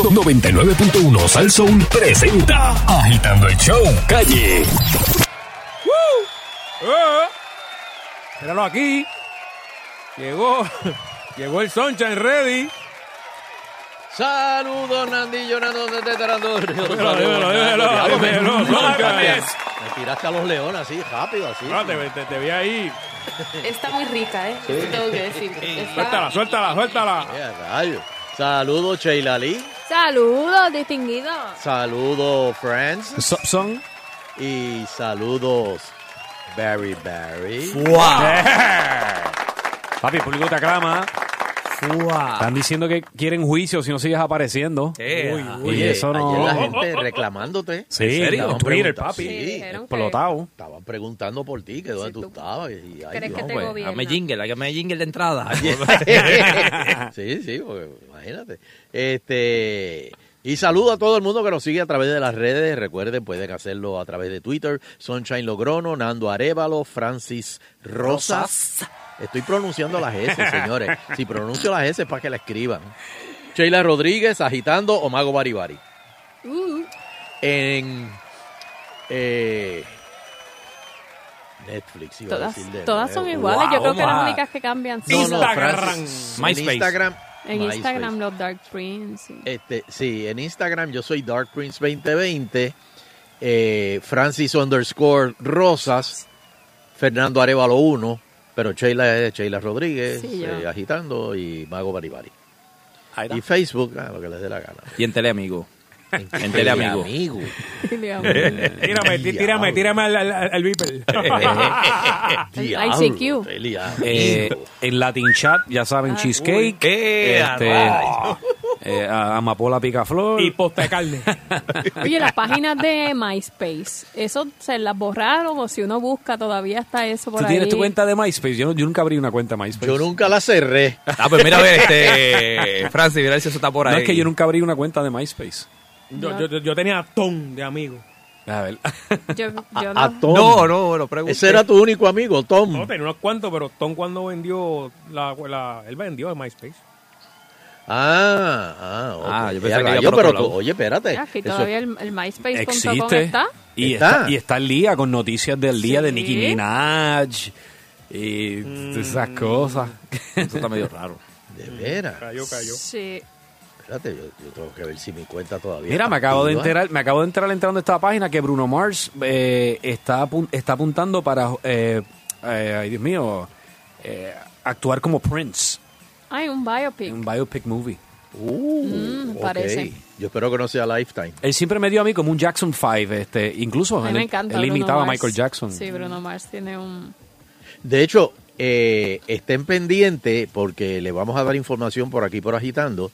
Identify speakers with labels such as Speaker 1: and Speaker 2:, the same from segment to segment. Speaker 1: no, no, 99.1 Sal Soul presenta Agitando el Show Calle.
Speaker 2: Míralo ¡Eh! aquí. Llegó. Llegó el Sunshine Ready.
Speaker 3: Saludos, Nandillo, Nando, de Teterador.
Speaker 2: dímelo, dímelo, dímelo, Soncha.
Speaker 3: Me tiraste a los leones así, rápido, así.
Speaker 2: No, te, te- te vi ahí.
Speaker 4: Está muy rica, ¿eh? Eso tengo que decir.
Speaker 2: Suéltala, suéltala, suéltala.
Speaker 3: Qué rayo. Saludos, Sheila Lee.
Speaker 5: Saludos, distinguido.
Speaker 3: Saludos, Friends.
Speaker 6: Son.
Speaker 3: Y saludos, Barry Barry.
Speaker 6: Papi, el público te aclama. Están diciendo que quieren juicio si no sigues apareciendo. ah, Y
Speaker 3: Oye,
Speaker 6: eso no.
Speaker 3: Eh, ayer
Speaker 5: Oh,
Speaker 3: la gente reclamándote.
Speaker 6: Sí, ¿En serio?
Speaker 3: Estaban
Speaker 6: en Twitter,
Speaker 3: preguntando-
Speaker 6: papi.
Speaker 3: Sí,
Speaker 5: dijeron que-
Speaker 6: Explotado.
Speaker 3: Estaban preguntando por ti, que dónde
Speaker 5: Sí,
Speaker 3: tú
Speaker 5: tú
Speaker 3: estabas. y- y- ay,
Speaker 5: ¿Crees que
Speaker 3: Dios,
Speaker 5: te
Speaker 3: pues.
Speaker 5: gobierna?
Speaker 7: Dame jingle, dame jingle de entrada.
Speaker 3: sí, sí, porque imagínate. Este, y saludo a todo el mundo que nos sigue a través de las redes. Recuerden, pueden hacerlo a través de Twitter. Sunshine Logrono, Nando Arevalo, Francis Rosas. Estoy pronunciando las S, señores. Si pronuncio las S es para que la escriban. Sheila Rodríguez, Agitando o Mago Baribari. En eh, Netflix. iba a
Speaker 5: Todas,
Speaker 3: decir de
Speaker 5: todas son
Speaker 3: nuevo.
Speaker 5: iguales. Yo creo que las
Speaker 7: Omar.
Speaker 5: únicas que cambian
Speaker 3: No,
Speaker 5: son
Speaker 3: no,
Speaker 2: Instagram.
Speaker 3: Francis, en
Speaker 7: MySpace.
Speaker 3: Instagram.
Speaker 5: en
Speaker 3: MySpace.
Speaker 5: Instagram los Dark Prince. y-
Speaker 3: Este, sí, en Instagram yo soy Dark Prince 2020, eh, Francis underscore Rosas, Fernando Arevalo 1, pero Sheila es Sheila Rodríguez,
Speaker 5: Sí, yo.
Speaker 3: eh, agitando y Mago Baribari.
Speaker 6: Ahí está.
Speaker 3: Y Facebook, ah, lo que les dé la gana.
Speaker 7: Y en Teleamigo. En Teleamigo.
Speaker 3: Amigo.
Speaker 5: digamos.
Speaker 2: Tírame, tí- tírame, tírame al, al, al- al Viper.
Speaker 3: Diablo,
Speaker 5: ICQ.
Speaker 3: Teleamigo.
Speaker 6: Eh, en Latin Chat, ya saben, Cheesecake. este, eh, a- Amapola Picaflor.
Speaker 2: Y posta de carne.
Speaker 5: Oye, las páginas de MySpace, ¿eso se las borraron o si uno busca todavía está eso por
Speaker 6: ¿Tú
Speaker 5: ahí?
Speaker 6: tienes tu cuenta de MySpace? Yo, no- yo nunca abrí una cuenta de MySpace.
Speaker 3: Yo nunca la cerré.
Speaker 7: Ah, pues mira, a ver, este. Francis, mira si eso está por
Speaker 6: no
Speaker 7: ahí.
Speaker 6: es que yo nunca abrí una cuenta de MySpace.
Speaker 2: Yo, yo, yo- yo tenía ton de amigos.
Speaker 6: A ver.
Speaker 5: Yo, yo
Speaker 3: A
Speaker 5: no.
Speaker 3: Tom.
Speaker 7: No, no, lo pregunto.
Speaker 3: Ese era tu único amigo,
Speaker 2: No,
Speaker 3: Tom.
Speaker 2: tenía unos cuantos, pero Tom cuando vendió la, la- él vendió a MySpace.
Speaker 3: Ah, ah, ok.
Speaker 7: Ah, yo pensaba que iba
Speaker 3: Rayo,
Speaker 7: por
Speaker 3: pero
Speaker 7: otro
Speaker 3: tú-
Speaker 7: lado.
Speaker 3: oye, espérate.
Speaker 5: Aquí
Speaker 3: Eso-
Speaker 5: todavía el, el MySpace.com
Speaker 6: Existe.
Speaker 5: está.
Speaker 6: Y
Speaker 3: Está.
Speaker 6: está. y está al día con noticias del día de
Speaker 5: Sí.
Speaker 6: Nicki Minaj. Y
Speaker 3: Mm.
Speaker 6: esas cosas.
Speaker 7: Eso está medio raro.
Speaker 3: de veras.
Speaker 2: Cayó, cayó.
Speaker 5: Sí.
Speaker 3: Espérate, yo, yo tengo que ver si mi cuenta todavía.
Speaker 6: Mira,
Speaker 3: está
Speaker 6: me acabo de
Speaker 3: activa.
Speaker 6: enterar, me acabo de enterar entrando a esta página que Bruno Mars eh, está, apun- está apuntando para, eh, eh, ay Dios mío, eh, actuar como Prince
Speaker 5: Hay un biopic.
Speaker 6: en un biopic movie.
Speaker 3: Uh,
Speaker 5: Mm,
Speaker 3: ok.
Speaker 5: parece.
Speaker 3: Yo espero que no sea Lifetime.
Speaker 6: Él siempre me dio a mí como un Jackson 5, este, incluso
Speaker 5: A mí
Speaker 6: él,
Speaker 5: me encanta.
Speaker 6: él
Speaker 5: Bruno
Speaker 6: imitaba a
Speaker 5: Mars.
Speaker 6: Michael Jackson.
Speaker 5: Sí, Bruno Mars tiene un.
Speaker 3: De hecho, eh, estén pendientes porque le vamos a dar información por aquí, por agitando.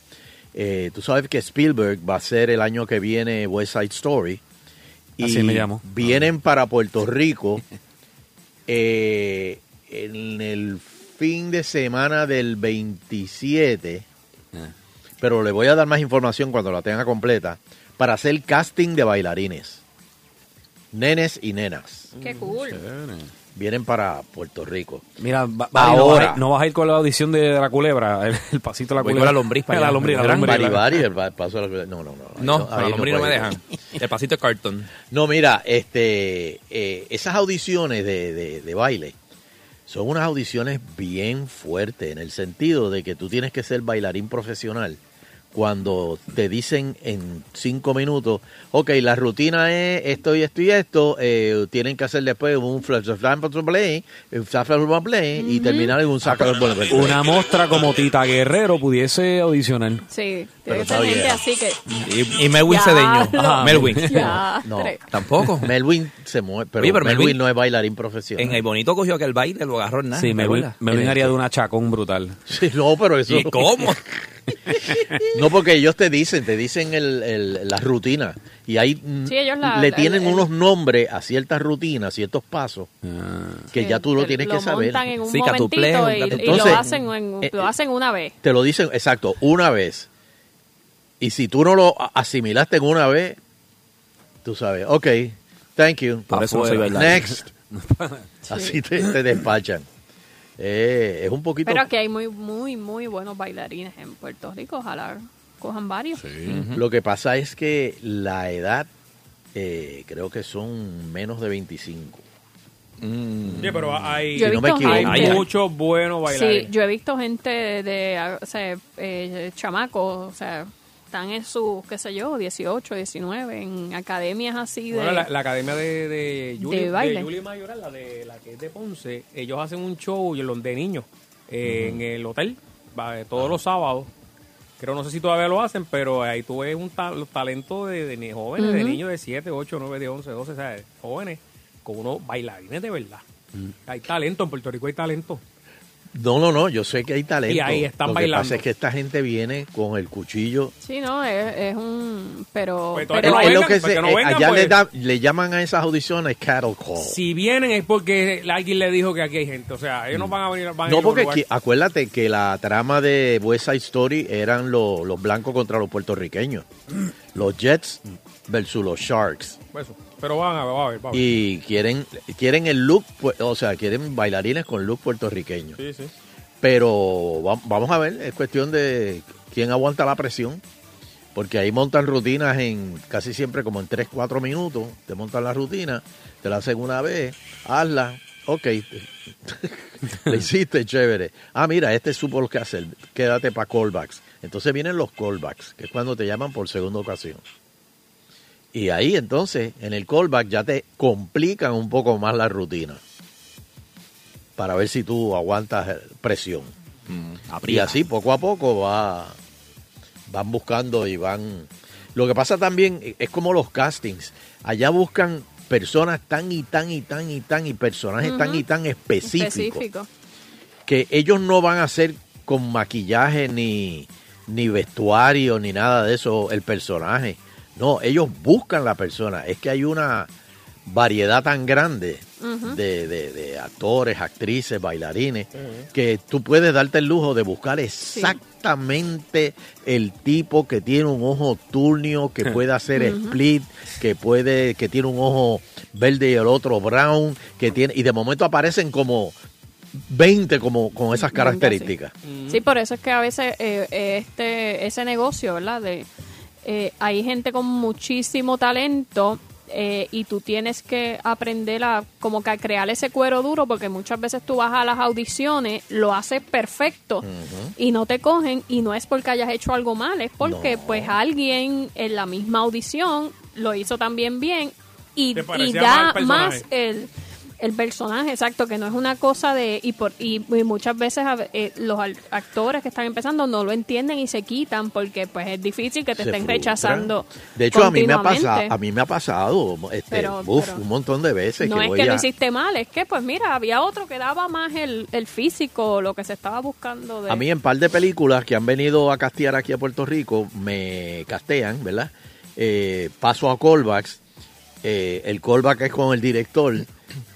Speaker 3: Eh, tú sabes que Spielberg va a ser el año que viene West Side Story.
Speaker 6: Así me llamo. Ah.
Speaker 3: Vienen para Puerto Rico eh, en el fin de semana del 27.
Speaker 6: Ah.
Speaker 3: Pero le voy a dar más información cuando la tenga completa. Para hacer casting de bailarines. Nenes y nenas.
Speaker 5: Qué cool.
Speaker 3: Vienen para Puerto Rico.
Speaker 6: Mira, va-
Speaker 3: Ahora.
Speaker 6: Barry, no vas a ir- no, vas a ir con la audición de, de la culebra, el, el pasito de la
Speaker 7: Voy
Speaker 6: culebra.
Speaker 7: con la lombriz para allá.
Speaker 6: La lombriz, la
Speaker 7: Gran
Speaker 6: lombriz.
Speaker 3: Bari,
Speaker 6: la-
Speaker 3: Bari, el pa- paso de la- No, no, no. ahí
Speaker 7: No,
Speaker 3: ahí
Speaker 7: a los no me
Speaker 3: puede ir.
Speaker 7: dejan. El pasito es cartón.
Speaker 3: No, mira, este, eh, esas audiciones de, de- de baile son unas audiciones bien fuertes en el sentido de que tú tienes que ser bailarín profesional. Cuando te dicen en cinco minutos, ok, la rutina es esto y esto y esto, eh, tienen que hacer después un flash of play, un flash of play y terminar en un saco de
Speaker 6: Una mostra como Tita Guerrero pudiese audicionar.
Speaker 5: Sí,
Speaker 3: Pero
Speaker 5: tiene que
Speaker 3: está
Speaker 5: ser
Speaker 3: bien.
Speaker 5: gente así que.
Speaker 7: Y, y Melwin se
Speaker 5: Diablo.
Speaker 7: deñó. Melwin.
Speaker 5: Ya,
Speaker 3: No.
Speaker 5: tres.
Speaker 7: Tampoco.
Speaker 3: Melvin se mueve, pero,
Speaker 7: Oye, pero
Speaker 3: Melvin,
Speaker 7: Melvin-
Speaker 3: no es bailarín profesional.
Speaker 7: En el bonito cogió aquel baile, lo agarró en nada.
Speaker 6: Sí, me,
Speaker 7: ¿verdad?
Speaker 6: me haría de una chacón brutal.
Speaker 3: Sí, no, pero eso.
Speaker 7: ¿Y cómo?
Speaker 3: No, porque ellos te dicen, te dicen el, el- la rutina. Y ahí mm,
Speaker 5: Sí, ellos la-
Speaker 3: le
Speaker 5: el-
Speaker 3: tienen
Speaker 5: el-
Speaker 3: unos nombres a ciertas rutinas, ciertos pasos,
Speaker 6: Ah.
Speaker 3: que ya tú lo tienes que saber.
Speaker 5: montan en un
Speaker 7: Sí, catupleo,
Speaker 5: momentito y, y
Speaker 3: Entonces,
Speaker 5: lo, hacen en-
Speaker 3: eh,
Speaker 5: lo hacen una vez.
Speaker 3: Te lo dicen, exacto, una vez. Y si tú no lo a- asimilaste en una vez, tú sabes, ok, thank you.
Speaker 7: Por eso no soy bailarín.
Speaker 3: Next. Así te, te despachan. Eh, es un poquito...
Speaker 5: Pero que hay muy, muy, muy buenos bailarines en Puerto Rico, ojalá cojan varios.
Speaker 3: Lo que pasa es que la edad eh, creo que son menos de 25.
Speaker 2: Sí, pero hay,
Speaker 5: Yo he
Speaker 3: Si Mm. no me
Speaker 5: visto
Speaker 3: equivoco.
Speaker 5: gente.
Speaker 2: hay muchos buenos bailarines.
Speaker 5: Sí, yo he visto gente de, de, o sea, eh, chamacos, o sea, están en sus, qué sé yo, 18, 19, en academias así de...
Speaker 2: Bueno, la, la academia de, de, Yuli,
Speaker 5: De
Speaker 2: de
Speaker 5: baile.
Speaker 2: Yuli Mayoral, la, de, la que es de Ponce, ellos hacen un show y los de niños eh, en el hotel, va, eh, todos los sábados. Creo, no sé si todavía lo hacen, pero ahí tú ves un ta- los talentos de, de ni- jóvenes, de niños de 7, 8, 9, 10, 11, 12, ¿sabes? jóvenes, con unos bailarines de verdad.
Speaker 3: Mm.
Speaker 2: Hay talento, en Puerto Rico hay talento.
Speaker 3: No, no, no, yo sé que hay talento.
Speaker 2: Y ahí están
Speaker 3: Lo
Speaker 2: bailando.
Speaker 3: que pasa es que esta gente viene con el cuchillo.
Speaker 5: Sí, no, es, es un... Pero...
Speaker 2: Pues todavía
Speaker 5: pero
Speaker 2: no
Speaker 3: Es- es lo
Speaker 2: vengan,
Speaker 3: que
Speaker 2: pues
Speaker 3: se-
Speaker 2: que no
Speaker 3: eh,
Speaker 2: vengan,
Speaker 3: allá
Speaker 2: pues.
Speaker 3: le, da- le llaman a esas audiciones cattle call.
Speaker 2: Si vienen es porque alguien le dijo que aquí hay gente, o sea, ellos no van a venir. Van a ir a
Speaker 3: Mm. No,
Speaker 2: un
Speaker 3: porque
Speaker 2: lugar.
Speaker 3: qui- acuérdate que la trama de West Side Story eran lo- los blancos contra los puertorriqueños. Los Jets versus los Sharks.
Speaker 2: Eso. Pero van a ver, va a ver, va a ver.
Speaker 3: Y quieren, quieren el look, pu- o sea, quieren bailarines con look puertorriqueño.
Speaker 2: Sí, sí.
Speaker 3: Pero va- vamos a ver, es cuestión de quién aguanta la presión. Porque ahí montan rutinas en casi siempre como en 3, 4 minutos. Te montan la rutina, te la hacen una vez, hazla, ok. te- La hiciste, chévere. Ah, mira, este supo lo que hacer, quédate para callbacks. Entonces vienen los callbacks, que es cuando te llaman por segunda ocasión. Y ahí entonces, en el callback ya te complican un poco más la rutina. Para ver si tú aguantas eh, presión. Y así poco a poco va, van buscando y van... Lo que pasa también eh, es como los castings. Allá buscan personas tan y tan y tan y tan y personajes tan y tan específicos
Speaker 5: específico.
Speaker 3: que ellos no van a hacer con maquillaje ni, ni vestuario ni nada de eso el personaje. No, ellos buscan la persona. Es que hay una variedad tan grande de, de- de actores, actrices, bailarines, que tú puedes darte el lujo de buscar exactamente el tipo que tiene un ojo turnio, que puede hacer split, que puede, que tiene un ojo verde y el otro brown, que tiene, y de momento aparecen como 20 como con esas características.
Speaker 5: Sí, por eso es que a veces eh, eh, este ese negocio, ¿verdad? De, eh, hay gente con muchísimo talento eh, y tú tienes que aprender a como que a crear ese cuero duro porque muchas veces tú vas a las audiciones, lo haces perfecto
Speaker 8: Mm.
Speaker 5: y no te cogen y no es porque hayas hecho algo mal, es porque pues alguien en la misma audición lo hizo también bien y,
Speaker 2: Te
Speaker 5: y
Speaker 2: parecía
Speaker 5: da
Speaker 2: más el
Speaker 5: más
Speaker 2: personaje.
Speaker 5: el, el personaje, exacto, que no es una cosa de... Y, por, y, y muchas veces a ve- eh, los al- actores que están empezando no lo entienden y se quitan porque pues es difícil que te
Speaker 3: Se
Speaker 5: estén
Speaker 3: frustran.
Speaker 5: rechazando.
Speaker 3: De hecho, a mí me ha pasado,
Speaker 5: continuamente.
Speaker 3: a mí me ha pasado este,
Speaker 5: Pero-
Speaker 3: uf,
Speaker 5: pero-
Speaker 3: un montón de veces
Speaker 5: No
Speaker 3: que
Speaker 5: es
Speaker 3: voy
Speaker 5: que
Speaker 3: a-
Speaker 5: lo hiciste mal, es que pues mira, había otro que daba más el, el físico, lo que se estaba buscando de...
Speaker 3: A mí en par de películas que han venido a castear aquí a Puerto Rico, me castean, ¿verdad? Eh, paso a callbacks. eh, el callback es con el director.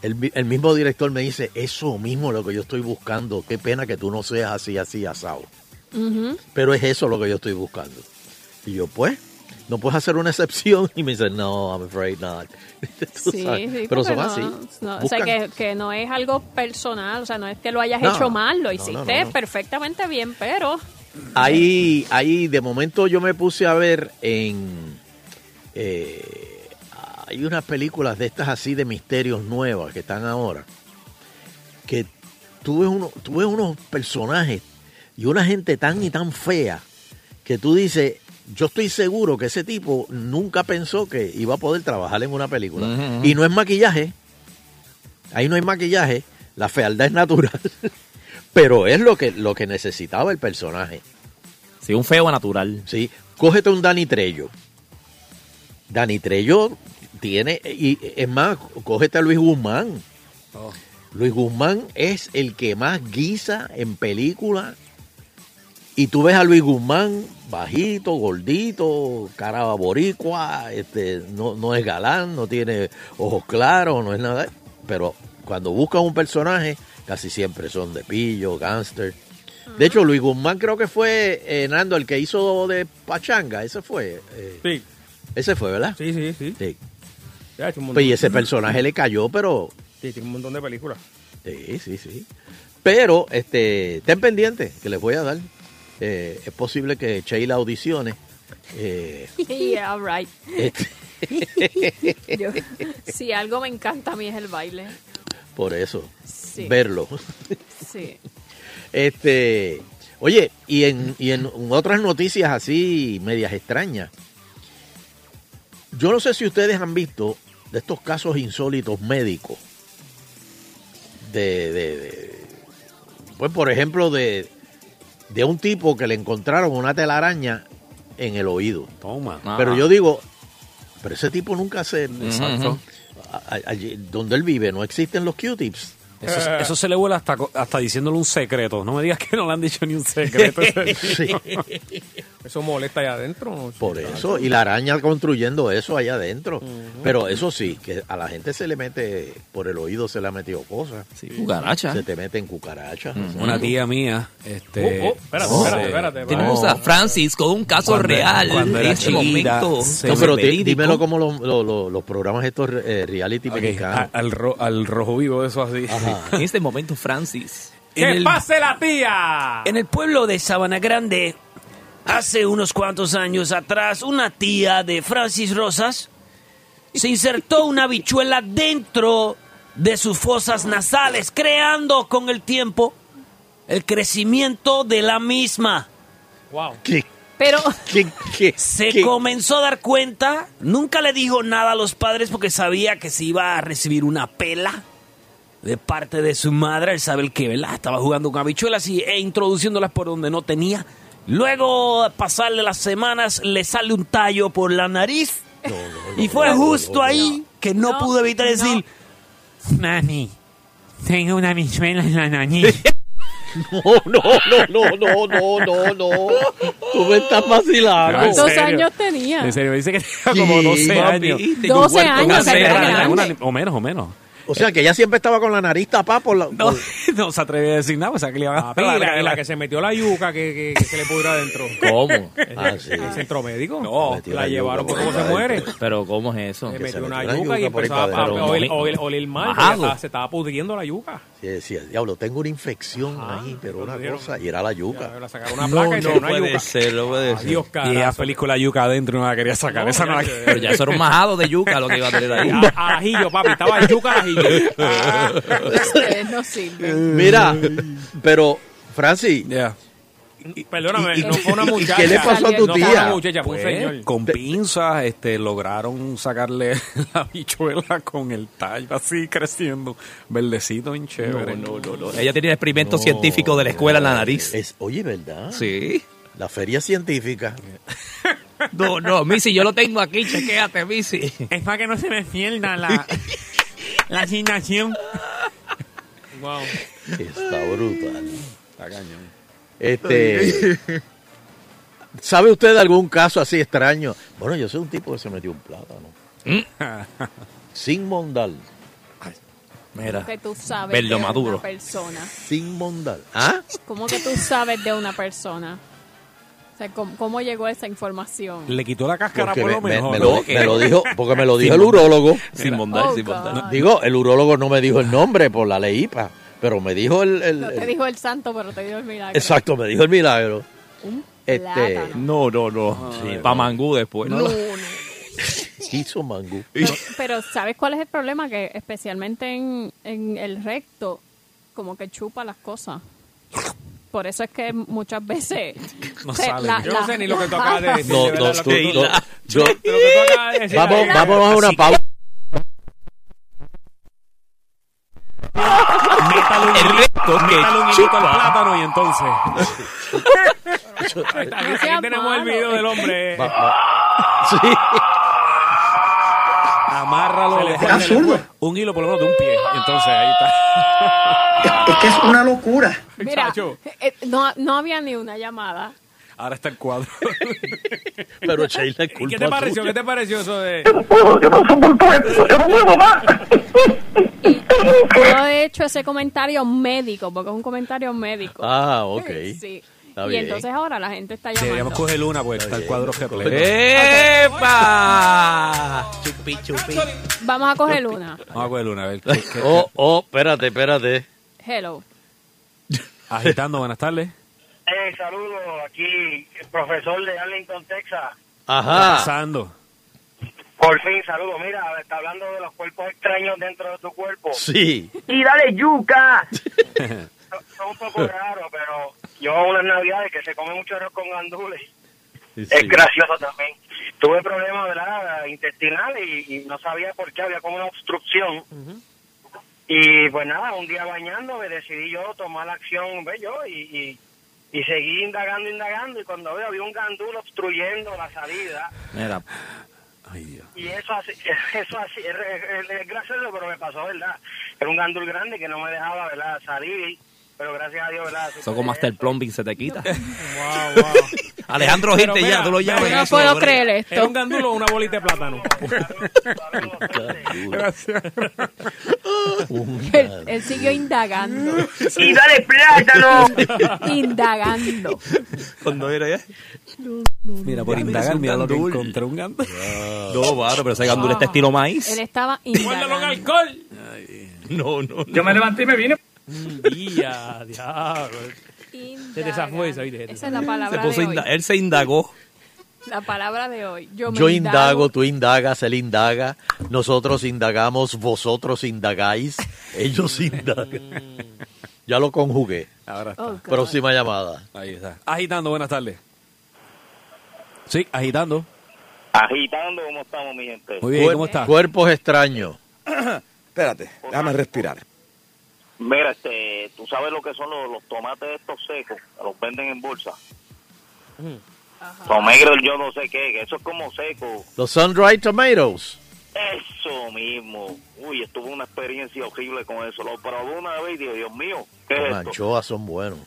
Speaker 3: El, mi- el mismo director me dice, eso mismo lo que yo estoy buscando. Qué pena que tú no seas así, así, asado. Pero es eso lo que yo estoy buscando. Y yo, pues, ¿no puedes hacer una excepción? Y me dice, no, I'm afraid not. Tú
Speaker 5: Sí,
Speaker 3: sabes.
Speaker 5: sí,
Speaker 3: Pero
Speaker 5: porque
Speaker 3: son
Speaker 5: no-
Speaker 3: así.
Speaker 5: no, o sea,
Speaker 3: Buscan-
Speaker 5: que, que no es algo personal, o sea, no es que lo hayas
Speaker 3: No,
Speaker 5: hecho mal, lo
Speaker 3: no, no,
Speaker 5: hiciste
Speaker 3: no, no.
Speaker 5: perfectamente bien, pero...
Speaker 3: Ahí, ahí, de momento yo me puse a ver en... eh, hay unas películas de estas así de misterios nuevas que están ahora. Que tuve, uno, tuve unos personajes y una gente tan y tan fea que tú dices, yo estoy seguro que ese tipo nunca pensó que iba a poder trabajar en una película. Y no es maquillaje. Ahí no hay maquillaje. La fealdad es natural. Pero es lo que, lo que necesitaba el personaje.
Speaker 7: Sí, un feo natural.
Speaker 3: ¿sí? Cógete un Dani Trello. Dani Trello tiene, y es más, cógete a Luis Guzmán.
Speaker 2: Oh.
Speaker 3: Luis Guzmán es el que más guisa en película. Y tú ves a Luis Guzmán bajito, gordito, cara boricua, este, no, no es galán, no tiene ojos claros, no es nada. Pero cuando buscan un personaje, casi siempre son de pillo, gangster. De hecho, Luis Guzmán creo que fue, eh, Nando, el que hizo de Pachanga, ese fue. eh,
Speaker 2: Sí,
Speaker 3: ese fue, ¿verdad?
Speaker 2: sí, sí. sí.
Speaker 3: Sí.
Speaker 2: Ya, ha hecho un montón.
Speaker 3: Pues, y ese personaje le cayó, pero
Speaker 2: Sí, tiene un montón de películas.
Speaker 3: Sí, sí, sí. Pero, este, ten pendiente, que les voy a dar. eh, es posible que Sheila audicione. eh,
Speaker 5: Yeah, right.
Speaker 3: este,
Speaker 5: Yo- si algo me encanta a mí es el baile.
Speaker 3: por eso,
Speaker 5: Sí.
Speaker 3: verlo.
Speaker 5: Sí.
Speaker 3: Este, oye, y en, y en otras noticias así medias extrañas, yo no sé si ustedes han visto de estos casos insólitos médicos, de, de- de- pues por ejemplo, de, de un tipo que le encontraron una telaraña en el oído.
Speaker 6: Toma.
Speaker 7: Ah.
Speaker 3: Pero yo digo, pero ese tipo nunca se...
Speaker 7: Exacto.
Speaker 3: a- a- allí donde él vive no existen los Q-tips.
Speaker 6: Eso, eso se le vuela hasta, co- hasta diciéndole un secreto. No me digas que no le han dicho ni un secreto.
Speaker 3: Sí.
Speaker 2: Eso molesta allá adentro. ¿no?
Speaker 3: Por eso, y la araña construyendo eso allá adentro. Pero eso sí, que a la gente se le mete, por el oído se le ha metido cosas.
Speaker 7: Sí, cucaracha.
Speaker 3: Se te meten cucarachas.
Speaker 7: Mm.
Speaker 6: Una tía mía, este...
Speaker 2: Oh, oh, espérate,
Speaker 6: se-
Speaker 2: espérate, espérate.
Speaker 7: Tenemos a Francis con un caso
Speaker 6: Cuando-
Speaker 7: real
Speaker 6: cuando era
Speaker 7: en este
Speaker 6: chiquita,
Speaker 7: momento.
Speaker 6: se-
Speaker 3: No,
Speaker 7: Caso
Speaker 3: pero di-
Speaker 7: verídico.
Speaker 3: dímelo como los, los- los- los programas estos eh, reality
Speaker 6: Ok, a-
Speaker 3: mexicanos.
Speaker 6: al, ro- al rojo vivo, eso así.
Speaker 7: En este momento, Francis.
Speaker 2: ¡Que pase la tía!
Speaker 6: En el pueblo de Sabana Grande, hace unos cuantos años atrás, una tía de Francis Rosas se insertó una bichuela dentro de sus fosas nasales, creando con el tiempo el crecimiento de la misma.
Speaker 2: ¡Wow!
Speaker 3: ¿Qué?
Speaker 5: Pero
Speaker 3: ¿Qué? ¿Qué?
Speaker 6: Se
Speaker 3: ¿Qué?
Speaker 6: comenzó a dar cuenta, nunca le dijo nada a los padres porque sabía que se iba a recibir una pela de parte de su madre, él sabe el que, ¿verdad? Estaba jugando con habichuelas y, e introduciéndolas por donde no tenía. Luego, al pasarle las semanas, le sale un tallo por la nariz y fue justo ahí que no,
Speaker 5: No,
Speaker 6: pudo evitar
Speaker 5: no.
Speaker 6: decir, mami, tengo una habichuela en la nariz.
Speaker 3: No, no, no, no, no, no, no. Tú me estás vacilando.
Speaker 5: ¿cuántos
Speaker 6: serio?
Speaker 5: años tenía?
Speaker 6: serio, dice que tenía
Speaker 3: como 12
Speaker 6: años.
Speaker 5: 12 años.
Speaker 2: Una
Speaker 5: era
Speaker 2: cera,
Speaker 5: grande.
Speaker 6: o menos, o menos.
Speaker 3: O sea, que ella siempre estaba con la nariz tapada por la...
Speaker 6: No,
Speaker 3: por-
Speaker 6: no se atreve a decir nada, o sea que le iban a
Speaker 2: Ah, pero la,
Speaker 6: pegar
Speaker 2: la que se metió la yuca que, que- que se le pudrió adentro.
Speaker 7: ¿Cómo?
Speaker 3: Ah, sí.
Speaker 2: ¿El centro médico?
Speaker 3: Se
Speaker 2: No,
Speaker 3: metió
Speaker 2: la
Speaker 3: la
Speaker 2: llevaron
Speaker 3: yuca
Speaker 2: por cómo
Speaker 3: por
Speaker 2: se
Speaker 3: ahí
Speaker 2: muere.
Speaker 3: adentro.
Speaker 7: Pero, ¿cómo es eso?
Speaker 2: Le
Speaker 3: Que se
Speaker 2: metió una
Speaker 3: metió la
Speaker 2: yuca y
Speaker 3: yuca por ahí
Speaker 2: empezaba
Speaker 3: para
Speaker 2: a
Speaker 3: adentro.
Speaker 2: oler, oler- oler mal.
Speaker 7: Ajá.
Speaker 2: porque estaba- se estaba pudriendo la yuca.
Speaker 3: Sí, decía, diablo, tengo una infección ahí, pero una
Speaker 2: dieron-
Speaker 3: cosa, y era la yuca.
Speaker 2: La sacaron una placa y se una yuca.
Speaker 7: no puede
Speaker 2: Adiós,
Speaker 6: Y ella
Speaker 2: carajo.
Speaker 6: feliz con la yuca adentro no la quería Ah, sacar.
Speaker 2: No,
Speaker 6: esa no la
Speaker 2: ya,
Speaker 7: Pero ya eso era un majado de yuca lo que iba a tener ahí.
Speaker 2: A- al ajillo, papi. Estaba yuca al ajillo. Ah,
Speaker 5: Ustedes no sirven.
Speaker 3: Mira, pero, Francis,
Speaker 6: Ya.
Speaker 2: perdóname,
Speaker 5: ¿Y- y-
Speaker 2: no fue una
Speaker 5: y- y
Speaker 2: muchacha.
Speaker 3: qué le
Speaker 5: pasó a tu
Speaker 2: No fue
Speaker 3: tía?
Speaker 2: una muchacha, fue un
Speaker 6: Pues,
Speaker 2: señor.
Speaker 6: con pinzas este, lograron sacarle la bichuela con el tallo así creciendo. Verdecito, bien chévere.
Speaker 7: Ella tenía el experimento científico de la escuela en la nariz.
Speaker 3: es, oye, ¿verdad?
Speaker 7: Sí.
Speaker 3: La feria científica.
Speaker 7: No, no, Missy, yo lo tengo aquí, chequéate, Missy.
Speaker 6: Es para que no se me pierda la, la asignación.
Speaker 2: Wow.
Speaker 3: Está brutal. Este, ¿Sabe usted de algún caso así extraño? Bueno, yo soy un tipo que se metió un plátano.
Speaker 7: Mm.
Speaker 3: Sin mondal,
Speaker 7: Mira.
Speaker 5: Que tú sabes
Speaker 7: Verlo
Speaker 5: de
Speaker 7: maduro.
Speaker 5: una persona.
Speaker 3: sin mondal. ¿Ah?
Speaker 5: ¿Cómo que tú sabes de una persona? O sea, ¿cómo, cómo llegó esa información?
Speaker 6: Le quitó la cáscara
Speaker 3: Porque
Speaker 6: por
Speaker 3: me,
Speaker 6: lo
Speaker 3: me-
Speaker 6: menos.
Speaker 3: me lo,
Speaker 6: ¿no?
Speaker 3: me lo dijo, porque me lo dijo el urólogo.
Speaker 7: Sin bondar,
Speaker 5: Oh,
Speaker 7: sin bondar.
Speaker 5: God.
Speaker 3: Digo, el urólogo no me dijo el nombre por la ley IPA, pero me dijo el... el-
Speaker 5: No te
Speaker 3: el-
Speaker 5: dijo el santo, pero te dijo el milagro.
Speaker 3: exacto, me dijo el milagro.
Speaker 5: Un
Speaker 3: Este,
Speaker 5: plátano.
Speaker 7: No, no, no.
Speaker 3: Sí, no.
Speaker 7: pa' mangú después. No.
Speaker 3: Hizo mangú.
Speaker 5: No, pero ¿sabes cuál es el problema? Que especialmente en, en el recto, como que chupa las cosas. Por eso es que muchas veces...
Speaker 6: No
Speaker 5: o sea,
Speaker 6: sale.
Speaker 5: la-
Speaker 2: Yo no
Speaker 5: la-
Speaker 2: sé ni lo que tú acabas de decir.
Speaker 3: No,
Speaker 2: de
Speaker 3: no,
Speaker 2: verdad, lo
Speaker 3: tú-
Speaker 2: que tú-
Speaker 3: no, yo-
Speaker 2: lo que tú acabas de decir,
Speaker 3: Vamos,
Speaker 2: la-
Speaker 3: vamos a una pausa.
Speaker 7: El recto
Speaker 6: Dale un
Speaker 7: que
Speaker 6: hilito al
Speaker 7: chupa.
Speaker 6: plátano y entonces.
Speaker 2: Aquí, aquí
Speaker 5: seas
Speaker 2: tenemos el
Speaker 5: malo.
Speaker 2: video del hombre.
Speaker 3: Va- va- Sí.
Speaker 6: Amárralo.
Speaker 2: le
Speaker 6: déjale
Speaker 9: absurdo.
Speaker 6: Un hilo por lo menos de un pie. y Entonces ahí está.
Speaker 9: Es que es una locura.
Speaker 5: Mira,
Speaker 2: Chacho.
Speaker 5: eh, no, no había ni una llamada.
Speaker 6: Ahora está el cuadro.
Speaker 3: Pero Sheila es
Speaker 2: ¿Y
Speaker 3: culpa
Speaker 2: qué te pareció?
Speaker 3: tuya.
Speaker 2: ¿Qué te pareció eso de.?
Speaker 5: Y yo he hecho ese comentario médico, porque es un comentario médico.
Speaker 3: Ah, ok.
Speaker 5: Sí.
Speaker 3: Está
Speaker 5: y
Speaker 3: bien.
Speaker 5: entonces ahora la gente está
Speaker 6: Deberíamos
Speaker 5: llamando.
Speaker 6: coger una, pues está el cuadro repleto.
Speaker 7: ¡Epa! Chupi, chupi.
Speaker 5: Vamos a coger una.
Speaker 6: Vamos a coger una, a ver. ¿qué- qué-
Speaker 3: Oh, oh, espérate, espérate.
Speaker 5: Hello.
Speaker 6: Agitando, buenas tardes.
Speaker 10: Eh, saludos, aquí el profesor de Arlington, Texas.
Speaker 3: Ajá.
Speaker 6: Pasando.
Speaker 10: Por fin, saludos. Mira, está hablando de los cuerpos extraños dentro de tu cuerpo.
Speaker 3: Sí.
Speaker 9: Y dale yuca.
Speaker 10: Es un poco raro, pero yo unas navidades que se come mucho arroz con gandules.
Speaker 3: sí, sí.
Speaker 10: Es gracioso también. Tuve problemas ¿verdad? intestinales y, y no sabía por qué, había como una obstrucción. Y pues nada, un día bañándome decidí yo tomar la acción, ve yo, y, y, y seguí indagando, indagando. Y cuando veo, había un gandul obstruyendo la salida.
Speaker 6: Mira. Ay, Dios.
Speaker 10: Y eso así, eso así, es, es- es gracioso, pero me pasó, ¿verdad? Era un gandul grande que no me dejaba, ¿verdad? Salir, pero gracias a Dios, ¿verdad?
Speaker 7: Eso como hasta el plumbing se te quita.
Speaker 2: Wow, wow.
Speaker 7: Alejandro
Speaker 2: Pero
Speaker 7: Ginte ya,
Speaker 2: mira, pues,
Speaker 7: tú lo llamas.
Speaker 5: No puedo creer
Speaker 2: ¿Era un
Speaker 5: esto.
Speaker 2: gandulo o una bolita de plátano?
Speaker 5: Él, él siguió indagando,
Speaker 9: Y dale plátano.
Speaker 5: indagando.
Speaker 11: Cuando era ya.
Speaker 6: Mira, por
Speaker 11: Ya, mira,
Speaker 6: indagar,
Speaker 11: es un
Speaker 6: mira lo que
Speaker 11: gandul.
Speaker 6: encontré. Un gandul.
Speaker 11: No, claro, pero ese gandul está
Speaker 12: este
Speaker 11: estilo maíz.
Speaker 5: Ah. Él estaba
Speaker 2: ¡Guárdalo en
Speaker 5: indagando.
Speaker 2: alcohol!
Speaker 11: No, no, no.
Speaker 9: Yo me levanté y me vine.
Speaker 2: Un día, diablo.
Speaker 5: Indagando.
Speaker 2: desafó esa, oíste, se
Speaker 5: Esa es la palabra
Speaker 11: Se puso
Speaker 5: de
Speaker 11: inda-
Speaker 5: hoy.
Speaker 11: él se indagó.
Speaker 5: La palabra de hoy. Yo, me
Speaker 3: Yo indago, tú indagas, él indaga, nosotros indagamos, vosotros indagáis, ellos indagan. Ya lo conjugué.
Speaker 6: Ahora está.
Speaker 5: Oh, God.
Speaker 3: Próxima llamada.
Speaker 6: Ahí está. Agitando, buenas tardes. Sí, agitando.
Speaker 10: Agitando, ¿cómo estamos, mi gente?
Speaker 6: Muy bien,
Speaker 3: Cuer-
Speaker 6: ¿cómo está?
Speaker 3: Cuerpos extraños.
Speaker 11: Espérate, déjame respirar.
Speaker 10: Mira, este, tú sabes lo que son los, los tomates estos secos, que los venden en bolsa. Tomegro, yo no sé qué, que eso es como seco.
Speaker 3: Los sun-dried tomatoes.
Speaker 10: Eso mismo. Uy, estuvo una experiencia horrible con eso. Lo probé una vez y digo, Dios mío, ¿qué es
Speaker 3: Las
Speaker 10: esto?
Speaker 3: anchoas son buenos.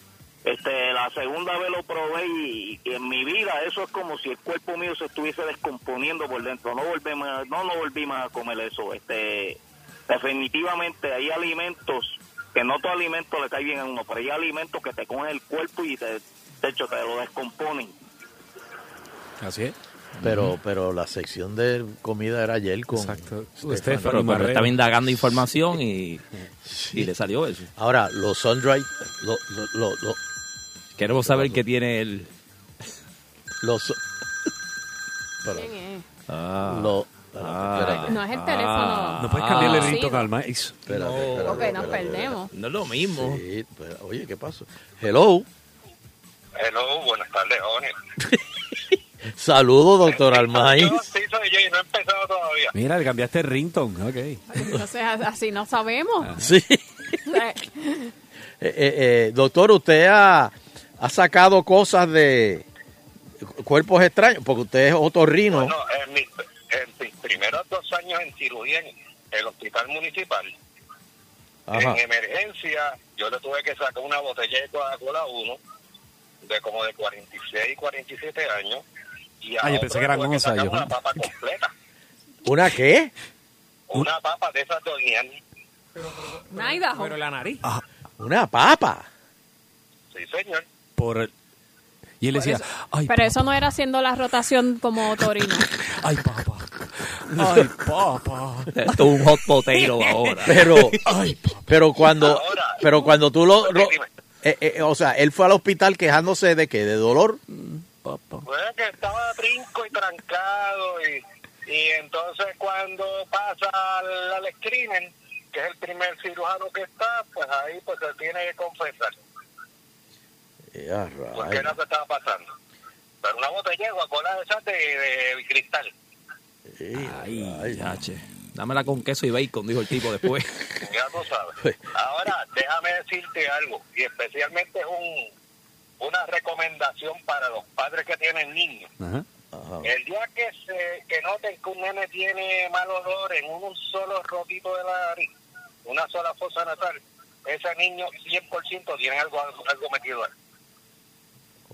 Speaker 10: Este, la segunda vez lo probé y, y en mi vida eso es como si el cuerpo mío se estuviese descomponiendo por dentro. No volví más, no, no volví más a comer eso. Este, definitivamente hay alimentos que no todo alimento le cae bien a uno, pero hay alimentos que te cogen el cuerpo y te, de hecho te lo descomponen.
Speaker 6: Así es.
Speaker 3: Pero, pero la sección de comida era ayer con
Speaker 6: Exacto.
Speaker 3: Estefan.
Speaker 6: Estefan.
Speaker 11: Pero, pero
Speaker 6: Barrera.
Speaker 11: estaba indagando información y, y le salió eso.
Speaker 3: Ahora, los sun-dried, lo- lo- lo- lo-
Speaker 11: Queremos saber qué tiene él.
Speaker 3: los... Espérate,
Speaker 5: ¿Quién es?
Speaker 11: Ah.
Speaker 3: lo- espérate,
Speaker 5: No es el teléfono.
Speaker 6: No puedes cambiarle el
Speaker 5: Sí.
Speaker 6: ritmo al maíz.
Speaker 3: espérate, espérate,
Speaker 5: Ok, nos
Speaker 3: espérate,
Speaker 5: perdemos.
Speaker 11: No es lo mismo.
Speaker 3: espérate. Sí, pero- oye, ¿qué pasó? Hello.
Speaker 10: Hello, buenas tardes, Jorge.
Speaker 3: Saludos, doctor Almaíz.
Speaker 10: soy yo y no he empezado todavía.
Speaker 6: Mira, le cambiaste el rington. Ok.
Speaker 5: Entonces, a- así no sabemos.
Speaker 3: Ah. Sí. Eh, eh, eh, doctor, usted ha, ha sacado cosas de cu- cuerpos extraños, porque usted es otorrino.
Speaker 10: Bueno, en mis, en mis primeros dos años en cirugía en el hospital municipal,
Speaker 3: Ajá.
Speaker 10: en emergencia, yo le tuve que sacar una botella de Coca-Cola a uno de como de 46, 47 años. Y a
Speaker 6: Ah, yo
Speaker 10: otro
Speaker 6: pensé
Speaker 10: le
Speaker 6: que eran
Speaker 10: tuve
Speaker 6: 11
Speaker 10: sacar
Speaker 6: años.
Speaker 10: Una papa completa,
Speaker 3: ¿Una qué?
Speaker 10: una papa de esas de Onian.
Speaker 5: Naida,
Speaker 2: Pero la nariz.
Speaker 3: Una papa.
Speaker 10: Sí, señor.
Speaker 6: Por el- Y él decía, ay,
Speaker 5: Pero eso no era haciendo la rotación como Torino.
Speaker 6: ay, papá. Ay, papá.
Speaker 11: Esto es un hot potato ahora.
Speaker 3: Pero, pero cuando,
Speaker 10: Ahora.
Speaker 3: pero cuando tú lo, lo-
Speaker 10: Dime.
Speaker 3: eh, eh, o sea, él fue al hospital quejándose de que de dolor.
Speaker 10: Pues que estaba trinco y trancado y, y entonces cuando pasa al, al screening, que es el primer cirujano que está, pues ahí pues se tiene que confesar
Speaker 3: Eh, ah,
Speaker 10: porque
Speaker 3: rayos.
Speaker 10: era lo que estaba pasando. Pero una botella de Coca-Cola de esas de, de cristal.
Speaker 3: Eh,
Speaker 11: Ay,
Speaker 3: rayos.
Speaker 11: ya, che. Dámela con queso y bacon, dijo el tipo después.
Speaker 10: Ya tú sabes. Ahora, déjame decirte algo, y especialmente es un, una recomendación para los padres que tienen niños.
Speaker 6: Ajá.
Speaker 3: Ajá.
Speaker 10: El día que, se, que noten que un nene tiene mal olor en un solo rotito de la nariz, una sola fosa nasal, ese niño 100% tiene algo, algo metido ahí.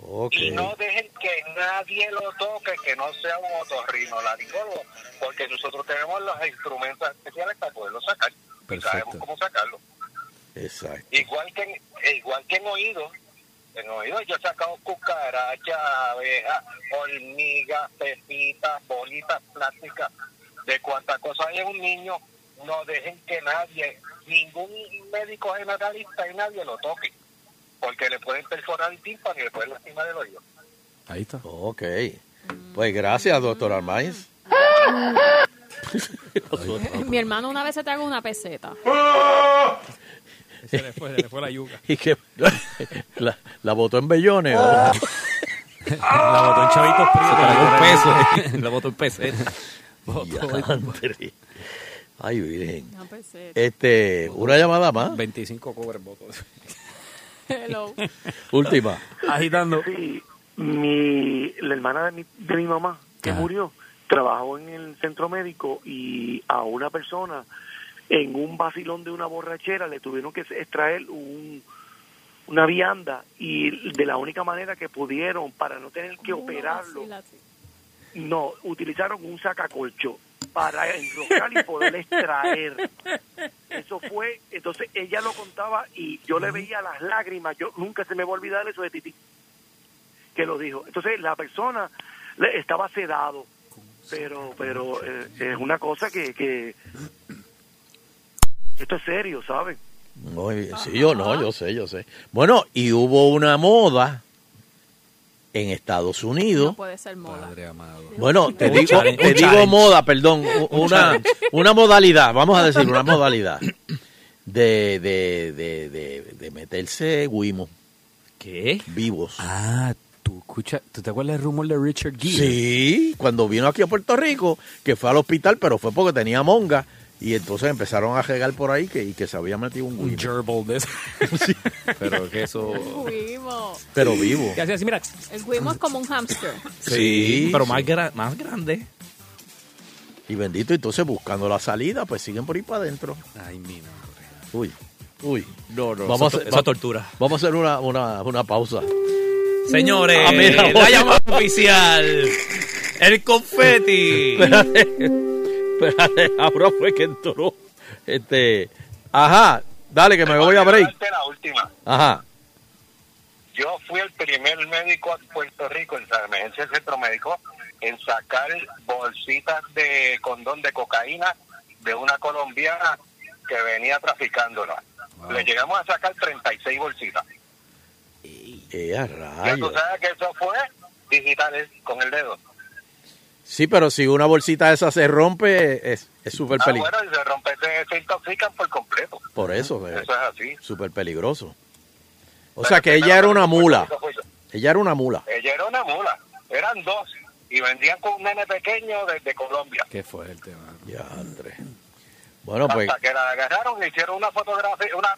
Speaker 3: Ok.
Speaker 10: Y no dejen que nadie lo toque, que no sea un otorrinolaringólogo, porque nosotros tenemos los instrumentos especiales para poderlo sacar.
Speaker 6: Perfecto.
Speaker 10: Y sabemos cómo sacarlo.
Speaker 3: Exacto.
Speaker 10: Igual que en, e igual que en oído, en oído yo he sacado cucarachas, abejas, hormigas, pepitas, bolitas plásticas, de cuánta cosa hay en un niño, no dejen que nadie, ningún médico generalista y nadie lo toque. porque le pueden perforar el tímpano y le pueden lastimar el oído.
Speaker 3: Ahí está. Ok. Pues gracias, doctor Armáez.
Speaker 5: Mi hermano una vez se tragó una peseta.
Speaker 2: Se le fue, se le fue la yuca.
Speaker 3: y que la, la botó en bellones.
Speaker 2: La botó en chavitos
Speaker 3: prietos.
Speaker 12: La botó en peso. La botó en peseta.
Speaker 3: Diantre. Ay, virgen.
Speaker 5: Una peseta.
Speaker 3: Este, una llamada más.
Speaker 12: 25 cobres votos.
Speaker 5: Hello.
Speaker 3: Última.
Speaker 12: Agitando.
Speaker 10: Sí, mi, la hermana de mi, de mi mamá, que murió, trabajó en el centro médico y a una persona en un vacilón de una borrachera le tuvieron que extraer un, una vianda y de la única manera que pudieron para no tener que operarlo, no, utilizaron un sacacolcho para enrocar y poder extraer. Eso fue, entonces ella lo contaba y yo le veía las lágrimas, yo nunca se me va a olvidar eso de Titi, que lo dijo. Entonces la persona le estaba sedado, pero pero eh, es una cosa que, que esto es serio, ¿sabes?
Speaker 3: No, y- sí, yo no, yo sé, yo sé. Bueno, y hubo una moda en Estados Unidos.
Speaker 5: Puede ser moda.
Speaker 3: Bueno, te
Speaker 5: Un
Speaker 3: digo,
Speaker 5: challenge.
Speaker 3: te
Speaker 5: Un
Speaker 3: digo
Speaker 5: challenge.
Speaker 3: moda, perdón, u-
Speaker 5: Un
Speaker 3: una,
Speaker 5: challenge.
Speaker 3: una modalidad, vamos a decir, una modalidad de, de, de, de, de meterse Wimo.
Speaker 12: ¿Qué?
Speaker 3: Vivos.
Speaker 12: Ah, tú escucha, ¿tú te acuerdas del rumor de Richard Gere?
Speaker 3: Sí, cuando vino aquí a Puerto Rico, que fue al hospital, pero fue porque tenía monga. Y entonces empezaron a regar por ahí que, y que se había metido un Wimo.
Speaker 12: gerbil de eso. Pero que eso...
Speaker 5: Guimo.
Speaker 3: Pero vivo.
Speaker 2: Y así, así, mira.
Speaker 5: El guimo es como un hamster.
Speaker 3: Sí,
Speaker 12: pero
Speaker 3: sí.
Speaker 12: Más, gra- más grande.
Speaker 3: Y bendito, entonces buscando la salida, pues siguen por ahí para adentro.
Speaker 12: Ay, mira.
Speaker 3: Uy, uy. No, no.
Speaker 12: esa to- esa tortura.
Speaker 3: Vamos a hacer una, una, una pausa.
Speaker 13: Señores,
Speaker 3: Ah, mira,
Speaker 13: la
Speaker 3: bueno.
Speaker 13: llamada oficial. El confeti.
Speaker 3: Espérate, ahora fue que entró. Este, ajá, dale que me voy a break.
Speaker 10: Esta es la última.
Speaker 3: Ajá.
Speaker 10: Yo fui el primer médico en Puerto Rico, en la emergencia del centro médico, en sacar bolsitas de condón de cocaína de una colombiana que venía traficándola. Le llegamos a sacar 36 bolsitas.
Speaker 3: Eh, a
Speaker 10: Ya tú
Speaker 3: rayos.
Speaker 10: sabes que eso fue digital eh, con el dedo.
Speaker 3: Sí, pero si una bolsita esa se rompe, es es súper
Speaker 10: Ah,
Speaker 3: peligroso.
Speaker 10: bueno, y se rompe, se, se intoxican por completo.
Speaker 3: Por eso, eh,
Speaker 10: Eso es así.
Speaker 3: súper peligroso. O sea que ella era una mula. Ella era una mula.
Speaker 10: Ella era una mula. Eran dos. Y vendían con un nene pequeño desde Colombia.
Speaker 12: Qué fuerte, mano.
Speaker 3: Ya, Andrés. Bueno,
Speaker 10: hasta
Speaker 3: pues.
Speaker 10: que la agarraron, le hicieron una fotografía, una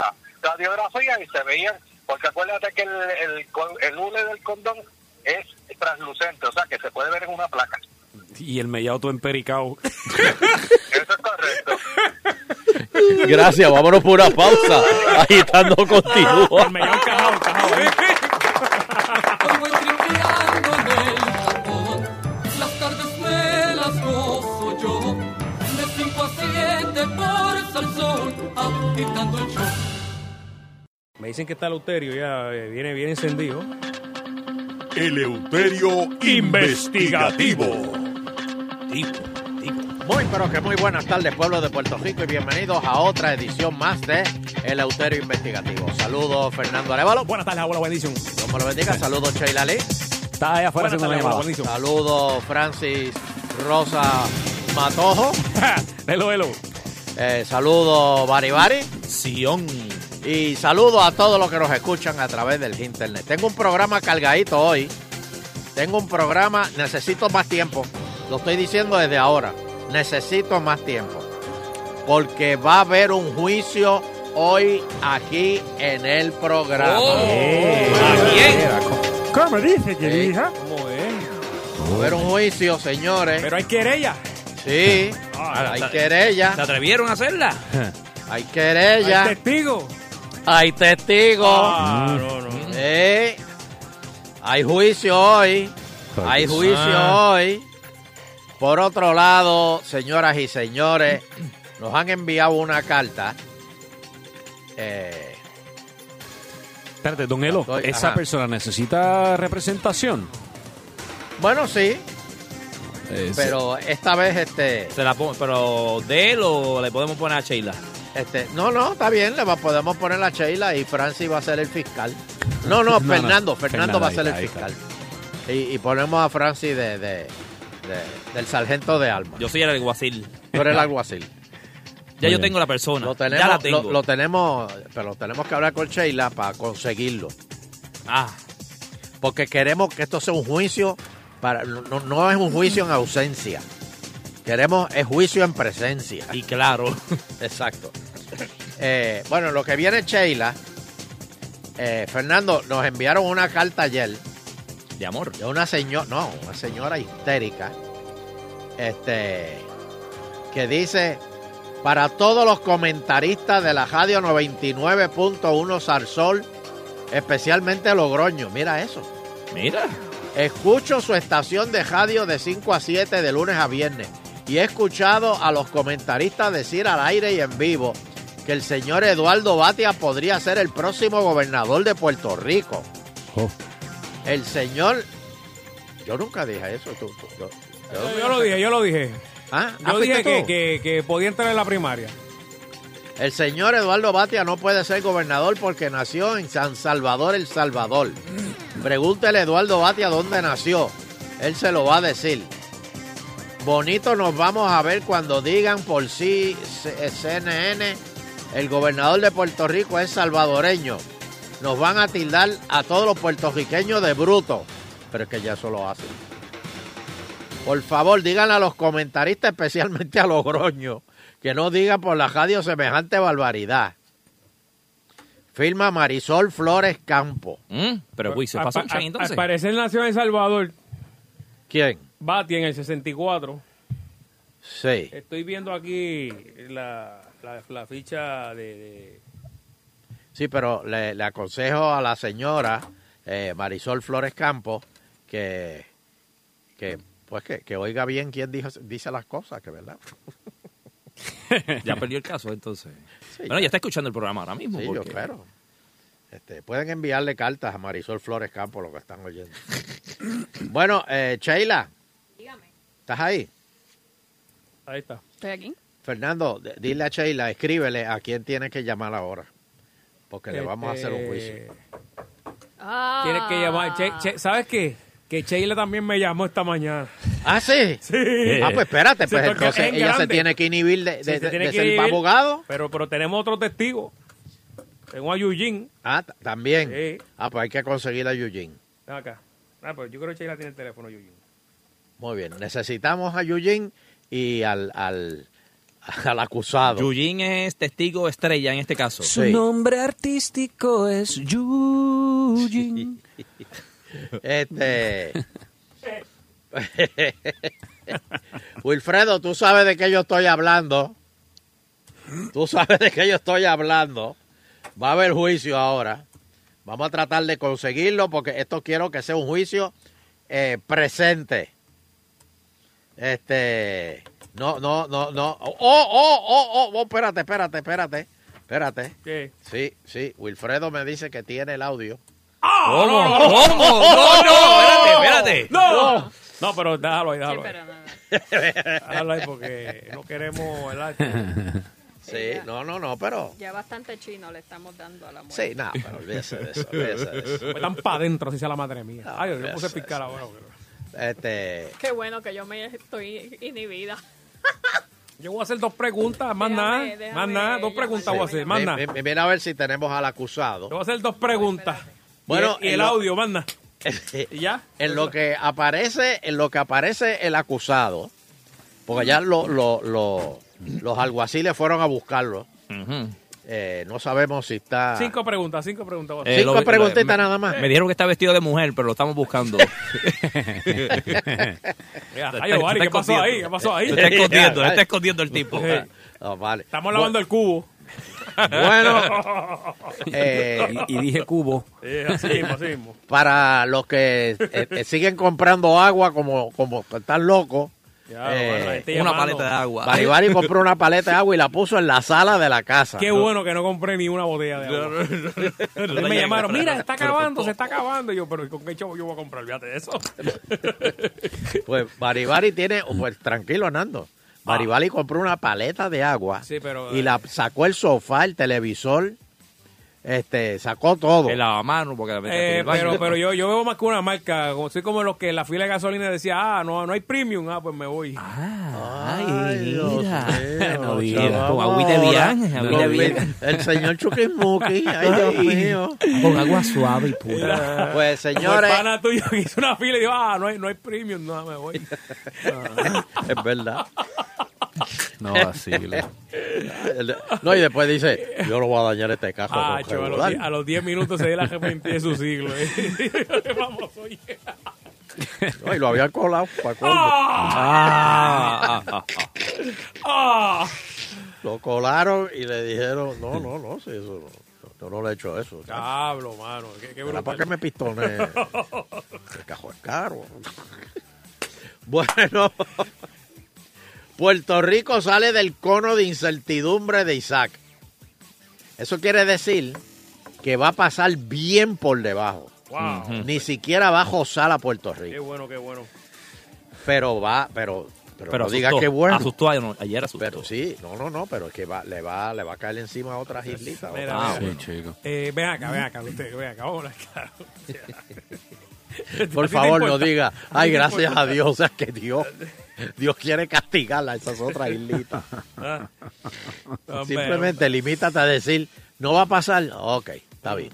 Speaker 10: radiografía y se veían, porque acuérdate que el, el, con- el hule del condón es translucente, o sea que se puede ver en una placa.
Speaker 6: Y el mellado todo empericado.
Speaker 3: Gracias, vámonos por una pausa. Agitando continúa.
Speaker 8: Las tardes me las gozo yo. De 5 a 7 por Salsón, agitando el show.
Speaker 2: Me dicen que está Eleuterio, ya eh, viene bien encendido.
Speaker 14: Eleuterio Investigativo.
Speaker 3: Muy, pero que muy buenas tardes, pueblo de Puerto Rico, y bienvenidos a otra edición más de El Euterio Investigativo. Saludos, Fernando Arevalo. Buenas tardes, abuelo, bendición. Dios me lo bendiga. Saludos, Sheila Lee.
Speaker 6: Está allá afuera haciendo una llamada.
Speaker 3: Saludos, Francis Rosa Matojo.
Speaker 6: Hello, hello.
Speaker 3: Eh, saludos, Bari Bari. Sion. Y saludos a todos los que nos escuchan a través del internet. Tengo un programa cargadito hoy. Tengo un programa, necesito más tiempo. Lo estoy diciendo desde ahora. Necesito más tiempo. Porque va a haber un juicio hoy aquí en el programa.
Speaker 2: ¿Cómo dice,
Speaker 3: querida?
Speaker 2: ¿Cómo es?
Speaker 3: Va a haber un juicio, señores.
Speaker 2: Pero hay querella.
Speaker 3: Sí, hay querella.
Speaker 13: ¿Se atrevieron a hacerla?
Speaker 3: Hay querella.
Speaker 2: Hay testigo.
Speaker 3: Hay testigos.
Speaker 2: Ah, no, no.
Speaker 3: Sí. Hay juicio hoy. Hay juicio
Speaker 2: Ah.
Speaker 3: hoy. Por otro lado, señoras y señores, nos han enviado una carta. Eh,
Speaker 6: Espérate, don Elo,
Speaker 3: Estoy-
Speaker 6: esa
Speaker 3: ajá.
Speaker 6: persona necesita representación.
Speaker 3: bueno, sí,
Speaker 12: Eh,
Speaker 3: pero esta vez este.
Speaker 12: Se la pon- pero de él o le podemos poner a Sheila.
Speaker 3: Este, no, no, está bien, le va- podemos poner la Sheila y Francis va a ser el fiscal. No, no,
Speaker 12: No, no,
Speaker 3: Fernando, Fernando, va a
Speaker 12: Fernando,
Speaker 3: ser el
Speaker 12: ahí está,
Speaker 3: fiscal. Y, y ponemos a Francis de, de- de- del sargento de alma.
Speaker 12: Yo soy el alguacil.
Speaker 3: Tú eres el alguacil.
Speaker 12: Ya yo tengo la persona.
Speaker 3: Lo
Speaker 12: ya
Speaker 3: tenemos,
Speaker 12: la tengo.
Speaker 3: Lo, lo tenemos, pero tenemos que hablar con Sheila para conseguirlo.
Speaker 12: Ah.
Speaker 3: Porque queremos que esto sea un juicio, para no, no- no es un juicio en ausencia. Queremos es juicio en presencia.
Speaker 12: Y claro.
Speaker 3: Exacto. Eh, bueno, lo que viene Sheila, eh, Fernando, nos enviaron una carta ayer.
Speaker 12: De amor.
Speaker 3: De una señora, no, una señora histérica. Este, que dice, para todos los comentaristas de la radio 99.1 Sarsol, especialmente Logroño, mira eso.
Speaker 12: Mira.
Speaker 3: Escucho su estación de radio de 5 a 7 de lunes a viernes y he escuchado a los comentaristas decir al aire y en vivo que el señor Eduardo Batia podría ser el próximo gobernador de Puerto Rico. El señor... Yo nunca dije eso. tú- tú- yo, yo-
Speaker 2: Yo lo dije, yo lo dije.
Speaker 3: Ah, ah,
Speaker 2: Yo dije
Speaker 3: ¿fuiste
Speaker 2: que,
Speaker 3: tú?
Speaker 2: que, que podía entrar en la primaria.
Speaker 3: El señor Eduardo Batia no puede ser gobernador porque nació en San Salvador, El Salvador. Pregúntele a Eduardo Batia dónde nació. Él se lo va a decir. Bonito nos vamos a ver cuando digan por sí C- CNN, el gobernador de Puerto Rico es salvadoreño. Nos van a tildar a todos los puertorriqueños de bruto. Pero es que ya eso lo hacen. Por favor, díganle a los comentaristas, especialmente a Logroño, que no digan por la radio semejante barbaridad. Firma Marisol Flores Campo.
Speaker 12: Mm, Pero, güey, se
Speaker 2: Al-
Speaker 12: pasó un
Speaker 2: al-
Speaker 12: chan entonces.
Speaker 2: Al parecer nació en El Salvador.
Speaker 3: ¿Quién?
Speaker 2: Bati en el 64.
Speaker 3: Sí.
Speaker 2: Estoy viendo aquí la, la, la ficha de, de-
Speaker 3: Sí, pero le, le aconsejo a la señora eh, Marisol Flores Campo que, que pues que, que oiga bien quién dijo- dice las cosas, que verdad.
Speaker 12: ya perdió el caso entonces. bueno, ya está escuchando el programa ahora mismo.
Speaker 3: Sí, yo
Speaker 12: porque-
Speaker 3: espero. Este, pueden enviarle cartas a Marisol Flores Campo, lo que están oyendo. bueno, eh, Sheila. ¿Estás ahí?
Speaker 2: Ahí está.
Speaker 5: Estoy aquí.
Speaker 3: Fernando, d- dile a Sheila, escríbele a quién tiene que llamar ahora. Porque le vamos a hacer un
Speaker 2: Este,
Speaker 3: juicio.
Speaker 2: Tienes que llamar. Che- Che- ¿Sabes qué? Que Sheila también me llamó esta mañana.
Speaker 3: ¿Ah, sí?
Speaker 2: Sí.
Speaker 3: Ah, pues espérate,
Speaker 2: Sí,
Speaker 3: pues
Speaker 2: porque
Speaker 3: entonces
Speaker 2: eh, es en
Speaker 3: ella se
Speaker 2: grande.
Speaker 3: tiene que inhibir de,
Speaker 2: Sí,
Speaker 3: de-
Speaker 2: se
Speaker 3: de-
Speaker 2: tiene
Speaker 3: de
Speaker 2: que
Speaker 3: ser
Speaker 2: ir,
Speaker 3: abogado.
Speaker 2: Pero, pero tenemos otro testigo. Tengo a Yujin.
Speaker 3: Ah, t- también.
Speaker 2: Sí.
Speaker 3: Ah, pues hay que conseguir a Yujin.
Speaker 2: Acá. Ah, pero yo creo que Sheila tiene el teléfono, Yujin.
Speaker 3: Muy bien. Necesitamos a Yujin y al, al, al acusado.
Speaker 12: Yujin es testigo estrella en este caso.
Speaker 6: Su nombre artístico es Yujin.
Speaker 3: Este. Wilfredo, tú sabes de qué yo estoy hablando. Tú sabes de qué yo estoy hablando. Va a haber juicio ahora. Vamos a tratar de conseguirlo porque esto quiero que sea un juicio eh, presente. Este. No, no, no, no. Oh, oh, oh, oh, oh, espérate, espérate, espérate. Espérate.
Speaker 2: ¿Qué?
Speaker 3: Sí, sí. Wilfredo me dice que tiene el audio.
Speaker 2: ¿Cómo?
Speaker 3: no, no, ¿Cómo? no, No, no, no, espérate, espérate.
Speaker 2: No,
Speaker 3: No.
Speaker 2: no pero déjalo ahí, déjalo ahí. Déjalo ahí porque no queremos, ¿verdad?
Speaker 3: Sí, no, no, no, pero.
Speaker 5: Ya bastante chino le estamos dando a la mujer.
Speaker 3: Sí, nada, pero olvídese de eso, olvídese de eso.
Speaker 2: Me dan para Pues adentro, si sea la madre mía. Ay, yo me puse
Speaker 3: olvídese
Speaker 2: a
Speaker 3: de
Speaker 2: picar
Speaker 3: eso.
Speaker 2: ahora.
Speaker 3: Este.
Speaker 5: Qué bueno que yo me estoy inhibida.
Speaker 2: Yo voy a hacer dos preguntas, más
Speaker 5: Déjame,
Speaker 2: nada.
Speaker 5: déjame
Speaker 2: Ah, más nada, dos preguntas voy a hacer, más
Speaker 3: mi-
Speaker 2: nada.
Speaker 3: mi-
Speaker 2: Yo
Speaker 3: mi- Mira a ver si tenemos al acusado.
Speaker 2: voy a hacer dos preguntas.
Speaker 3: Bueno,
Speaker 2: y, y el
Speaker 3: en lo-
Speaker 2: audio, manda. ¿Y ya?
Speaker 3: En lo que aparece, en lo que aparece el acusado, porque ya lo- lo- lo- los alguaciles fueron a buscarlo. Eh, no sabemos si está.
Speaker 2: Cinco preguntas, cinco preguntas. voy a
Speaker 12: Ah. Eh,
Speaker 2: hacer.
Speaker 12: lo- lo-
Speaker 3: preguntitas
Speaker 12: me-
Speaker 3: nada más.
Speaker 12: Me dijeron que está vestido de mujer, pero lo estamos buscando.
Speaker 2: Mira,
Speaker 12: Te
Speaker 2: ay,
Speaker 12: está- te está
Speaker 2: Ovari, ¿qué pasó
Speaker 12: escondiendo.
Speaker 2: ahí? ¿Qué pasó ahí?
Speaker 12: Te está escondiendo, te está
Speaker 3: escondiendo el tipo.
Speaker 2: Sí.
Speaker 3: vale.
Speaker 2: Estamos lavando el cubo.
Speaker 3: Bueno, eh,
Speaker 6: y, y dije cubo.
Speaker 2: Sí, así mismo, así mismo.
Speaker 3: Para los que eh, eh, siguen comprando agua como, como están locos.
Speaker 2: Ya,
Speaker 3: eh,
Speaker 2: bueno, la gente llamando.
Speaker 3: Baribari compró una paleta de agua y la puso en la sala de la casa.
Speaker 2: Qué bueno que no compré ni una botella de agua. Entonces me llamaron, mira, está acabando, se está acabando. Y yo, pero ¿y ¿con qué chavo yo voy a comprar? Fíjate de eso.
Speaker 3: Pues Baribari tiene, pues tranquilo, Nando. Maribali compró una paleta de agua
Speaker 2: Ah. Sí, pero, eh,
Speaker 3: y la sacó el sofá, el televisor, este, sacó todo. El
Speaker 12: lavamanos, porque la
Speaker 2: Eh, pero pero yo, yo veo más que una marca. Como, soy como los que en la fila de gasolina decía, ah, no, no hay premium, ah, pues me voy.
Speaker 3: Ay, mira.
Speaker 6: No digas, Ah, con agüita de bien, agüita de bien.
Speaker 3: Ah, El señor Chukimuki, ay Dios
Speaker 6: Ay.
Speaker 3: mío.
Speaker 6: Con agua suave y pura.
Speaker 3: Pues
Speaker 2: Como el
Speaker 3: señores,
Speaker 2: pana tuyo que hizo una fila y dijo, ah, no hay, no hay premium, no, me voy.
Speaker 3: es verdad.
Speaker 2: No
Speaker 3: vacile. No, y después dice, yo lo voy a dañar este cajo.
Speaker 2: Ah,
Speaker 3: con
Speaker 2: chaval, a los
Speaker 3: regular.
Speaker 2: die- a los 10 minutos se dio la gente de su siglo. eh. Vamos, oye.
Speaker 3: No, y lo había colado para colmo.
Speaker 2: Ah. Ah.
Speaker 3: Lo colaron y le dijeron, no, no, no, sí, eso no, yo no le he hecho eso.
Speaker 2: Diablo, mano. Qué, qué
Speaker 3: ¿Para
Speaker 2: brutal.
Speaker 3: qué me pistone? El cajo es caro. bueno, Puerto Rico sale del cono de incertidumbre de Isaac. Eso quiere decir que va a pasar bien por debajo.
Speaker 2: Wow.
Speaker 3: Ni siquiera va a josar a Puerto
Speaker 2: Qué
Speaker 3: Rico.
Speaker 2: bueno, qué bueno.
Speaker 3: Pero va, pero, pero,
Speaker 12: Pero
Speaker 3: no digas
Speaker 12: asustó,
Speaker 3: que bueno.
Speaker 12: asustó a- no, ayer asustó.
Speaker 3: Pero sí, no, no, no, pero es que va, le, va, le va a caer encima a otras islitas.
Speaker 2: Mira,
Speaker 3: otras-
Speaker 2: mira. Eh, ven acá, ven acá, usted, ven acá, vamos acá.
Speaker 3: Por
Speaker 2: ¿A ti te
Speaker 3: favor, no
Speaker 2: importa?
Speaker 3: diga,
Speaker 2: ¿A ti
Speaker 3: ay,
Speaker 2: te
Speaker 3: gracias
Speaker 2: importa?
Speaker 3: a Dios, o sea, que Dios, Dios quiere castigarla a esas otras islitas.
Speaker 2: Ah. Hombre,
Speaker 3: Simplemente limítate a decir, no va a pasar, ok, está bien.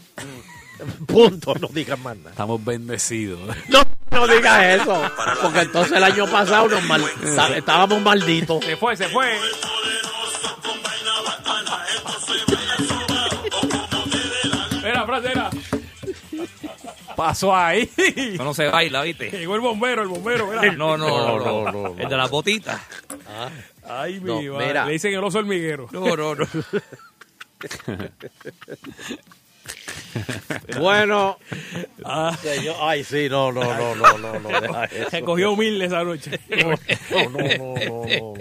Speaker 3: Punto, no digas más nada.
Speaker 11: Estamos bendecidos.
Speaker 3: No, no digas eso, porque entonces el año pasado nos mal- está- estábamos malditos.
Speaker 2: Se fue, se fue. Era, Fran, era.
Speaker 12: Pasó ahí. No, no se baila, ¿viste?
Speaker 2: Llegó el bombero, el bombero, era.
Speaker 12: No, no, no, no,
Speaker 3: no, no.
Speaker 12: El de las botitas.
Speaker 2: Ay,
Speaker 12: No,
Speaker 2: mi madre.
Speaker 12: mira.
Speaker 2: Le dicen el oso hormiguero.
Speaker 12: No, no, no.
Speaker 3: Bueno,
Speaker 2: Ah.
Speaker 3: señor- ay, sí, no, no, no, no, no, no, deja eso.
Speaker 2: Se cogió humilde esa noche.
Speaker 3: No, no, no, no, no, no.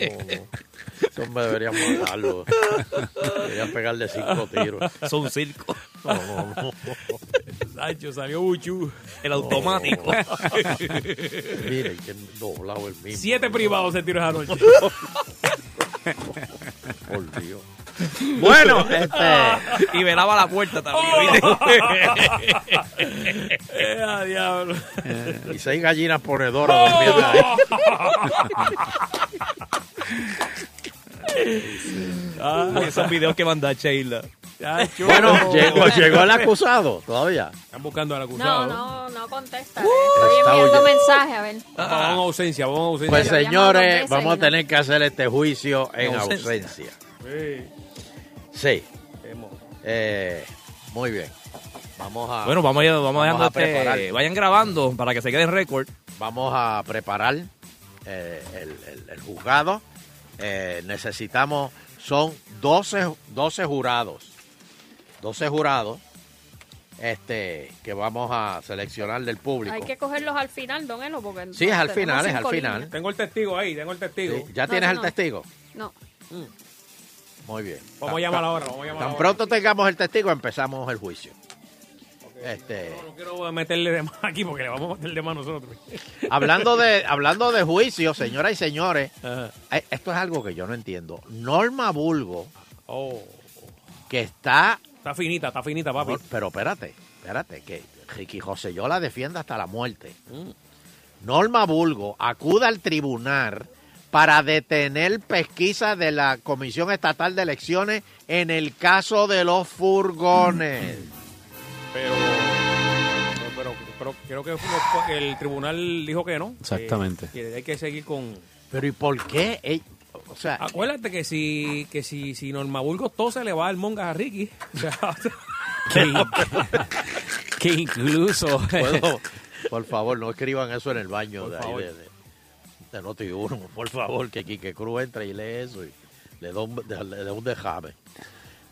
Speaker 3: Ese hombre debería matarlo. Debería pegarle cinco tiros.
Speaker 12: Son un circo.
Speaker 3: No, no, no.
Speaker 2: Sancho, salió Buchu.
Speaker 12: El automático.
Speaker 3: Mire, que doblado el mismo.
Speaker 2: Siete privados se tiró esa noche.
Speaker 3: Por Dios. Bueno, este.
Speaker 12: Ah.
Speaker 3: Oh.
Speaker 12: Y velaba la puerta también, ¿viste?
Speaker 2: Eh, a diablo.
Speaker 3: Y seis gallinas ponedoras durmiendo ahí.
Speaker 12: Ah, esos videos que manda Sheila.
Speaker 2: Sancho.
Speaker 3: Bueno, llegó, llegó el acusado todavía.
Speaker 2: Están buscando al acusado.
Speaker 5: No, no, no contesta. eh. Estoy enviando
Speaker 3: oye.
Speaker 5: mensaje, a ver.
Speaker 2: Ah, Vamos a ausencia, vamos a ausencia.
Speaker 3: Pues
Speaker 5: Lo llamaron dos
Speaker 3: señores,
Speaker 5: veces
Speaker 3: vamos
Speaker 5: y
Speaker 3: a
Speaker 5: no.
Speaker 3: tener que hacer este juicio en
Speaker 2: Ausencia.
Speaker 3: ausencia.
Speaker 2: Sí.
Speaker 3: Sí.
Speaker 2: Hemos-
Speaker 3: Eh, muy bien. Vamos a.
Speaker 12: Bueno, vamos, a- vamos, dejando
Speaker 3: a
Speaker 12: este-
Speaker 3: preparar.
Speaker 12: Vayan grabando para que se queden récord.
Speaker 3: Vamos a preparar eh, el, el- el juzgado. Eh, necesitamos, son 12, 12 jurados. 12 jurados este, que vamos a seleccionar del público.
Speaker 5: Hay que cogerlos al final, don Elo, porque
Speaker 3: Sí, es al
Speaker 5: tenemos
Speaker 3: final, es
Speaker 5: cinco
Speaker 3: al final.
Speaker 5: líneas.
Speaker 2: Tengo el testigo ahí, tengo el testigo.
Speaker 3: Sí, ¿Ya
Speaker 5: No,
Speaker 3: tienes
Speaker 5: no,
Speaker 3: el
Speaker 5: no.
Speaker 3: testigo?
Speaker 5: No.
Speaker 3: Muy bien.
Speaker 2: Vamos a llamar ahora, vamos a llamar
Speaker 3: Tan
Speaker 2: ahora.
Speaker 3: pronto tengamos el testigo, empezamos el juicio. Este,
Speaker 2: No quiero meterle de más aquí porque le vamos a meter de más nosotros.
Speaker 3: hablando, de, hablando de juicio, señoras y señores,
Speaker 2: Ajá.
Speaker 3: eh, esto es algo que yo no entiendo. Norma Bulgo,
Speaker 2: Oh,
Speaker 3: que está
Speaker 2: está finita, está finita, papi.
Speaker 3: No, pero espérate, espérate, que Ricky José yo la defienda hasta la muerte.
Speaker 2: Mm.
Speaker 3: Norma Bulgo acude al tribunal para detener pesquisa de la Comisión Estatal de Elecciones en el caso de los furgones.
Speaker 2: Pero, pero, pero creo que fue- el tribunal dijo que no.
Speaker 11: Exactamente.
Speaker 2: Que, que hay que seguir con...
Speaker 3: Pero ¿y por qué? Ey, o sea,
Speaker 2: Acuérdate que si, que si, si Norma Burgos tose le va al mongas a Ricky. O sea,
Speaker 6: Que, que incluso.
Speaker 3: puedo- por favor, no escriban eso en el baño de, ahí
Speaker 2: favor.
Speaker 3: de, de, de Noti Uno, por favor, que Quique Cruz entre y lee eso y le da un, le da un dejame.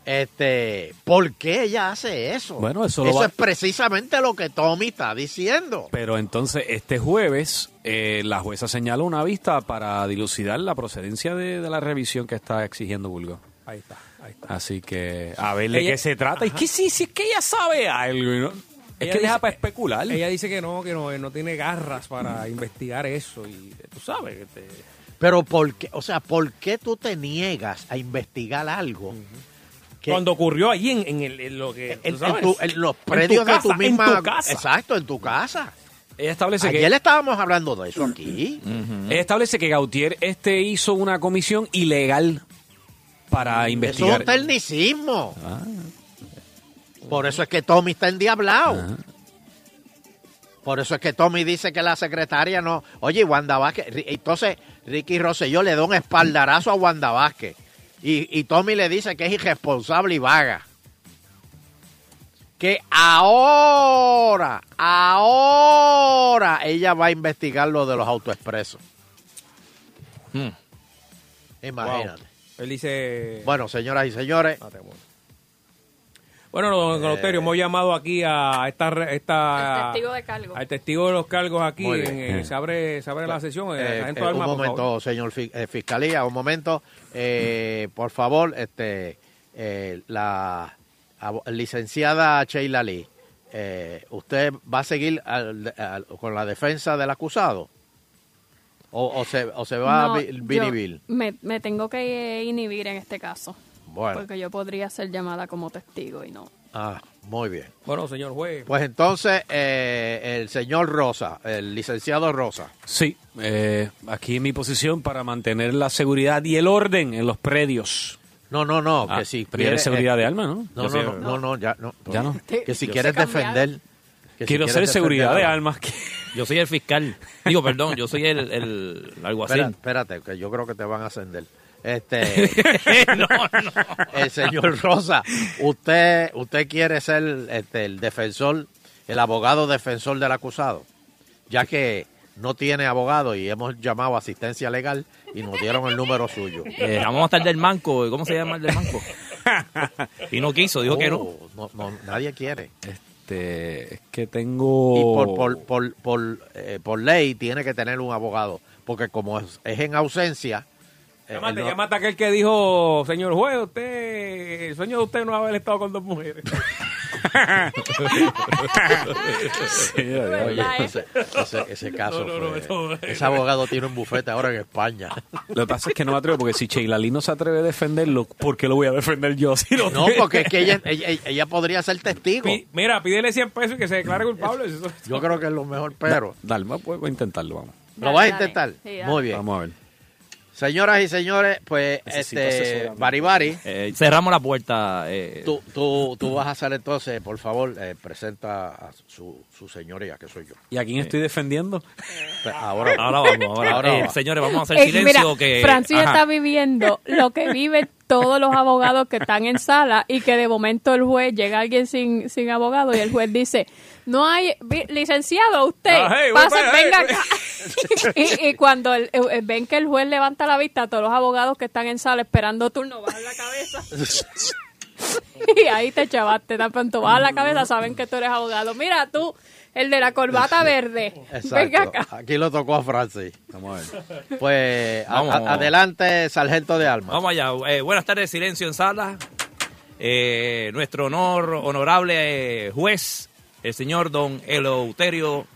Speaker 3: Este, ¿por qué ella hace eso?
Speaker 11: Bueno, eso lo va-
Speaker 3: es precisamente lo que Tommy está diciendo.
Speaker 11: Pero entonces, este jueves, eh, la jueza señala una vista para dilucidar la procedencia de, de la revisión que está exigiendo Bulgo.
Speaker 2: ahí está, ahí está.
Speaker 11: Así que, a ver de
Speaker 2: Ella-
Speaker 11: qué se trata. Es que sí, sí, es que ella sabe algo. y no- Es
Speaker 2: Ella
Speaker 11: que deja
Speaker 2: dice-
Speaker 11: para especular.
Speaker 2: Ella dice que no, que no, no tiene garras para investigar eso y tú sabes. Que te-
Speaker 3: Pero ¿por qué? O sea, ¿por qué tú te niegas a investigar algo? que-
Speaker 2: Cuando ocurrió allí en, en el, en lo que.
Speaker 3: en,
Speaker 2: tú sabes.
Speaker 3: en tu- en los
Speaker 2: En tu
Speaker 3: predios de
Speaker 2: casa,
Speaker 3: tu misma
Speaker 2: En tu casa.
Speaker 3: Exacto, en tu casa.
Speaker 11: Ella establece que-
Speaker 3: Ayer estábamos hablando de eso aquí.
Speaker 11: Ella Establece que Gautier este hizo una comisión ilegal para
Speaker 3: Eso es
Speaker 11: investigar. Ah,
Speaker 3: un tecnicismo. Por eso es que Tommy está endiablado. Por eso es que Tommy dice que la secretaria no. Oye, y Wanda Vázquez. Ri- Entonces, Ricky Rosselló le da un espaldarazo a Wanda Vázquez. Y, y Tommy le dice que es irresponsable y vaga. Que ahora, ahora ella va a investigar lo de los autoexpresos. Imagínate.
Speaker 2: Hmm. Él dice.
Speaker 3: Bueno, señoras y señores.
Speaker 2: Bueno, don
Speaker 3: Eh,
Speaker 2: Eleuterio, hemos llamado aquí a esta. re- esta
Speaker 5: Al testigo de cargo.
Speaker 2: Al testigo de los cargos aquí.
Speaker 3: Muy bien.
Speaker 2: en- en- se, abre, se abre la sesión.
Speaker 3: Eh,
Speaker 2: el sargento
Speaker 3: eh, un
Speaker 2: Alma, por favor.
Speaker 3: momento, señor fi- eh, fiscalía, un momento. Eh, por favor, este, eh, la abo- licenciada Sheila Lee, eh, ¿usted va a seguir al- al- con la defensa del acusado? ¿O, o se, o se va
Speaker 5: No,
Speaker 3: a vi-
Speaker 5: yo
Speaker 3: vinivil?
Speaker 5: Me, me tengo que eh, inhibir en este caso.
Speaker 3: Bueno.
Speaker 5: Porque yo podría ser llamada como testigo y no.
Speaker 3: Ah, muy bien.
Speaker 2: Bueno, señor juez.
Speaker 3: Pues entonces, eh, el señor Rosa, el licenciado Rosa.
Speaker 11: Sí, eh, aquí en mi posición para mantener la seguridad y el orden en los predios.
Speaker 3: No, no, no,
Speaker 11: Ah,
Speaker 3: que si
Speaker 11: pero ya eres seguridad de alma, ¿no?
Speaker 3: eh,
Speaker 11: Ya
Speaker 3: No, no,
Speaker 11: sé,
Speaker 3: no, no, no, ya no.
Speaker 11: Ya no.
Speaker 3: Que si
Speaker 11: Yo
Speaker 3: quieres
Speaker 11: sé cambiar.
Speaker 3: defender. que si
Speaker 11: Quiero
Speaker 3: quieres
Speaker 11: ser
Speaker 3: defender
Speaker 11: seguridad de
Speaker 3: la-
Speaker 11: almas.
Speaker 12: Yo soy el fiscal. Digo, perdón, yo soy el, el alguacil.
Speaker 3: Espera- Espérate, que yo creo que te van a ascender. Este, El señor Rosa, usted, usted quiere ser este, el defensor, el abogado defensor del acusado, ya que no tiene abogado y hemos llamado a asistencia legal y nos dieron el número suyo.
Speaker 12: Eh, vamos a estar del manco. ¿Cómo se llama el del manco? Y no quiso, dijo que no.
Speaker 3: Oh, no, no, Nadie quiere.
Speaker 11: Este, es que
Speaker 3: Y
Speaker 11: tengo...
Speaker 3: por, por, por, por, eh, por ley tiene que tener un abogado, porque como es, es en ausencia... eh,
Speaker 2: Llámate,
Speaker 3: él no-
Speaker 2: llámate a aquel que dijo, señor juez, usted, el sueño de usted no es haber estado con dos mujeres.
Speaker 3: Oye, ese, ese- ese caso. fue- ese abogado tiene un bufete ahora en España.
Speaker 11: Lo que pasa es que no me atrevo, porque si Sheila Lee no se atreve a defenderlo, ¿por qué lo voy a defender yo? Si lo
Speaker 3: No, porque es que ella, ella, ella podría ser testigo.
Speaker 2: Mira, pídele 100 pesos y que se declare culpable.
Speaker 3: Yo creo que es lo mejor, pero.
Speaker 11: Dalma, pues voy a intentarlo, vamos.
Speaker 3: ¿Lo vas a intentar?
Speaker 2: Sí, dale.
Speaker 3: Muy bien.
Speaker 11: Vamos a ver.
Speaker 3: Señoras y señores, pues,
Speaker 12: Necesito
Speaker 3: este,
Speaker 12: asesoramiento.
Speaker 3: Baribari,
Speaker 12: Eh, cerramos la puerta. eh,
Speaker 3: tú, tú, tú vas a hacer entonces, por favor, eh, presenta a su, su señoría, que soy yo.
Speaker 11: ¿Y a quién estoy defendiendo?
Speaker 3: Pues, ahora,
Speaker 12: Ahora vamos, ahora. Eh,
Speaker 3: vamos.
Speaker 12: señores, vamos a hacer
Speaker 5: Eh,
Speaker 12: silencio
Speaker 5: mira,
Speaker 12: que...
Speaker 5: Francis
Speaker 12: Ajá.
Speaker 5: está viviendo lo que viven todos los abogados que están en sala y que de momento el juez llega alguien sin, sin abogado y el juez dice, no hay, vi- licenciado, usted,
Speaker 8: Ah, hey,
Speaker 5: pase,
Speaker 8: bueno,
Speaker 5: venga
Speaker 8: hey,
Speaker 5: acá. y, y cuando el- eh, ven que el juez levanta la vista, todos los abogados que están en sala esperando turno bajan la cabeza. y ahí te chavaste, tan pronto bajan la cabeza, saben que tú eres abogado. Mira tú, el de la corbata verde, venga
Speaker 3: Exacto.
Speaker 5: acá.
Speaker 3: Aquí lo tocó a Francis. Vamos
Speaker 12: a
Speaker 3: ver. Pues, a-
Speaker 12: Vamos.
Speaker 3: a- adelante, sargento de alma.
Speaker 12: Vamos allá. Eh, buenas tardes, silencio en sala. Eh, nuestro honor, honorable eh, juez, el señor don Eleuterio,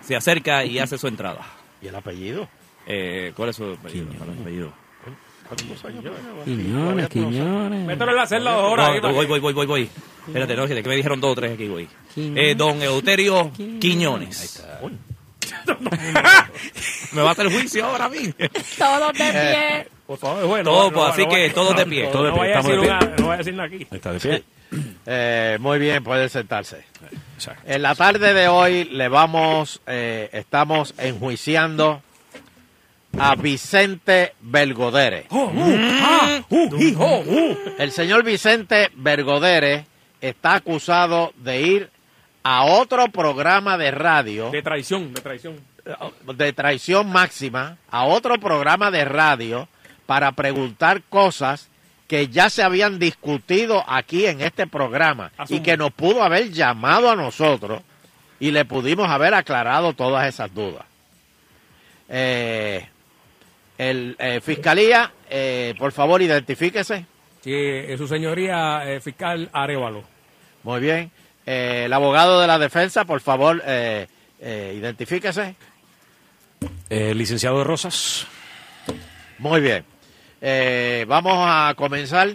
Speaker 12: se acerca y hace su entrada.
Speaker 3: ¿Y el apellido?
Speaker 12: Eh, ¿Cuál es su apellido? ¿Cuál es el apellido?
Speaker 6: Quiñones, Quiñones.
Speaker 2: pues, Mételo en la celda dos horas.
Speaker 12: No,
Speaker 2: ahí,
Speaker 12: no, voy, voy, voy, voy, voy. Espérate, no, que me dijeron dos o tres aquí, voy. Eh, don Eleuterio Quiñones. Me va a hacer juicio ahora a mí.
Speaker 5: Todos de pie.
Speaker 2: Por favor, bueno.
Speaker 12: Todo, pues, así que todos de pie. Todos de
Speaker 2: No
Speaker 12: pie,
Speaker 2: vaya a
Speaker 12: estamos
Speaker 2: decir
Speaker 12: de pie.
Speaker 2: una- no vaya a decir nada aquí.
Speaker 11: Está de
Speaker 3: pie. Eh, muy bien, puede sentarse. En la tarde de hoy le vamos, eh, estamos enjuiciando a Vicente Belgodere. El señor Vicente Belgodere está acusado de ir a otro programa de radio
Speaker 2: De traición, de traición.
Speaker 12: Eh, oh.
Speaker 3: de traición máxima a otro programa de radio para preguntar cosas que ya se habían discutido aquí en este programa
Speaker 2: Ah,
Speaker 3: y que nos pudo haber llamado a nosotros y le pudimos haber aclarado todas esas dudas. Eh, el, eh, fiscalía, eh, por favor, identifíquese.
Speaker 2: Sí, eh, su señoría eh, fiscal Arevalo.
Speaker 3: Muy bien. Eh, el abogado de la defensa, por favor, eh, eh, identifíquese.
Speaker 11: Eh, licenciado de Rosas.
Speaker 3: Muy bien. Eh, vamos a comenzar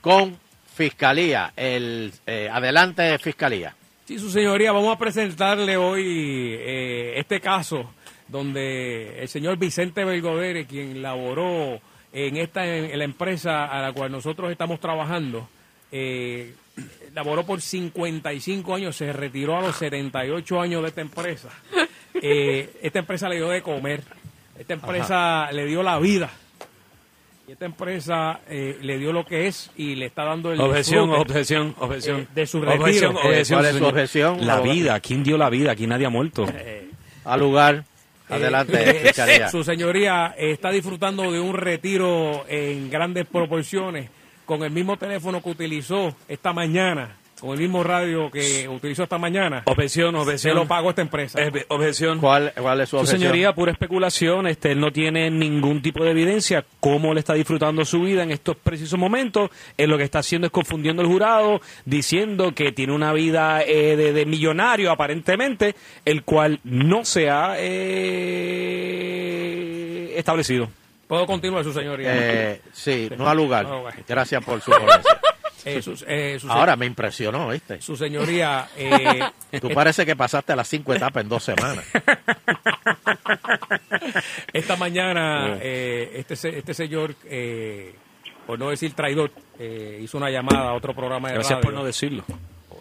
Speaker 3: con Fiscalía. El, eh, adelante, Fiscalía.
Speaker 2: Sí, su señoría, vamos a presentarle hoy eh, este caso donde el señor Vicente Belgodere, quien laboró en esta en la empresa a la cual nosotros estamos trabajando, eh, laboró por 55 años, se retiró a los 78 años de esta empresa. Eh, esta empresa le dio de comer, esta empresa le dio la vida. Y esta empresa eh, le dio lo que es y le está dando el
Speaker 6: Objeción,
Speaker 2: disfrute,
Speaker 6: objeción, objeción.
Speaker 2: eh, de su retiro.
Speaker 6: objeción, objeción,
Speaker 3: ¿cuál es su
Speaker 6: señor.
Speaker 3: objeción?
Speaker 6: La
Speaker 3: La-
Speaker 6: vida, ¿quién dio la vida? Aquí nadie ha muerto.
Speaker 3: Al lugar. Adelante,
Speaker 2: Eh,
Speaker 3: Fiscalía.
Speaker 2: Su señoría eh, está disfrutando de un retiro en grandes proporciones con el mismo teléfono que utilizó esta mañana, con el mismo radio que utilizó esta mañana.
Speaker 6: Objeción, objeción.
Speaker 2: Se lo pagó esta empresa.
Speaker 6: objeción.
Speaker 3: ¿Cuál, cuál es su
Speaker 6: Su
Speaker 3: objeción?
Speaker 6: señoría, pura especulación, este, él no tiene ningún tipo de evidencia cómo le está disfrutando su vida en estos precisos momentos. Él lo que está haciendo es confundiendo al jurado, diciendo que tiene una vida eh, de, de millonario, aparentemente, el cual no se ha eh, establecido.
Speaker 2: Puedo continuar, su señoría.
Speaker 3: Eh, sí, no al lugar.
Speaker 2: No, bueno.
Speaker 3: Gracias por su ponencia.
Speaker 2: Eh, su- eh, su-
Speaker 3: Ahora me impresionó, ¿viste?
Speaker 2: Su señoría, eh,
Speaker 3: Tú parece que pasaste las cinco etapas en dos semanas.
Speaker 2: Esta mañana,
Speaker 3: Sí.
Speaker 2: eh, este, se- este señor, eh, por no decir traidor, eh, hizo una llamada a otro programa de
Speaker 6: Gracias
Speaker 2: radio.
Speaker 6: por no decirlo.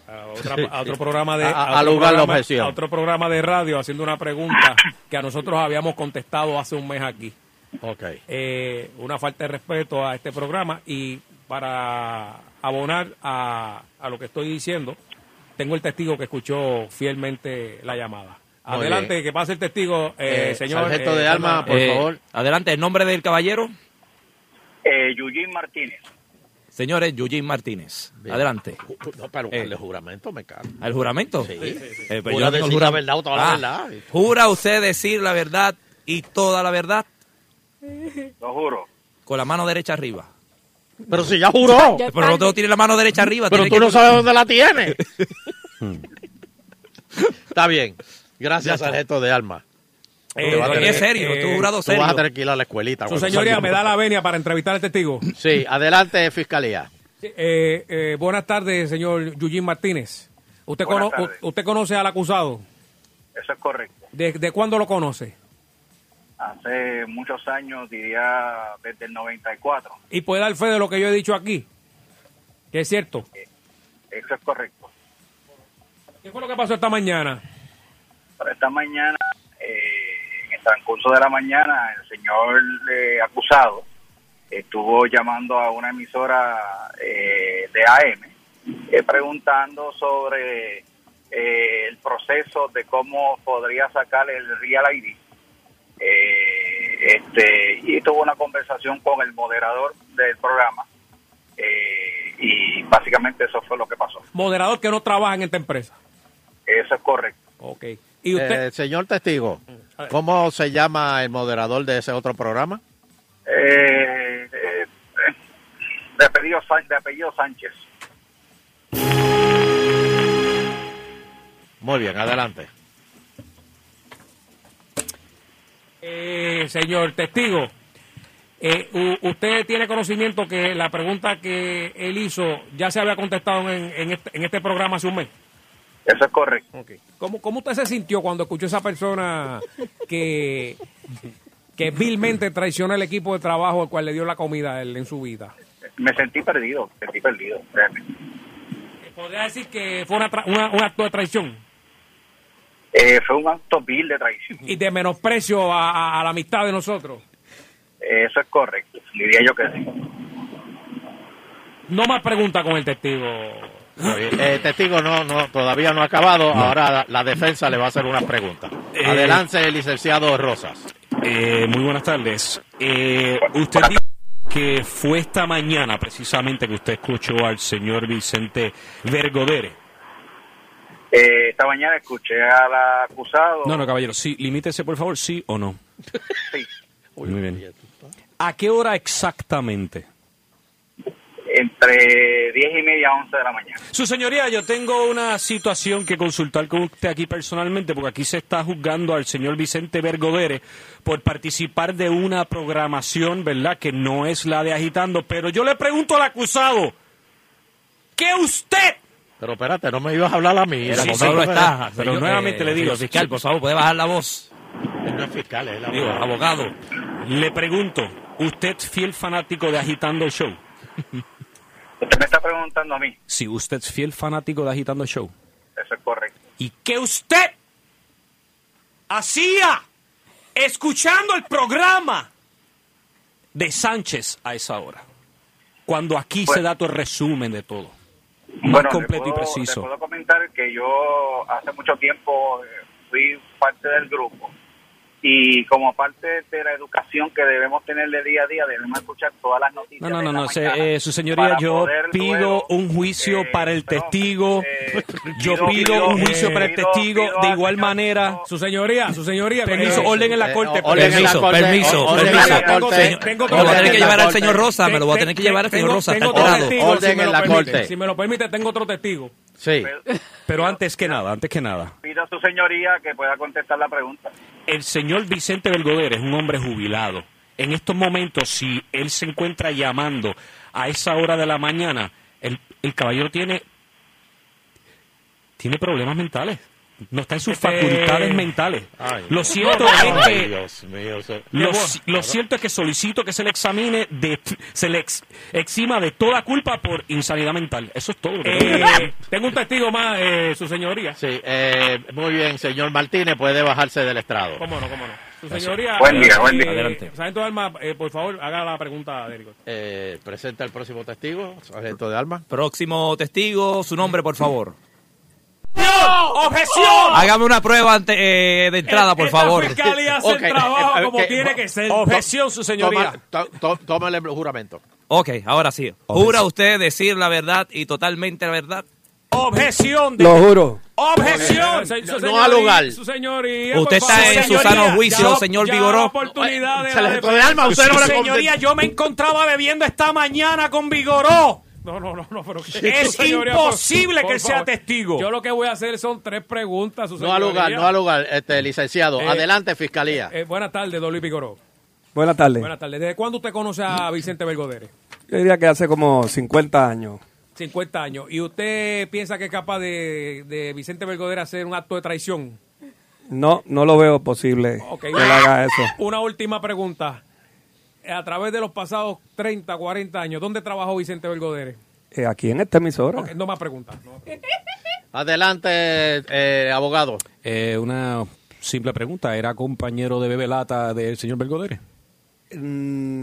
Speaker 2: a, otra- a otro programa de
Speaker 3: A- a-
Speaker 2: otro
Speaker 3: al lugar la
Speaker 2: programa-
Speaker 3: objeción.
Speaker 2: a otro programa de radio haciendo una pregunta que a nosotros habíamos contestado hace un mes aquí
Speaker 3: Ok.
Speaker 2: Eh, una falta de respeto a este programa y para abonar a, a lo que estoy diciendo tengo el testigo que escuchó fielmente la llamada
Speaker 12: Muy
Speaker 2: adelante
Speaker 12: bien.
Speaker 2: que pase el testigo eh,
Speaker 12: Eh,
Speaker 2: señor
Speaker 12: sargento
Speaker 2: eh,
Speaker 12: de
Speaker 2: Salma.
Speaker 12: armas, por
Speaker 2: Eh,
Speaker 12: favor. Adelante, el nombre del caballero.
Speaker 15: Eh, Eugene Martínez.
Speaker 12: Señores, Eugene Martínez. Adelante.
Speaker 3: No, pero el juramento me cago.
Speaker 12: ¿Al juramento?
Speaker 3: Sí.
Speaker 12: Eh, pero
Speaker 3: Jura
Speaker 12: yo tengo el
Speaker 3: decir la
Speaker 12: juram-
Speaker 3: verdad o toda la verdad.
Speaker 12: ¿Jura usted decir la verdad y toda la verdad
Speaker 15: Lo juro.
Speaker 12: con la mano derecha arriba?
Speaker 3: Pero si ya juró.
Speaker 12: Pero no tengo- tiene la mano derecha arriba.
Speaker 3: Pero
Speaker 12: tiene
Speaker 3: tú
Speaker 12: que-
Speaker 3: no sabes dónde la tienes. Está bien. Gracias,
Speaker 12: Ya está.
Speaker 3: sargento de alma.
Speaker 2: Eh,
Speaker 3: Tú vas a
Speaker 2: oye,
Speaker 3: tener- eh,
Speaker 2: es serio, tú jurado
Speaker 3: tú
Speaker 2: serio.
Speaker 3: vas a tener que ir a la escuelita.
Speaker 2: su
Speaker 3: cuando
Speaker 2: señoría
Speaker 3: salga.
Speaker 2: me da la venia para entrevistar este al testigo
Speaker 3: Sí, adelante, fiscalía.
Speaker 2: Eh, eh, buenas tardes, señor Yujin Martínez. ¿Usted,
Speaker 15: Buenas
Speaker 2: cono-
Speaker 15: tardes.
Speaker 2: u- ¿Usted conoce al acusado?
Speaker 15: Eso es correcto.
Speaker 2: ¿De, de cuándo lo conoce?
Speaker 15: Hace muchos años, diría desde el 94.
Speaker 2: Y puede dar fe de lo que yo he dicho aquí, que es cierto.
Speaker 15: Eso es correcto.
Speaker 2: ¿Qué fue lo que pasó esta mañana?
Speaker 15: Pero esta mañana, eh, en el transcurso de la mañana, el señor eh, acusado estuvo llamando a una emisora eh, de AM eh, preguntando sobre eh, el proceso de cómo podría sacar el Real ID. Eh, este, y tuvo una conversación con el moderador del programa eh, y básicamente eso fue lo que pasó.
Speaker 2: Moderador que no trabaja en esta empresa.
Speaker 15: Eso es correcto.
Speaker 2: Ok. ¿Y usted?
Speaker 3: Eh, señor testigo, ¿cómo se llama el moderador de ese otro programa?
Speaker 15: Eh, eh, de, apellido, San- de apellido Sánchez.
Speaker 3: Muy bien, adelante.
Speaker 2: Eh, señor testigo, eh, u- ¿usted tiene conocimiento que la pregunta que él hizo ya se había contestado en, en este, en este programa hace un mes?
Speaker 15: Eso es correcto.
Speaker 2: ¿Cómo, ¿Cómo usted se sintió cuando escuchó esa persona que, que vilmente traiciona el equipo de trabajo al cual le dio la comida a él en su vida?
Speaker 15: Me sentí perdido, me sentí perdido. realmente.
Speaker 2: ¿Podría decir que fue una tra- una- un acto de traición
Speaker 15: Eh, fue un acto vil de traición.
Speaker 2: y de menosprecio a, a- a la amistad de nosotros?
Speaker 15: Eh, Eso es correcto. Diría yo que sí.
Speaker 2: No más preguntas con el testigo.
Speaker 3: Muy bien. Eh, testigo, no, no, todavía no ha acabado. Ahora la defensa le va a hacer una pregunta.
Speaker 6: Eh,
Speaker 3: Adelante, licenciado Rosas.
Speaker 6: Eh, muy buenas tardes. Eh, usted dijo que fue esta mañana precisamente que usted escuchó al señor Vicente Vergodere.
Speaker 15: Eh, esta mañana escuché al acusado.
Speaker 6: No, no, caballero, sí, limítese por favor, sí o no.
Speaker 15: Sí.
Speaker 6: Muy bien. ¿A qué hora exactamente?
Speaker 15: En- entre 10 y media a 11 de la mañana.
Speaker 6: Su señoría, yo tengo una situación que consultar con usted aquí personalmente, porque aquí se está juzgando al señor Vicente Bergodere por participar de una programación, ¿verdad?, que no es la de Agitando. Pero yo le pregunto al acusado, ¿qué usted?
Speaker 3: Pero espérate, no me ibas a hablar a mí.
Speaker 6: Sí, sí, lo está. Pero nuevamente
Speaker 2: eh,
Speaker 6: le digo,
Speaker 12: fiscal, por favor, puede bajar la voz.
Speaker 3: Él no es fiscal, es el
Speaker 6: Digo,
Speaker 3: abogado.
Speaker 6: abogado, le pregunto, ¿usted es fiel fanático de Agitando el Show?
Speaker 15: Usted me está preguntando a mí,
Speaker 6: Si usted es fiel fanático de Agitando el Show.
Speaker 15: eso es correcto.
Speaker 6: ¿Y qué usted hacía escuchando el programa de Sánchez a esa hora? Cuando aquí se da todo el resumen de todo. Más
Speaker 15: Pues- Bueno,
Speaker 6: completo
Speaker 15: le
Speaker 6: y
Speaker 15: puedo,
Speaker 6: preciso.
Speaker 15: le puedo comentar que yo hace mucho tiempo eh, fui parte del grupo y como parte de la educación que debemos tener de día a día, debemos escuchar todas las noticias.
Speaker 6: No, no,
Speaker 15: de
Speaker 6: no,
Speaker 15: la
Speaker 6: no. se-
Speaker 15: mañana.
Speaker 6: eh, su señoría,
Speaker 15: para
Speaker 6: yo
Speaker 15: poder
Speaker 6: pido
Speaker 15: luego, eh,
Speaker 6: un juicio para el testigo. yo
Speaker 15: pido-
Speaker 6: pido,
Speaker 15: pido-
Speaker 6: un juicio
Speaker 15: eh,
Speaker 6: para el
Speaker 15: pido-
Speaker 6: testigo.
Speaker 15: pido
Speaker 6: de
Speaker 15: al
Speaker 6: igual
Speaker 15: señor-
Speaker 6: manera.
Speaker 2: Su señoría, su señoría.
Speaker 6: Permiso, orden en la corte.
Speaker 2: eh, orden en la corte,
Speaker 12: permiso,
Speaker 2: orden en la
Speaker 12: permiso.
Speaker 2: corte.
Speaker 12: Señor,
Speaker 2: Tengo
Speaker 12: me lo voy a tener
Speaker 2: orden
Speaker 12: que
Speaker 2: en la
Speaker 12: llevar al
Speaker 2: corte.
Speaker 12: señor Rosa, me lo voy a
Speaker 2: Ten-
Speaker 12: tener que llevar al señor
Speaker 2: tengo-
Speaker 12: Rosa, está
Speaker 2: tengo otro
Speaker 12: alterado.
Speaker 2: testigo, si me lo permite. Si me lo permite, tengo otro testigo.
Speaker 3: Sí.
Speaker 6: Pero antes que nada, antes que nada.
Speaker 15: Pido a su señoría que pueda contestar la pregunta.
Speaker 6: El señor Vicente Belgodere es un hombre jubilado. En estos momentos, si él se encuentra llamando a esa hora de la mañana, el, el caballero tiene, tiene problemas mentales. No está en sus
Speaker 12: Este-
Speaker 6: facultades mentales.
Speaker 12: Ay.
Speaker 6: Eh, lo cierto
Speaker 12: Ay,
Speaker 6: es que...
Speaker 3: Dios mío. se-
Speaker 6: Lo, lo cierto es que solicito que se le examine, de, se le ex- exima de toda culpa por insanidad mental. Eso es todo. lo que tengo que
Speaker 2: Eh,
Speaker 6: decir.
Speaker 2: tengo un testigo más, eh, su señoría.
Speaker 3: Sí, eh, muy bien, señor Martínez, puede bajarse del estrado.
Speaker 2: ¿Cómo no, cómo no? Su
Speaker 3: Gracias.
Speaker 2: señoría.
Speaker 3: Buen día,
Speaker 2: eh,
Speaker 3: buen día.
Speaker 2: eh,
Speaker 3: Adelante.
Speaker 2: Sargento Alma, eh, por favor, haga la pregunta, Derico.
Speaker 3: Eh, presenta el próximo testigo, sargento de alma.
Speaker 12: Próximo testigo, su nombre, por favor.
Speaker 6: ¡Objeción!
Speaker 12: Hágame una prueba ante- eh, de entrada, por favor.
Speaker 3: Ok, eh, ok, va-
Speaker 6: Objeción, su
Speaker 12: señoría.
Speaker 3: Toma- to- to- Tómale el juramento.
Speaker 12: Ok, ahora sí. ¿Jura usted decir la verdad y totalmente la verdad?
Speaker 6: Objeción.
Speaker 16: Lo juro.
Speaker 6: Objeción.
Speaker 2: Su
Speaker 12: No al
Speaker 2: señoría,
Speaker 12: hogar.
Speaker 2: Su señoría.
Speaker 12: Usted
Speaker 2: por
Speaker 12: está
Speaker 2: favor.
Speaker 12: en su
Speaker 2: Señoría,
Speaker 12: sano juicio,
Speaker 2: ya-
Speaker 12: señor
Speaker 2: ya
Speaker 12: Vigoró.
Speaker 2: oportunidad de la
Speaker 6: Sargento de
Speaker 2: defensa.
Speaker 6: alma, usted no
Speaker 2: Sí,
Speaker 6: le
Speaker 2: señor.
Speaker 6: Señoría, yo me encontraba bebiendo esta mañana con Vigoró.
Speaker 2: No, no, no, no, pero
Speaker 6: Es imposible que sea testigo.
Speaker 2: Yo lo que voy a hacer son tres preguntas, su
Speaker 3: No al
Speaker 2: señoría.
Speaker 3: hogar, no al hogar, este, licenciado.
Speaker 2: Eh,
Speaker 3: Adelante, fiscalía.
Speaker 2: Eh, buenas tardes, Dolly Pigoró.
Speaker 16: Buenas tardes.
Speaker 2: Buenas tardes. ¿Desde cuándo usted conoce a Vicente Belgodere?
Speaker 16: Yo diría que hace como 50 años.
Speaker 2: 50 años. ¿Y usted piensa que es capaz de, de Vicente Belgodere hacer un acto de traición?
Speaker 16: No, no lo veo posible
Speaker 2: Ok.
Speaker 16: que él haga eso.
Speaker 2: Una última pregunta. A través de los pasados 30, 40 años, ¿dónde trabajó Vicente Belgodere?
Speaker 16: Eh, aquí en esta emisora.
Speaker 2: Ok, no más preguntas. no más preguntas.
Speaker 3: Adelante, eh, abogado.
Speaker 6: Eh, una simple pregunta. ¿Era compañero de Bebelata del señor Belgodere?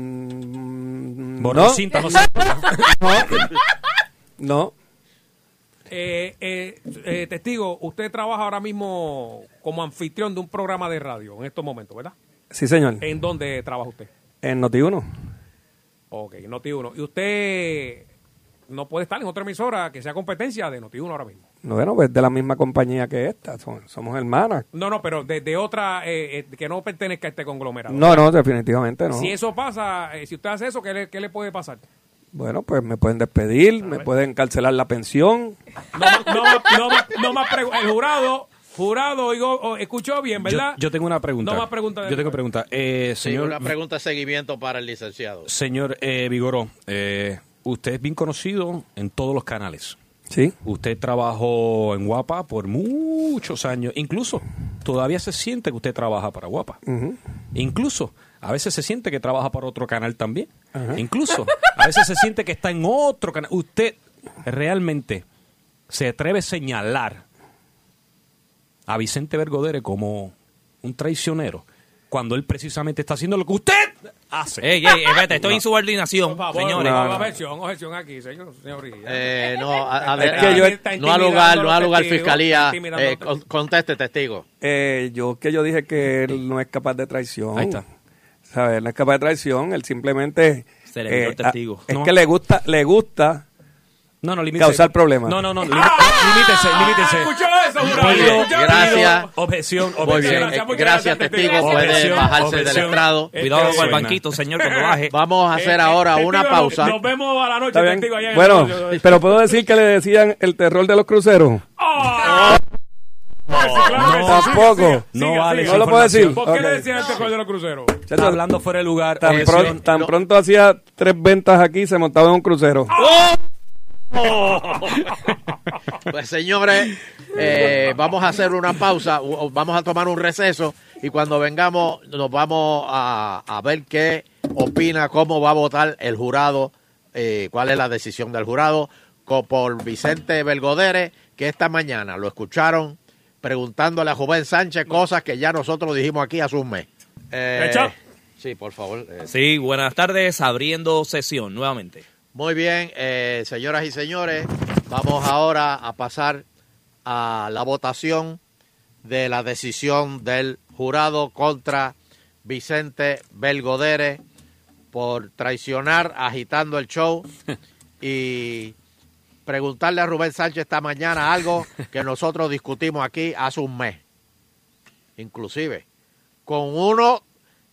Speaker 16: Mm,
Speaker 6: Borra
Speaker 16: no.
Speaker 6: el cinta, no se-
Speaker 16: No. No.
Speaker 2: Eh, eh, eh, testigo, usted trabaja ahora mismo como anfitrión de un programa de radio en estos momentos, ¿verdad?
Speaker 16: Sí, señor.
Speaker 2: ¿En dónde trabaja usted?
Speaker 16: En Noti1.
Speaker 2: Ok, Noti1. ¿Y usted no puede estar en otra emisora que sea competencia de Noti1 ahora mismo?
Speaker 16: No, bueno, pues de la misma compañía que esta. son- somos hermanas.
Speaker 2: No, no, pero de, de otra eh, eh, que no pertenezca a este conglomerado.
Speaker 16: No, no, definitivamente no.
Speaker 2: Si eso pasa, eh, si usted hace eso, ¿qué le, qué le puede pasar?
Speaker 16: Bueno, pues me pueden despedir, me pueden cancelar la pensión.
Speaker 2: No, más- no, más- no, más- no más pregu- El jurado, jurado, oigo, o- escuchó bien,
Speaker 6: Yo,
Speaker 2: ¿verdad?
Speaker 6: yo tengo una pregunta.
Speaker 2: No más preguntas de
Speaker 6: Yo tengo pregunta. Eh,
Speaker 3: Sí,
Speaker 6: señor,
Speaker 3: una pregunta de seguimiento para el licenciado.
Speaker 6: señor eh, Vigoró, eh, usted es bien conocido en todos los canales.
Speaker 16: Sí.
Speaker 6: Usted trabajó en Guapa por muchos años. Incluso todavía se siente que usted trabaja para Guapa.
Speaker 16: Ujú.
Speaker 6: Incluso a veces se siente que trabaja para otro canal también.
Speaker 16: Ajá.
Speaker 6: Incluso a veces se siente que está en otro canal. Usted realmente se atreve a señalar a Vicente Bergodere como un traicionero cuando él precisamente está haciendo lo que usted hace.
Speaker 12: Ey, ey, espérate, estoy insubordinación, señores.
Speaker 2: No, objeción, objeción aquí, señor, señorita.
Speaker 3: Eh, no, a- a
Speaker 2: Es
Speaker 3: ver,
Speaker 2: que
Speaker 3: a-
Speaker 2: yo- está
Speaker 3: no al hogar, no al hogar,
Speaker 2: intimidando
Speaker 3: fiscalía.
Speaker 2: los testigos, está
Speaker 3: Eh, con- conteste, testigo.
Speaker 16: Eh, yo que yo dije que él no es capaz de traición.
Speaker 6: Ahí está.
Speaker 16: ¿Sabes? No es capaz de traición, él simplemente...
Speaker 6: Se le vio el
Speaker 16: a-
Speaker 6: testigo.
Speaker 16: Es
Speaker 6: No.
Speaker 16: que le gusta, le gusta
Speaker 6: No, no, limítese.
Speaker 16: causar problemas.
Speaker 6: No, no, no, lim- eh, limítese, limítese.
Speaker 2: Ah, ¿Escuchó eso,
Speaker 3: Muy
Speaker 2: jurado.
Speaker 3: bien,
Speaker 2: Yo-
Speaker 3: gracias.
Speaker 6: Objeción,
Speaker 3: Muy
Speaker 6: objeción.
Speaker 3: bien,
Speaker 6: Gracias,
Speaker 3: eh,
Speaker 6: muchas
Speaker 3: gracias,
Speaker 6: gracias,
Speaker 3: testigo.
Speaker 6: testigo.
Speaker 3: Puede
Speaker 6: Objeción,
Speaker 3: bajarse del
Speaker 6: objeción.
Speaker 3: estrado.
Speaker 2: Este,
Speaker 6: Cuidado con el
Speaker 3: Suena.
Speaker 6: banquito, señor, cuando baje.
Speaker 3: Vamos a hacer
Speaker 6: Eh,
Speaker 3: ahora
Speaker 6: eh,
Speaker 3: una
Speaker 6: testigo,
Speaker 3: pausa.
Speaker 6: nos
Speaker 2: vemos a la noche,
Speaker 16: Está bien. Bueno, pero puedo decir que le decían el terror de los cruceros.
Speaker 2: ¡Ah!
Speaker 16: Tampoco.
Speaker 6: No vale. esa
Speaker 16: No lo puedo
Speaker 6: información.
Speaker 16: decir.
Speaker 2: ¿Por qué le
Speaker 16: Ok.
Speaker 2: decían este cuello de los cruceros?
Speaker 6: Está hablando fuera de lugar.
Speaker 16: Tan,
Speaker 6: Objeción.
Speaker 16: pron- tan pronto hacía tres ventas aquí, se montaba en un crucero.
Speaker 3: Pues señores, eh, vamos a hacer una pausa, o- o vamos a tomar un receso y cuando vengamos nos vamos a, a ver qué opina, cómo va a votar el jurado, eh, cuál es la decisión del jurado co- por Vicente Belgodere, que esta mañana lo escucharon preguntándole a Joven Sánchez cosas que ya nosotros dijimos aquí hace un mes. Eh,
Speaker 12: ¿Hecho?
Speaker 3: sí, por favor. eh,
Speaker 12: Sí, buenas tardes, abriendo sesión nuevamente.
Speaker 3: Muy bien, eh, señoras y señores, vamos ahora a pasar a la votación de la decisión del jurado contra Vicente Belgodere por traicionar agitando el show y preguntarle a Rubén Sánchez esta mañana algo que nosotros discutimos aquí hace un mes, inclusive, con uno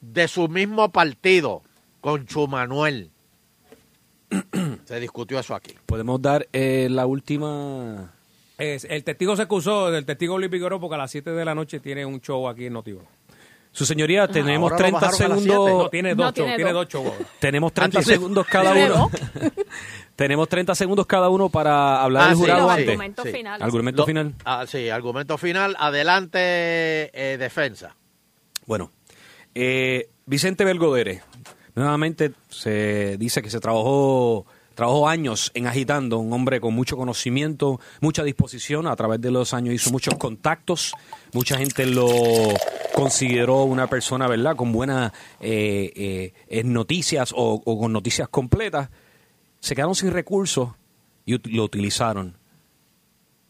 Speaker 3: de su mismo partido, con Chumanuel. Se discutió eso aquí.
Speaker 17: Podemos dar eh, la última.
Speaker 2: Es- el testigo se excusó del testigo Luis Vigoró porque a las 7 de la noche tiene un show aquí en Notivo.
Speaker 17: Su señoría,
Speaker 6: tenemos
Speaker 2: Ahora lo
Speaker 6: 30
Speaker 2: bajaron a las
Speaker 6: segundos.
Speaker 2: siete. No, tiene dos No, shows, tiene tiene dos. dos shows ahora.
Speaker 6: Tenemos
Speaker 2: Ah,
Speaker 6: 30
Speaker 2: tiene-
Speaker 6: segundos cada
Speaker 2: ¿Tiene
Speaker 6: uno. tenemos 30 segundos cada uno para hablar
Speaker 3: Ah,
Speaker 6: del
Speaker 3: sí,
Speaker 6: jurado
Speaker 3: sí,
Speaker 6: antes.
Speaker 3: argumento sí. final.
Speaker 6: Argumento
Speaker 3: Lo-
Speaker 6: final.
Speaker 3: Ah, sí, argumento final. Adelante, eh, defensa.
Speaker 6: Bueno, eh, Vicente Belgodere, nuevamente se dice que se trabajó, trabajó años en agitando, un hombre con mucho conocimiento, mucha disposición, a través de los años hizo muchos contactos, mucha gente lo consideró una persona, ¿verdad?, con buenas eh, eh, eh, noticias o- o con noticias completas, se quedaron sin recursos y ut- lo utilizaron.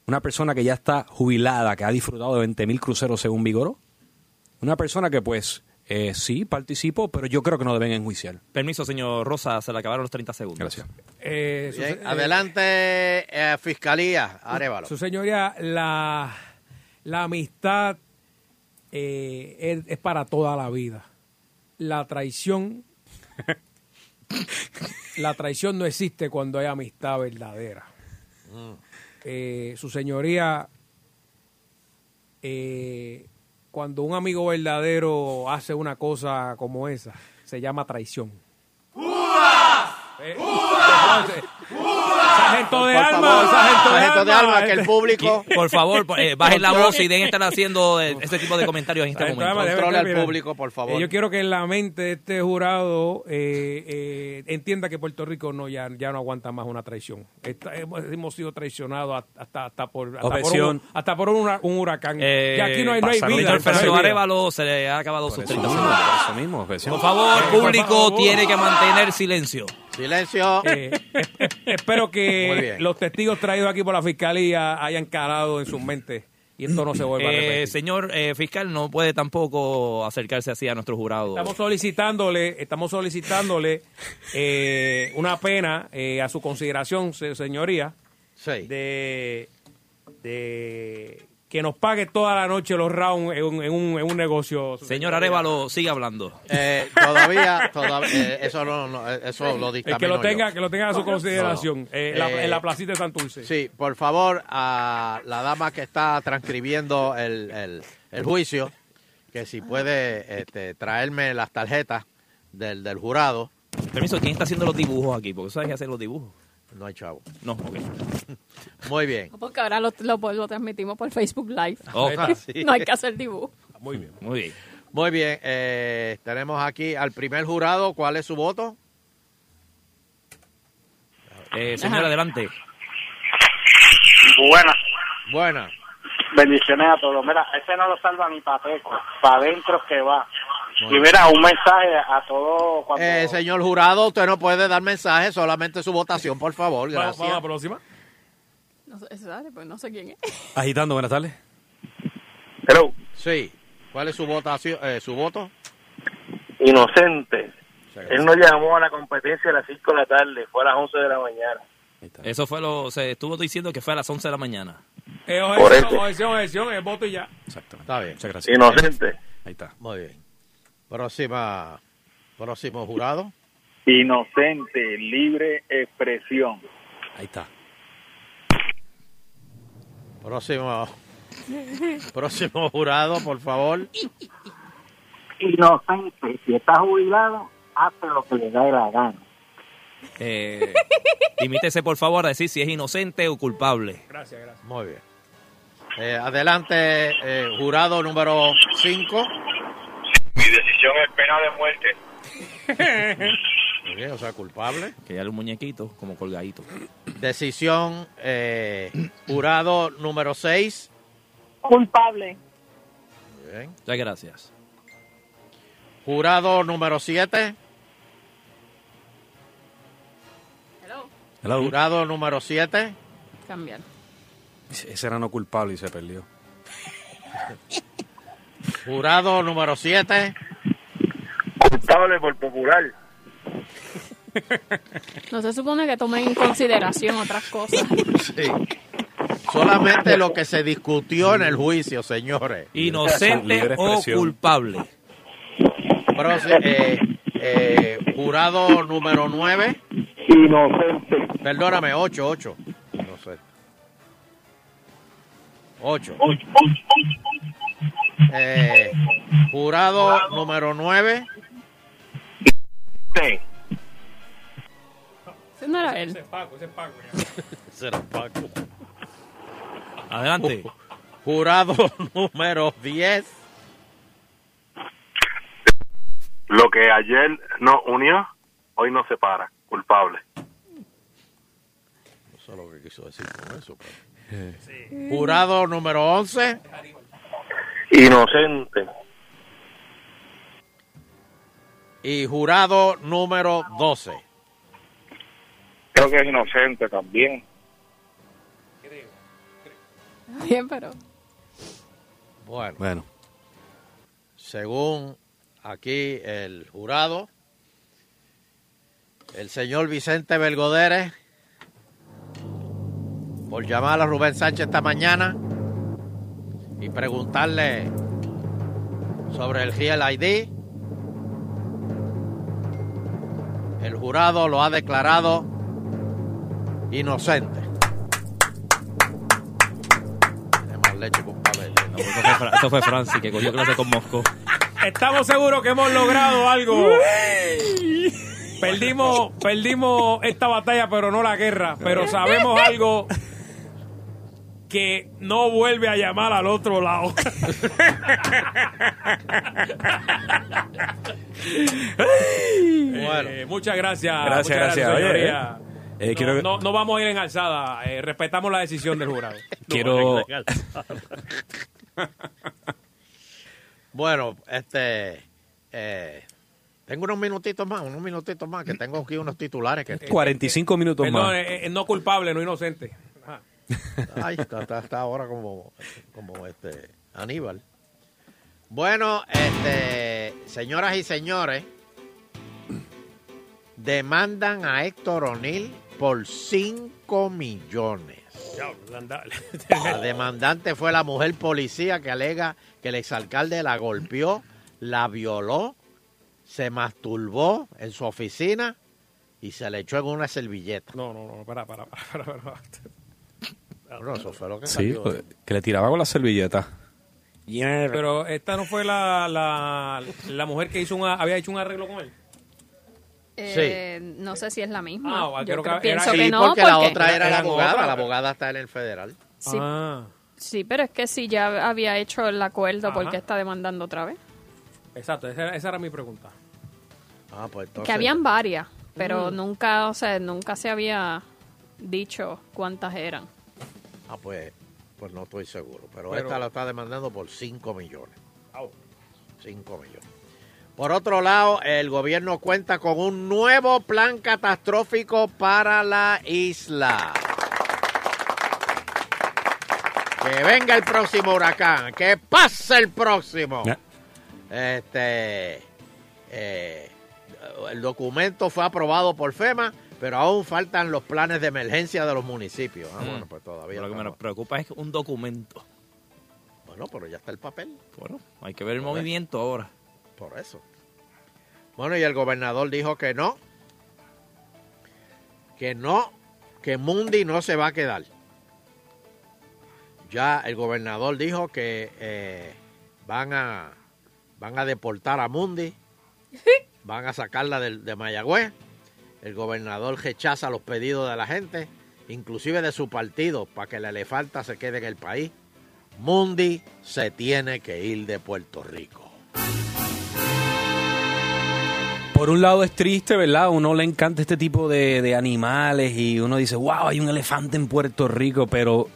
Speaker 6: Una persona que ya está jubilada, que ha disfrutado de 20.000 cruceros según Vigoró, una persona que, pues, eh, sí, participó, pero yo creo que no deben enjuiciar.
Speaker 12: Permiso, señor Rosa, se le acabaron los 30 segundos.
Speaker 6: Gracias.
Speaker 2: Eh, su-
Speaker 3: Bien,
Speaker 2: eh,
Speaker 3: adelante, eh, Fiscalía, Arevalo.
Speaker 2: Su señoría, la, la amistad eh, es, es para toda la vida. La traición. la traición no existe cuando hay amistad verdadera.
Speaker 3: Mm.
Speaker 2: Eh, su señoría, eh, cuando un amigo verdadero hace una cosa como esa, se llama traición. Eh, Sargento de
Speaker 3: Por
Speaker 2: alma,
Speaker 3: favor,
Speaker 2: sargento de
Speaker 3: sargento Ah, de
Speaker 2: alma,
Speaker 3: alma, que el público.
Speaker 12: Por favor,
Speaker 2: pues,
Speaker 12: po- eh, bajen la
Speaker 3: Control-
Speaker 12: voz y dejen estar haciendo eh, este tipo de comentarios en este
Speaker 2: Sargento de
Speaker 12: momento.
Speaker 2: alma, debe
Speaker 3: Controle al
Speaker 2: terminar.
Speaker 3: público, por favor.
Speaker 2: Eh, yo quiero que la mente de este jurado eh, eh, entienda que Puerto Rico no ya, ya no aguanta más una traición. Está- hemos, hemos sido traicionados hasta- hasta, hasta por, hasta por,
Speaker 12: Objeción.
Speaker 2: un, hasta por un hura- un huracán.
Speaker 12: Eh,
Speaker 2: y aquí no hay, no hay
Speaker 12: pasaron
Speaker 2: vida.
Speaker 12: el
Speaker 2: no hay
Speaker 12: Fernando
Speaker 2: vida.
Speaker 12: Arevalo se le ha acabado sus 30
Speaker 6: mismo,
Speaker 12: segundos.
Speaker 6: por eso mismo, objeción.
Speaker 12: Por favor,
Speaker 2: Eh, por
Speaker 12: público
Speaker 2: favor.
Speaker 12: tiene que mantener silencio.
Speaker 3: Silencio.
Speaker 2: Eh, Espero
Speaker 12: Muy
Speaker 2: que
Speaker 12: bien.
Speaker 2: los testigos traídos aquí por la fiscalía hayan calado en sus mentes y esto no se vuelva a
Speaker 12: Eh,
Speaker 2: repetir.
Speaker 12: señor eh, fiscal, no puede tampoco acercarse así a nuestro jurado.
Speaker 2: Estamos solicitándole, estamos solicitándole eh, una pena eh, a su consideración, se- señoría, de, de que nos pague toda la noche los rounds en, un- en un, en un negocio.
Speaker 12: Señor Arevalo, sigue hablando.
Speaker 3: Eh, todavía, todavía eh, eso, no, no, eh, eso lo
Speaker 2: Eh,
Speaker 3: dictamino
Speaker 2: que lo
Speaker 3: yo.
Speaker 2: tenga, que lo tenga a su
Speaker 3: No, no.
Speaker 2: consideración eh, en la-
Speaker 3: Eh,
Speaker 2: en la placita de Santurce.
Speaker 3: Sí, por favor, a la dama que está transcribiendo el, el- el juicio, que si puede este, traerme las tarjetas del, del jurado.
Speaker 12: Permiso, ¿quién está haciendo los dibujos aquí? Porque sabes que hacer los dibujos.
Speaker 3: No hay chavo.
Speaker 12: No, ok.
Speaker 3: Muy bien.
Speaker 5: Porque ahora lo, lo, lo transmitimos por Facebook Live.
Speaker 3: Oh, sí.
Speaker 5: No hay que hacer dibujo.
Speaker 2: Muy bien.
Speaker 12: Muy bien.
Speaker 3: Muy bien. eh, tenemos aquí al primer jurado. ¿Cuál es su voto?
Speaker 12: Eh, señor, adelante.
Speaker 10: Buenas.
Speaker 3: Buenas.
Speaker 10: Bendiciones a todos. Mira, ese no lo salva ni Pateco. Para adentro que va.
Speaker 3: Muy
Speaker 10: y mira, un mensaje a todos. Cuando...
Speaker 3: Eh, señor jurado, usted no puede dar mensaje, solamente su votación, por favor.
Speaker 2: Vamos,
Speaker 3: Gracias.
Speaker 2: vamos a la próxima.
Speaker 5: No, sé- eso, dale, pues no sé quién es.
Speaker 6: Agitando, buenas tardes.
Speaker 10: Hello.
Speaker 3: Sí. ¿Cuál es su votación? eh, ¿Su voto?
Speaker 10: Inocente. Él nos llamó a la competencia a las 5 de la tarde, fue a las 11 de la mañana.
Speaker 12: Eso fue lo. Se estuvo diciendo que fue a las 11 de la mañana.
Speaker 2: Eh,
Speaker 12: Por
Speaker 2: objeción,
Speaker 12: eso.
Speaker 2: objeción, objeción, es voto y ya.
Speaker 12: Exactamente.
Speaker 3: Está bien.
Speaker 12: Muchas
Speaker 3: gracias.
Speaker 15: Inocente.
Speaker 12: Ahí está.
Speaker 3: Muy bien. Próxima, próximo jurado.
Speaker 15: Inocente, libre expresión.
Speaker 6: Ahí está.
Speaker 3: Próximo, próximo jurado, por favor.
Speaker 18: Inocente, si estás jubilado, hazte lo que le da la gana.
Speaker 12: Eh, limítese, por favor, a decir si es inocente o culpable.
Speaker 2: Gracias, gracias.
Speaker 3: Muy bien. Eh, adelante, eh, jurado número 5.
Speaker 15: Mi decisión es pena de muerte.
Speaker 3: o sea, culpable.
Speaker 12: Que ya el muñequito, como colgadito.
Speaker 3: Decisión, eh, jurado número 6.
Speaker 19: Culpable.
Speaker 12: Muchas gracias.
Speaker 3: Jurado número 7. Jurado número 7.
Speaker 5: Cambiar.
Speaker 11: Ese era no culpable y se perdió.
Speaker 3: Jurado número 7.
Speaker 15: Culpable por popular.
Speaker 5: No se supone que tomen en consideración otras cosas.
Speaker 3: Sí. Solamente lo que se discutió en el juicio, señores.
Speaker 12: Inocente o culpable.
Speaker 3: Próximo, eh, eh, jurado número 9.
Speaker 15: Inocente.
Speaker 3: Perdóname, 8, 8. No sé. 8. Eh, jurado número 9.
Speaker 5: Ese no era él.
Speaker 2: Ese es Paco, ese es Paco.
Speaker 3: Será Paco.
Speaker 12: Adelante.
Speaker 3: Jurado número 10.
Speaker 20: Lo que ayer nos unió, hoy nos separa. Culpable.
Speaker 3: No sé lo que quiso decir con eso. pero- Jurado número 11.
Speaker 20: Inocente.
Speaker 3: Y jurado número 12.
Speaker 15: Creo que es inocente también.
Speaker 5: Bien, pero.
Speaker 3: Bueno.
Speaker 11: Bueno.
Speaker 3: Según aquí el jurado, el señor Vicente Belgodérez, por llamar a Rubén Sánchez esta mañana y preguntarle sobre el Real ID, el jurado lo ha declarado inocente. Tiene más leche que un pabellón.
Speaker 12: Esto fue, Fra- esto fue Francis, que cogió clase con Mosco.
Speaker 2: Estamos seguros que hemos logrado algo. Perdimos, perdimos esta batalla, pero no la guerra. Pero sabemos algo que no vuelve a llamar al otro lado.
Speaker 3: Bueno.
Speaker 2: Eh, muchas gracias.
Speaker 7: Gracias,
Speaker 2: muchas
Speaker 7: gracias. Oye,
Speaker 2: señoría.
Speaker 11: eh,
Speaker 2: no,
Speaker 11: quiero-
Speaker 2: no- no vamos a ir en alzada. eh, respetamos la decisión del jurado.
Speaker 11: Quiero-
Speaker 3: Bueno, este. eh, tengo unos minutitos más, unos minutitos más, que tengo aquí unos titulares que.
Speaker 11: 45 minutos
Speaker 2: Perdón,
Speaker 11: más.
Speaker 2: eh, eh, no culpable, no inocente. Ajá.
Speaker 3: Ay, está, está- está ahora como, como este. Aníbal. Bueno, este. Señoras y señores, demandan a Héctor O'Neill por 5 millones. La demandante fue la mujer policía que alega que el exalcalde la golpeó, la violó, se masturbó en su oficina y se le echó en una servilleta.
Speaker 2: No, no, no, para, para, para, para. para.
Speaker 3: Bueno, eso fue lo que
Speaker 11: Sí,
Speaker 3: salió.
Speaker 11: pues, que le tiraba con la servilleta.
Speaker 2: Pero esta no fue la, la, la mujer que hizo una, había hecho un arreglo con él.
Speaker 5: Eh, No sé si es la misma.
Speaker 2: Ah,
Speaker 5: Yo
Speaker 2: creo que
Speaker 5: creo-
Speaker 2: era-
Speaker 5: pienso
Speaker 3: Sí,
Speaker 5: que no.
Speaker 3: porque la otra era, la
Speaker 2: Era la
Speaker 3: abogada,
Speaker 2: otra. Ah.
Speaker 3: la abogada está en el federal.
Speaker 5: Sí. Sí, pero es que si ya había hecho el acuerdo, ¿por
Speaker 2: Ajá.
Speaker 5: qué está demandando otra vez?
Speaker 2: Exacto, esa era, esa era mi pregunta.
Speaker 3: Ah, pues
Speaker 5: que habían varias, pero
Speaker 2: Mm.
Speaker 5: nunca, o sea, nunca se había dicho cuántas eran.
Speaker 3: Ah, pues, pues no estoy seguro. Pero,
Speaker 5: Pero-
Speaker 3: esta la está demandando por 5 millones.
Speaker 2: Au.
Speaker 3: 5 millones. Por otro lado, el gobierno cuenta con un nuevo plan catastrófico para la isla. Que venga el próximo huracán, que pase el próximo. Este, eh, el documento fue aprobado por FEMA Pero aún faltan los planes de emergencia de los municipios. Ah,
Speaker 12: Mm.
Speaker 3: bueno, pues todavía.
Speaker 12: Lo que me
Speaker 3: estamos-
Speaker 12: preocupa es un documento.
Speaker 3: Bueno, pero ya está el papel.
Speaker 12: Bueno, hay que ver el movimiento ahora.
Speaker 3: Por eso. Bueno, y el gobernador dijo que no. Que no, que Mundi no se va a quedar. Ya el gobernador dijo que eh, van a van a deportar a Mundi, van a sacarla del- de, Mayagüez. El gobernador rechaza los pedidos de la gente, inclusive de su partido, para que la elefanta se quede en el país. Mundi se tiene que ir de Puerto Rico.
Speaker 6: Por un lado es triste, ¿verdad? Uno le encanta este tipo de, de animales y uno dice, wow, hay un elefante en Puerto Rico, pero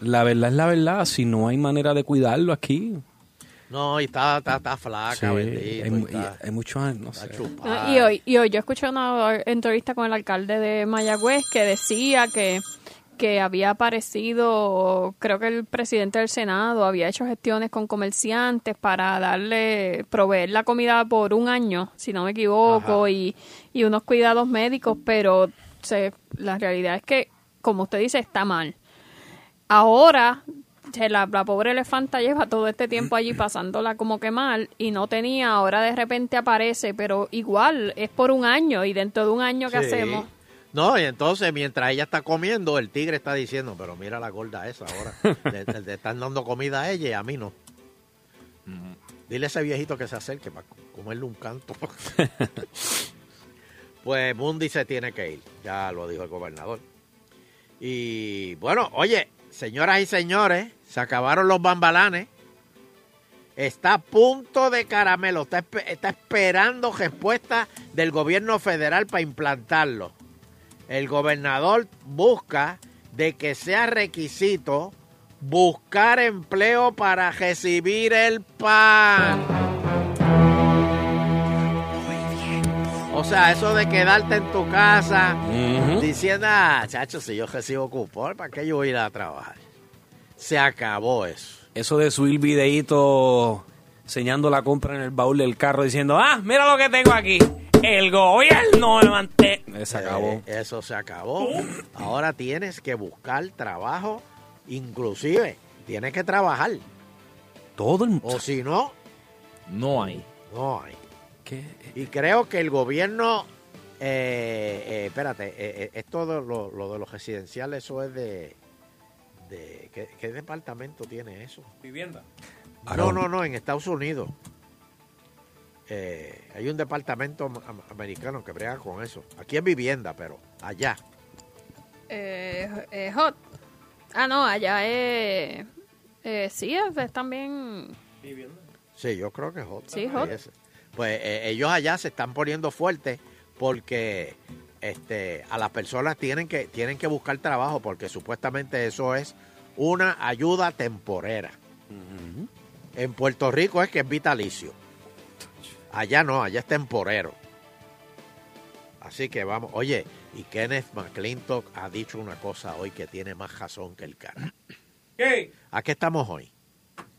Speaker 6: la verdad es la verdad, si no hay manera de cuidarlo aquí.
Speaker 3: No, y está, está, está flaca,
Speaker 6: sí,
Speaker 3: bendito.
Speaker 6: hay,
Speaker 3: y
Speaker 6: mu-
Speaker 3: Ah, está-
Speaker 6: y hay muchos años, no sé.
Speaker 3: está chupada.
Speaker 5: No, y, hoy, y hoy yo escuché una entrevista con el alcalde de Mayagüez que decía que, que había aparecido, creo que el presidente del Senado había hecho gestiones con comerciantes para darle, proveer la comida por un año, si no me equivoco, y, y unos cuidados médicos, pero se- la realidad es que, como usted dice, está mal. Ahora, se la, la pobre elefanta lleva todo este tiempo allí pasándola como que mal y no tenía, ahora de repente aparece, pero igual es por un año y dentro de un año que
Speaker 3: Sí.
Speaker 5: hacemos.
Speaker 3: No, y entonces mientras ella está comiendo, el tigre está diciendo, pero mira la gorda esa ahora. le, le- le están dando comida a ella y a mí no. Mm. Dile a ese viejito que se acerque para comerle un canto. pues Mundi se tiene que ir, ya lo dijo el gobernador. Y bueno, oye, señoras y señores, se acabaron los bambalanes. Está a punto de caramelo, está, espe- está esperando respuesta del gobierno federal para implantarlo. El gobernador busca de que sea requisito buscar empleo para recibir el PAN. O sea, eso de quedarte en tu casa diciendo, ah, chacho, si yo recibo cupón, ¿para qué yo voy a ir a trabajar? Se acabó eso.
Speaker 6: Eso de subir videíto enseñando la compra en el baúl del carro diciendo, ah, mira lo que tengo aquí. El gobierno me manté. Se acabó.
Speaker 3: Eh, eso se acabó. Ahora tienes que buscar trabajo, inclusive tienes que trabajar.
Speaker 6: Todo el
Speaker 3: O si no,
Speaker 12: no hay.
Speaker 3: No hay. Y creo que el gobierno, eh, eh, espérate, eh, eh, esto de lo, lo de los residenciales, eso es de, de ¿qué, qué departamento tiene eso?
Speaker 2: Vivienda.
Speaker 3: No, no, no, en Estados Unidos. Eh, hay un departamento am- am- americano que brega con eso. Aquí es vivienda, pero allá.
Speaker 5: Eh, eh, hot. Ah, no, allá es... Eh, sí, es, es también...
Speaker 3: Sí, yo creo que es hot.
Speaker 5: Sí, hot.
Speaker 3: ese. Pues eh, ellos allá se están poniendo fuertes porque este, a las personas tienen que, tienen que buscar trabajo porque supuestamente eso es una ayuda temporera. En Puerto Rico es que es vitalicio. Allá no, allá es temporero. Así que vamos. Oye, y Kenneth McClintock ha dicho una cosa hoy que tiene más razón que el cara.
Speaker 2: ¿Qué?
Speaker 3: ¿A qué estamos hoy?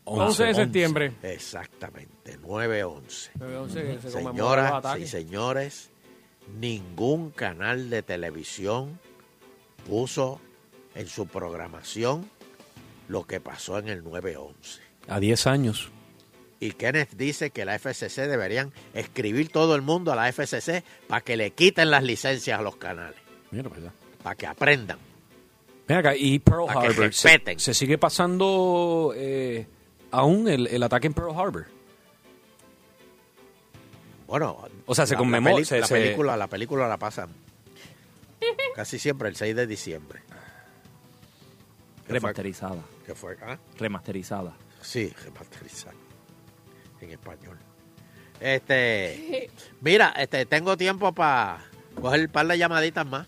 Speaker 2: 11 de septiembre.
Speaker 3: Exactamente, 9-11.
Speaker 2: 9-11, que se conmemora los
Speaker 3: Señoras y
Speaker 2: ataques.
Speaker 3: señores, ningún canal de televisión puso en su programación lo que pasó en el 9-11.
Speaker 6: A 10 años.
Speaker 3: Y Kenneth dice que la FCC deberían escribir todo el mundo a la FCC para que le quiten las licencias a los canales,
Speaker 6: Mira, ¿verdad?
Speaker 3: para que aprendan.
Speaker 6: Ven acá, y Pearl
Speaker 3: Para que
Speaker 6: Harbor. Se,
Speaker 3: respeten.
Speaker 6: se sigue pasando eh, aún el, el ataque en Pearl Harbor.
Speaker 3: Bueno,
Speaker 6: O sea, se
Speaker 3: la-
Speaker 6: conmemora,
Speaker 3: La, peli-
Speaker 6: se-
Speaker 3: la
Speaker 6: se-
Speaker 3: película, la película la pasan casi siempre el 6 de diciembre.
Speaker 12: Remasterizada.
Speaker 3: ¿Qué fue? ¿Ah?
Speaker 12: Remasterizada.
Speaker 3: Sí, remasterizada. En español. Este, mira, este, tengo tiempo para coger un par de llamaditas más.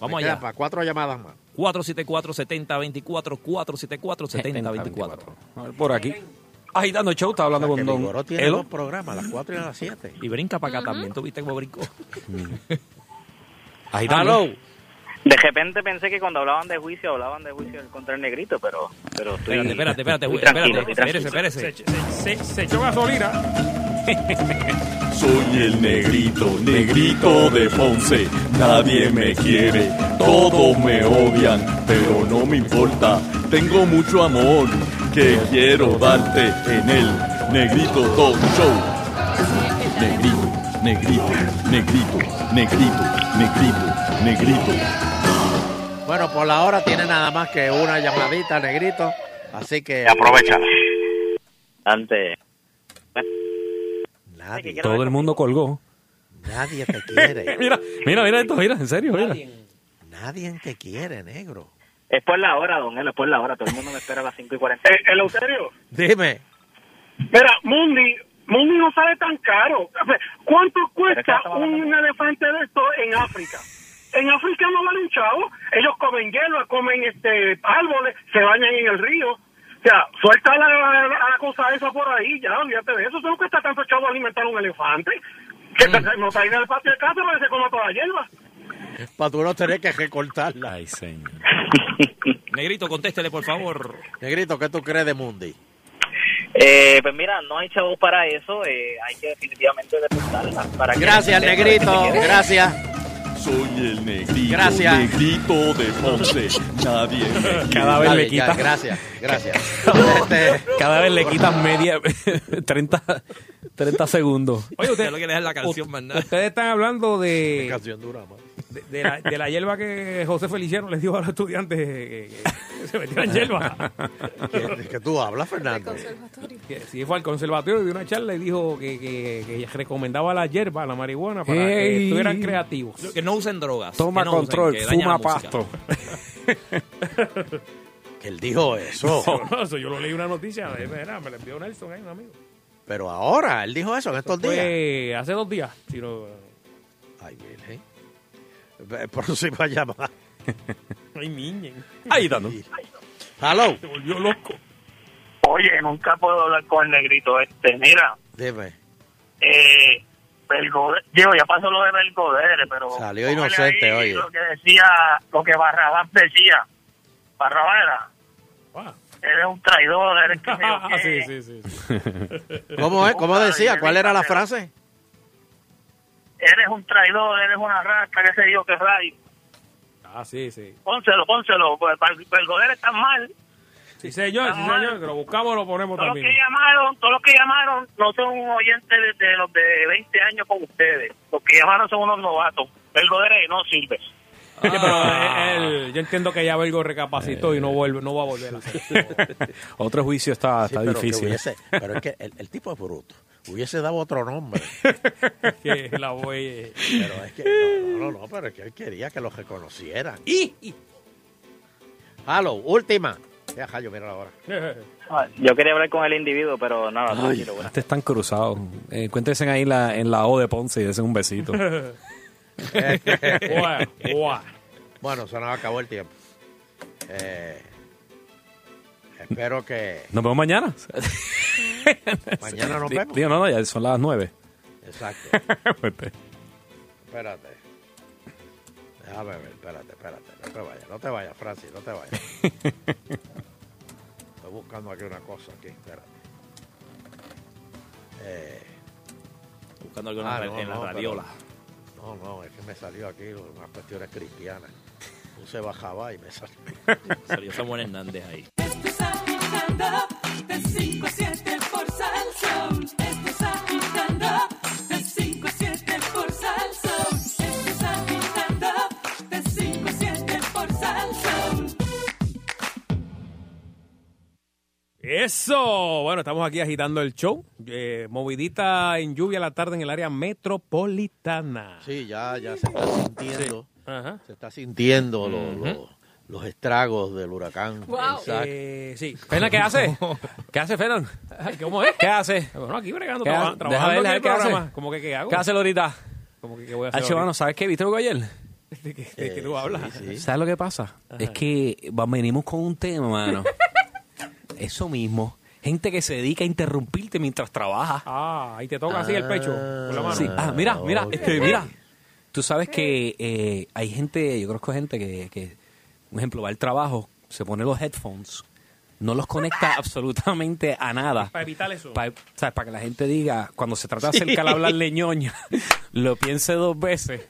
Speaker 12: Vamos allá.
Speaker 3: Para cuatro llamadas más.
Speaker 12: 474-7024, 474-7024.
Speaker 6: A ver, por aquí. Agitando el show, está hablando con Don.
Speaker 3: Ah, Vigoró tiene
Speaker 6: Elo.
Speaker 3: dos programas, a las 4 y a las 7.
Speaker 12: Y brinca para acá también, ¿tú viste cómo brincó?
Speaker 6: Mm. Agitando.
Speaker 15: De repente pensé que cuando hablaban de juicio, hablaban de juicio contra el negrito, pero, pero estoy,
Speaker 12: Espérate, espérate, espérate,
Speaker 15: estoy
Speaker 12: espérate,
Speaker 15: tranquilo,
Speaker 12: espérese,
Speaker 15: estoy tranquilo.
Speaker 12: espérese.
Speaker 2: Se, se echó gasolina.
Speaker 21: Soy el negrito, negrito de Ponce. Nadie me quiere, todos me odian, pero no me importa. Tengo mucho amor que quiero darte en el Negrito Talk Show. Negrito, negrito, negrito, negrito, negrito, negrito.
Speaker 3: Bueno, por la hora tiene nada más que una llamadita, negrito. Así que.
Speaker 4: Aprovechala. Antes.
Speaker 3: Nadie,
Speaker 6: Todo el mundo colgó.
Speaker 3: nadie te quiere.
Speaker 6: Mira, mira, mira esto, mira, en serio, mira.
Speaker 3: Nadie te quiere, negro.
Speaker 4: Es por la hora, don Elo, es por la hora. Todo el mundo me espera a las 5 y 40.
Speaker 22: ¿El Euterio?
Speaker 3: Dime.
Speaker 22: Mira, Mundi, Mundi no sale tan caro. O sea, ¿Cuánto cuesta un elefante de esto en África? En África no vale un chavo. Ellos comen hierba, comen este árboles, se bañan en el río. O sea, suelta la, la- la cosa esa por ahí, ya, olvídate de eso. Eso no cuesta tanto chavo alimentar un elefante. Que te no traiga el patio de casa para que se coma toda la hierba.
Speaker 3: Para tú no tener que recortarla. Ay,
Speaker 6: señor.
Speaker 12: Negrito, contéstele, por favor.
Speaker 3: Negrito, ¿qué tú crees de Mundi?
Speaker 4: Eh, pues mira, no hay chavos para eso. eh, hay que definitivamente deportarla. Para que-
Speaker 3: Gracias,
Speaker 4: para que
Speaker 3: negrito.
Speaker 4: se quede.
Speaker 3: Gracias.
Speaker 21: Soy el negrito,
Speaker 3: Gracias.
Speaker 21: negrito de Ponce. Nadie me quiere.
Speaker 6: Cada vez le
Speaker 21: Dale,
Speaker 6: quita.
Speaker 21: ya, gra-
Speaker 3: Gracias, gracias.
Speaker 6: Cada vez le quitas media 30, 30 segundos.
Speaker 12: Oye, usted lo que le es la canción, más nada.
Speaker 2: Ustedes están hablando de.
Speaker 3: canción
Speaker 2: De, de la, de la hierba que José Feliciano les dio a los estudiantes que, que se metieran hierba.
Speaker 3: ¿Qué, qué tú hablas, Fernando?
Speaker 2: Que Sí, fue al conservatorio, dio una charla y dijo que, que, que recomendaba la hierba, la marihuana, para que
Speaker 6: Ey.
Speaker 2: estuvieran creativos.
Speaker 12: Que no usen drogas.
Speaker 6: Toma
Speaker 12: que no usen,
Speaker 6: control,
Speaker 12: que daña la
Speaker 6: fuma
Speaker 12: música.
Speaker 6: pasto.
Speaker 3: Que él dijo eso.
Speaker 2: No, eso yo lo leí en una noticia, eh, de- mira, me la envió Nelson, ahí, un amigo.
Speaker 3: Pero ahora, él dijo eso en estos días.
Speaker 2: Fue Pues, hace dos días. si no-
Speaker 3: Ay, Virgen. Eh, Próxima llamada.
Speaker 2: Ay, miñen.
Speaker 6: Ahí dando.
Speaker 3: Hello.
Speaker 2: Se volvió loco.
Speaker 10: Oye, nunca puedo hablar con el negrito este. Mira,
Speaker 3: Dime.
Speaker 10: eh, Belgodere, digo, ya pasó lo de Belgodere, pero...
Speaker 3: Salió inocente,
Speaker 10: ahí
Speaker 3: oye.
Speaker 10: Lo que decía, lo que Barrabás decía. Barrabás era, eres un traidor, eres que sé yo qué.
Speaker 2: Ah, sí, sí, sí.
Speaker 3: ¿Cómo es? ¿Cómo decía? ¿Cuál era la frase?
Speaker 10: Eres un traidor, eres una rasca, qué sé yo, qué rayo.
Speaker 2: Ah, sí, sí.
Speaker 10: Pónselo, pónselo, pues, para- Belgodere está mal.
Speaker 2: Sí, señor, sí, señor. que Lo buscamos, lo ponemos
Speaker 10: Todos los que
Speaker 2: también.
Speaker 10: llamaron, todos los que llamaron no son oyentes de, de los de 20 años con ustedes. Los que llamaron son unos novatos. Belgodere no sirve.
Speaker 2: Sí,
Speaker 6: Ah.
Speaker 2: pero él- él- yo entiendo que ya Belgo recapacitó
Speaker 6: Eh.
Speaker 2: y no vuelve, no va a volver a hacer.
Speaker 6: Otro juicio está, está
Speaker 3: pero que
Speaker 6: difícil.
Speaker 3: hubiese- pero es que el, el tipo es bruto. Hubiese dado otro nombre.
Speaker 2: que la voy. eh.
Speaker 3: Pero es que. No, no, no, pero es que él quería que lo reconocieran. ¡Y! Hello, última. Ya, Jayo, mira la hora.
Speaker 4: Ah, Yo quería hablar con el individuo, pero nada,
Speaker 3: ah,
Speaker 4: no
Speaker 6: Ay,
Speaker 4: quiero. bueno.
Speaker 6: este están cruzados. Eh, Encuéntrense ahí en la, en la O de Ponce y desen un besito.
Speaker 3: bueno, se nos acabó el tiempo. Eh, espero que.
Speaker 6: Nos vemos mañana.
Speaker 3: Mañana nos
Speaker 6: Di-
Speaker 3: vemos.
Speaker 6: Digo, no, no, ya son las nueve. Pues
Speaker 3: Exacto.
Speaker 6: Fuerte.
Speaker 3: Espérate. Déjame ver, espérate, espérate. No te vayas, no te vayas, Francis, no te vayas. Estoy buscando aquí una cosa, aquí, espérate. Eh,
Speaker 12: Buscando algo en la
Speaker 3: ah,
Speaker 12: ra-
Speaker 3: no,
Speaker 12: en la
Speaker 3: no, pero-
Speaker 12: radiola.
Speaker 3: no, no, es que me salió aquí unas cuestiones cristianas. Puse bajaba y me salió.
Speaker 12: Salió Samuel Hernández ahí.
Speaker 8: agitando de 5 a 7 por Salsón. Esto es agitando de 5 a 7 por Salsón. Esto es agitando de 5 a 7 por Salsón.
Speaker 2: Eso. Bueno, estamos aquí agitando el show. Eh, movidita en lluvia a la tarde en el área metropolitana.
Speaker 3: Sí, ya, ya se está sintiendo.
Speaker 2: Ajá.
Speaker 3: Se está Entiendo lo- lo- los estragos del huracán. Isaac.
Speaker 2: Eh, sí.
Speaker 23: Fena, ¿qué hace?
Speaker 6: ¿Qué hace, Fenan?
Speaker 2: ¿Cómo es?
Speaker 6: ¿Qué hace?
Speaker 2: Bueno, aquí bregando,
Speaker 6: ¿Qué
Speaker 2: traba-
Speaker 6: hace? Deja
Speaker 2: trabajando
Speaker 6: ver,
Speaker 2: en
Speaker 6: deja ver,
Speaker 2: el
Speaker 6: ¿qué hace?
Speaker 2: programa. ¿Cómo que qué hago?
Speaker 6: ¿Qué hace Lorita?
Speaker 2: ¿Cómo que qué voy a hacer
Speaker 6: Ah, chavano, ¿sabes qué? ¿Viste lo que ayer?
Speaker 2: ahorita? ¿De qué- de
Speaker 3: eh,
Speaker 2: qué tú hablas?
Speaker 6: ¿Sabes lo que pasa? Es que va- venimos con un tema, mano. Eso mismo. Gente que se dedica a interrumpirte mientras trabaja.
Speaker 2: Ah, ahí te toca así el pecho con la mano.
Speaker 6: Sí. Ah, mira, mira, este, mira. Tú sabes que eh, hay gente, yo conozco gente que, que, un ejemplo, va al trabajo, se pone los headphones no los conecta absolutamente a nada.
Speaker 2: Para evitar eso.
Speaker 6: Pa- o sea, para que la gente diga, cuando se trata
Speaker 2: Sí.
Speaker 6: acerca de hablarle ñoña, lo piense dos veces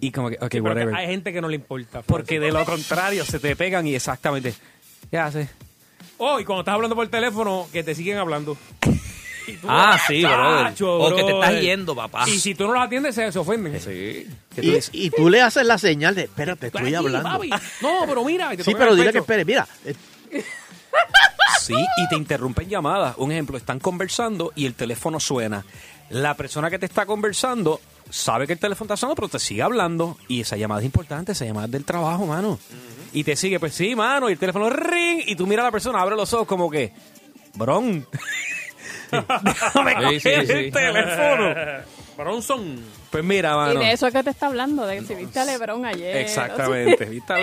Speaker 6: y como que, ok,
Speaker 2: Mm. Sí, pero que
Speaker 6: whatever.
Speaker 2: hay gente que no le importa.
Speaker 6: Porque de lo contrario se te pegan y exactamente, ¿qué haces?
Speaker 2: Oh, y cuando estás hablando por teléfono, que te siguen hablando. Y tú,
Speaker 12: Ah, sí, brother.
Speaker 2: "Tacho,
Speaker 12: O que te
Speaker 2: brother".
Speaker 12: estás yendo, papá.
Speaker 2: Y si tú no los atiendes, se, se ofenden. Sí.
Speaker 3: Y, y tú le haces la señal de, espérate, estoy hablando.
Speaker 2: No, pero mira. y te
Speaker 3: Sí,
Speaker 2: tocan
Speaker 3: pero
Speaker 2: el
Speaker 3: dile que
Speaker 2: pecho.
Speaker 3: espere, mira. eh,
Speaker 6: Sí, y te interrumpen llamadas. Un ejemplo, están conversando y el teléfono suena. La persona que te está conversando sabe que el teléfono está sonando, pero te sigue hablando. Y esa llamada es importante, esa llamada es del trabajo, mano. Y te sigue, pues sí, mano, y el teléfono ring. Y tú miras a la persona, abre los ojos como que, bron. Déjame
Speaker 2: Sí, sí,
Speaker 6: coger
Speaker 2: sí.
Speaker 6: el teléfono.
Speaker 2: Bronson.
Speaker 6: Pues mira,
Speaker 5: Y
Speaker 6: mano.
Speaker 5: de eso es que te está hablando, de que si viste a Lebron ayer. Eh,
Speaker 6: Exactamente, ¿viste?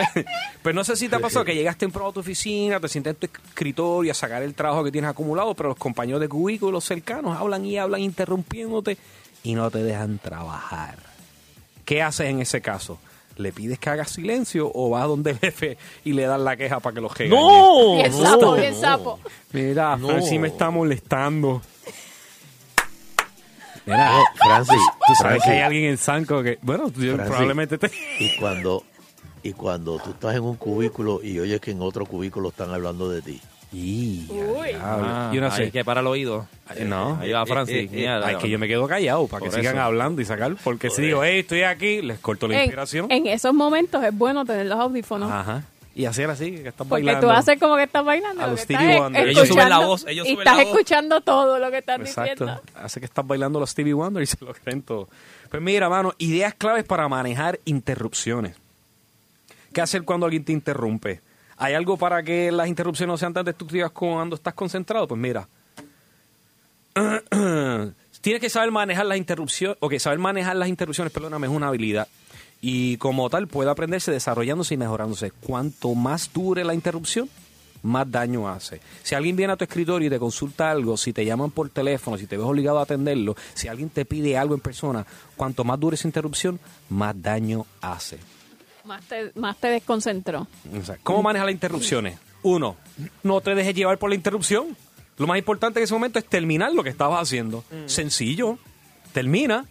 Speaker 6: Pero no sé si te ha pasado que llegas temprano a tu oficina, te sientas en tu escritorio a sacar el trabajo que tienes acumulado, pero los compañeros de cubículo los cercanos hablan y hablan interrumpiéndote y no te dejan trabajar. ¿Qué haces en ese caso? ¿Le pides que haga silencio o vas donde el jefe y le das la queja para que lo regañe?
Speaker 5: ¡No! Bien sapo, bien sapo.
Speaker 6: Mira,
Speaker 5: No.
Speaker 6: Fran sí me está molestando. Mira,
Speaker 3: No,
Speaker 5: Ah,
Speaker 3: Francis,
Speaker 6: tú sabes
Speaker 3: Francis.
Speaker 6: que hay alguien en Sanco que, bueno, yo
Speaker 3: Francis,
Speaker 6: probablemente te...
Speaker 3: Y cuando, y cuando tú estás en un cubículo y oyes que en otro cubículo están hablando de ti.
Speaker 5: Uy.
Speaker 6: Ah, yo no sé.
Speaker 12: Hay Ah, que para el oído.
Speaker 6: Eh, No,
Speaker 12: Ahí va Francis. Mira,
Speaker 6: Ay,
Speaker 12: no.
Speaker 6: que yo me quedo callado para que
Speaker 12: Por
Speaker 6: sigan
Speaker 12: eso.
Speaker 6: hablando y sacar. Porque si
Speaker 12: Por
Speaker 6: digo, hey, estoy aquí, les corto la
Speaker 5: En,
Speaker 6: inspiración.
Speaker 5: en esos momentos es bueno tener los audífonos.
Speaker 6: Ajá. Y hacer así, que estás
Speaker 5: Porque
Speaker 6: bailando.
Speaker 5: tú haces como que estás bailando.
Speaker 6: A
Speaker 5: lo
Speaker 6: los
Speaker 5: que
Speaker 6: Stevie
Speaker 5: estás
Speaker 6: Wonder.
Speaker 5: escuchando,
Speaker 6: Ellos suben la voz, ellos
Speaker 5: y
Speaker 6: suben
Speaker 5: estás
Speaker 6: la voz.
Speaker 5: escuchando todo lo que están
Speaker 6: Exacto.
Speaker 5: diciendo.
Speaker 6: Hace que estás bailando los Stevie Wonder y se lo creen todo. Pues mira, mano, ideas claves para manejar interrupciones. ¿Qué hacer cuando alguien te interrumpe? ¿Hay algo para que las interrupciones no sean tan destructivas como cuando estás concentrado? Pues mira. Tienes que saber manejar las interrupciones. Ok, saber manejar las interrupciones, perdóname, es una habilidad. Y como tal, puede aprenderse desarrollándose y mejorándose. Cuanto más dure la interrupción, más daño hace. Si alguien viene a tu escritorio y te consulta algo, si te llaman por teléfono, si te ves obligado a atenderlo, si alguien te pide algo en persona, cuanto más dure esa interrupción, más daño hace.
Speaker 5: Más te, más te desconcentró.
Speaker 6: O sea, ¿Cómo maneja las interrupciones? Uno, no te dejes llevar por la interrupción. Lo más importante en ese momento es terminar lo que estabas haciendo. Sencillo. Termina.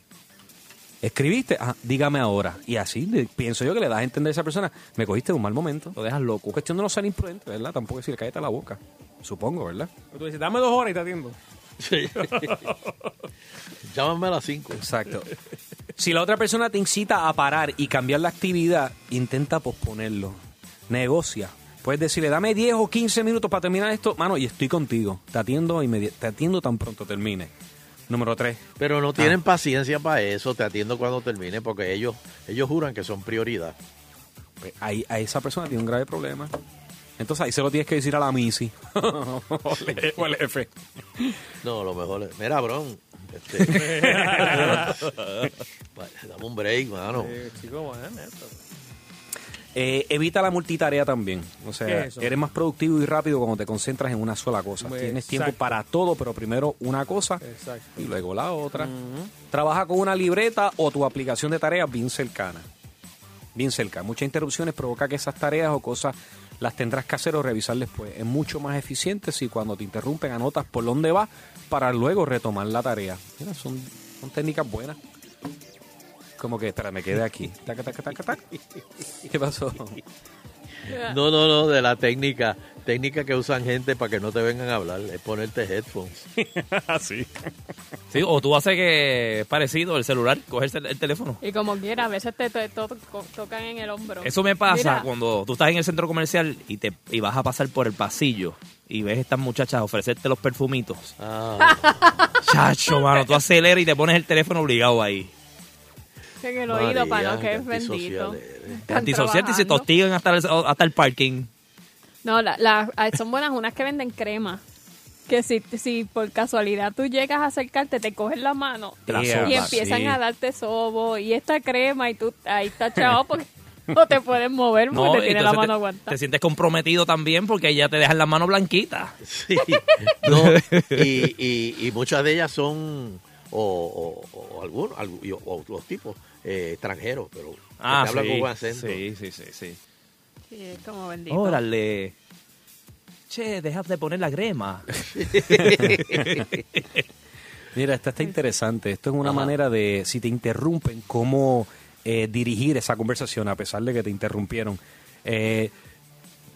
Speaker 6: Escribiste. Ah, dígame ahora. Y así le- pienso yo que le das a entender a esa persona. Me cogiste en un mal momento. Lo dejas loco. Cuestión de no ser imprudente, ¿verdad? Tampoco decir cállate la boca. Supongo, ¿verdad?
Speaker 2: Tú dices, dame dos horas y te atiendo.
Speaker 3: Llámame a las 5.
Speaker 6: Exacto. Si la otra persona te incita a parar y cambiar la actividad, intenta posponerlo. Negocia. Puedes decirle, dame 10 o 15 minutos para terminar esto, mano, y estoy contigo. Te atiendo, inmedi- te atiendo tan pronto termine. Número 3.
Speaker 3: Pero
Speaker 6: Ah.
Speaker 3: no tienen paciencia para eso, te atiendo cuando termine, porque ellos, ellos juran que son prioridad.
Speaker 6: Pues, Ahí, a esa persona tiene un grave problema. Entonces ahí se lo tienes que decir a la Missy. o al jefe.
Speaker 3: No, lo mejor es. Mira, bron. Este, Vale, dame un break, mano.
Speaker 2: Eh, chico, bueno, esto.
Speaker 6: Eh, evita la multitarea también. O
Speaker 2: ¿Qué es
Speaker 6: sea,
Speaker 2: eso?
Speaker 6: eres más productivo y rápido cuando te concentras en una sola cosa.
Speaker 2: Exacto. Eh.
Speaker 6: Tienes tiempo para todo, pero primero una cosa y luego la otra.
Speaker 2: Ujú.
Speaker 6: Trabaja con una libreta o tu aplicación de tareas bien cercana. Bien cerca. Muchas interrupciones provoca que esas tareas o cosas las tendrás que hacer o revisar después. Es mucho más eficiente si cuando te interrumpen anotas por dónde vas para luego retomar la tarea. Mira, son, son técnicas buenas. Como que, espera, me quedé aquí. Taca, taca, taca, taca. ¿Qué pasó?
Speaker 3: No, no, no, de la técnica. Técnica que usan gente para que no te vengan a hablar. Es ponerte headphones.
Speaker 6: Así.
Speaker 12: Sí, o tú haces que parecido el celular, cogerse el, el teléfono.
Speaker 5: Y como quiera, a veces te, te to- co- tocan en el hombro.
Speaker 12: Eso me pasa
Speaker 5: Mira,
Speaker 12: cuando tú estás en el centro comercial y te y vas a pasar por el pasillo y ves estas muchachas ofrecerte los perfumitos.
Speaker 5: Ah.
Speaker 12: Chacho, mano, tú aceleras y te pones el teléfono obligado ahí.
Speaker 5: en el oído, para no
Speaker 12: María,
Speaker 5: que es bendito. Están
Speaker 12: Antisocial y se te
Speaker 5: trabajando.
Speaker 12: hostigan hasta el, hasta el parking.
Speaker 5: No, la- la- ah, son buenas unas que venden crema. Que si, si por casualidad tú llegas a acercarte, te cogen la mano
Speaker 8: Te la
Speaker 5: y
Speaker 8: soban,
Speaker 5: empiezan
Speaker 8: sí.
Speaker 5: a darte sobo y esta crema y tú ahí está chao porque no te puedes mover porque te tiene la
Speaker 12: entonces
Speaker 5: mano
Speaker 12: te-
Speaker 5: aguantada.
Speaker 12: Te sientes comprometido también porque ya te dejan la mano blanquita.
Speaker 3: Sí. No, y, y- y muchas de ellas son, o, o- o algunos, algu- y- o los tipos, eh, extranjeros, pero que
Speaker 12: Ah,
Speaker 3: te hablan
Speaker 12: sí,
Speaker 3: con buen acento.
Speaker 12: Sí, sí, sí, sí.
Speaker 5: Sí, es como bendito.
Speaker 12: Órale. Che, dejas de poner la crema.
Speaker 6: Mira, esta está interesante. Esto es una manera de, si te interrumpen, cómo eh, dirigir esa conversación a pesar de que te interrumpieron. Eh,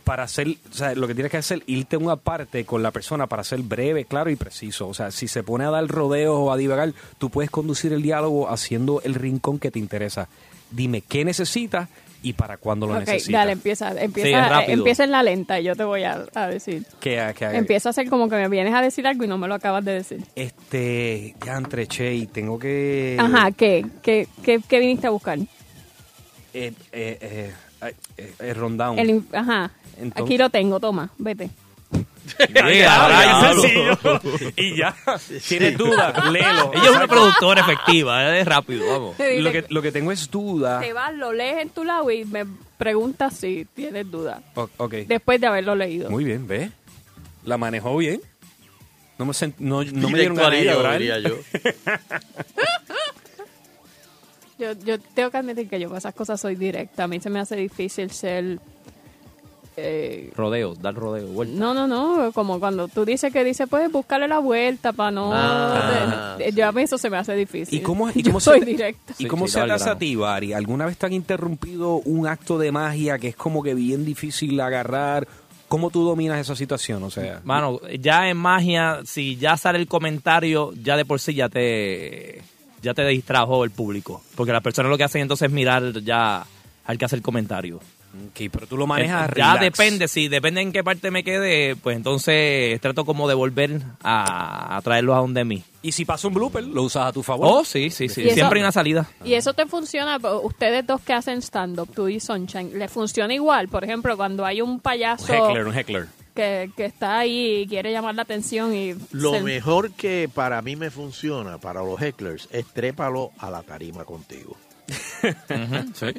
Speaker 6: para hacer, o sea, lo que tienes que hacer, irte a una parte con la persona para ser breve, claro y preciso. O sea, si se pone a dar rodeos o a divagar, tú puedes conducir el diálogo haciendo el rincón que te interesa. Dime qué necesitas y para cuándo lo
Speaker 5: Ok,
Speaker 6: necesitas.
Speaker 5: dale, empieza,
Speaker 6: es
Speaker 5: empieza,
Speaker 6: rápido.
Speaker 5: empieza en la lenta y yo te voy a, a decir.
Speaker 6: Que, que-
Speaker 5: Empieza a hacer como que me vienes a decir algo y no me lo acabas de decir.
Speaker 6: Este, ya entre, che, y tengo que...
Speaker 5: Ajá, ¿qué? ¿Qué, qué, qué viniste a buscar?
Speaker 6: Eh, eh, eh, ay, eh, eh, rundown.
Speaker 5: El in- ajá,
Speaker 6: Entonces-
Speaker 5: aquí lo tengo, toma, vete.
Speaker 6: y ya, tienes dudas, léelo.
Speaker 12: Ella es una productora
Speaker 6: eh,
Speaker 12: efectiva, es rápido, vamos.
Speaker 5: Te dice-
Speaker 6: Lo que, lo que tengo es duda.
Speaker 5: Te vas, lo lees en tu lado y me preguntas si tienes duda.
Speaker 6: O- ok.
Speaker 5: Después de haberlo leído.
Speaker 6: Muy bien, ve. La manejó bien. No me, sent- no, no
Speaker 3: Directo
Speaker 6: me dieron ganas de
Speaker 3: al hilo,
Speaker 6: llorar.
Speaker 3: diría yo.
Speaker 5: Yo, yo tengo que admitir que yo con esas cosas soy directa. A mí se me hace difícil ser... eh,
Speaker 12: Rodeo, dar rodeo, vuelta.
Speaker 5: no, no, no, como cuando tú dices que dices, pues buscarle la vuelta para no...
Speaker 6: Ah,
Speaker 5: de- de- yo a mí eso se me hace difícil.
Speaker 6: ¿Y cómo, y
Speaker 5: Yo
Speaker 6: cómo
Speaker 5: soy
Speaker 6: se, te-
Speaker 5: directa.
Speaker 6: ¿Y cómo se te hace a ti, Bari? ¿Alguna vez te han interrumpido un acto de magia que es como que bien difícil agarrar? ¿Cómo tú dominas esa situación? O sea,
Speaker 12: Mano, ya en magia, si ya sale el comentario, ya de por sí ya te, ya te distrajo el público. Porque las personas lo que hacen entonces es mirar ya al que hace el comentario. Eh,
Speaker 6: Ok, pero tú lo manejas
Speaker 12: Ya
Speaker 6: relax.
Speaker 12: depende, si depende en qué parte me quede, pues entonces trato como de volver a, a traerlos a donde mí.
Speaker 6: Y si pasa un blooper, lo usas a tu favor.
Speaker 12: Oh, sí, sí, sí.
Speaker 5: Y eso-
Speaker 12: Siempre hay una salida.
Speaker 5: Y eso te funciona, pero ustedes dos que hacen stand-up, tú y Sunshine, ¿le funciona igual? Por ejemplo, cuando hay un payaso
Speaker 6: heckler.
Speaker 5: que, que está ahí y quiere llamar la atención y...
Speaker 3: Lo
Speaker 5: se-
Speaker 3: mejor que para mí me funciona, para los hecklers, es trépalo a la tarima contigo.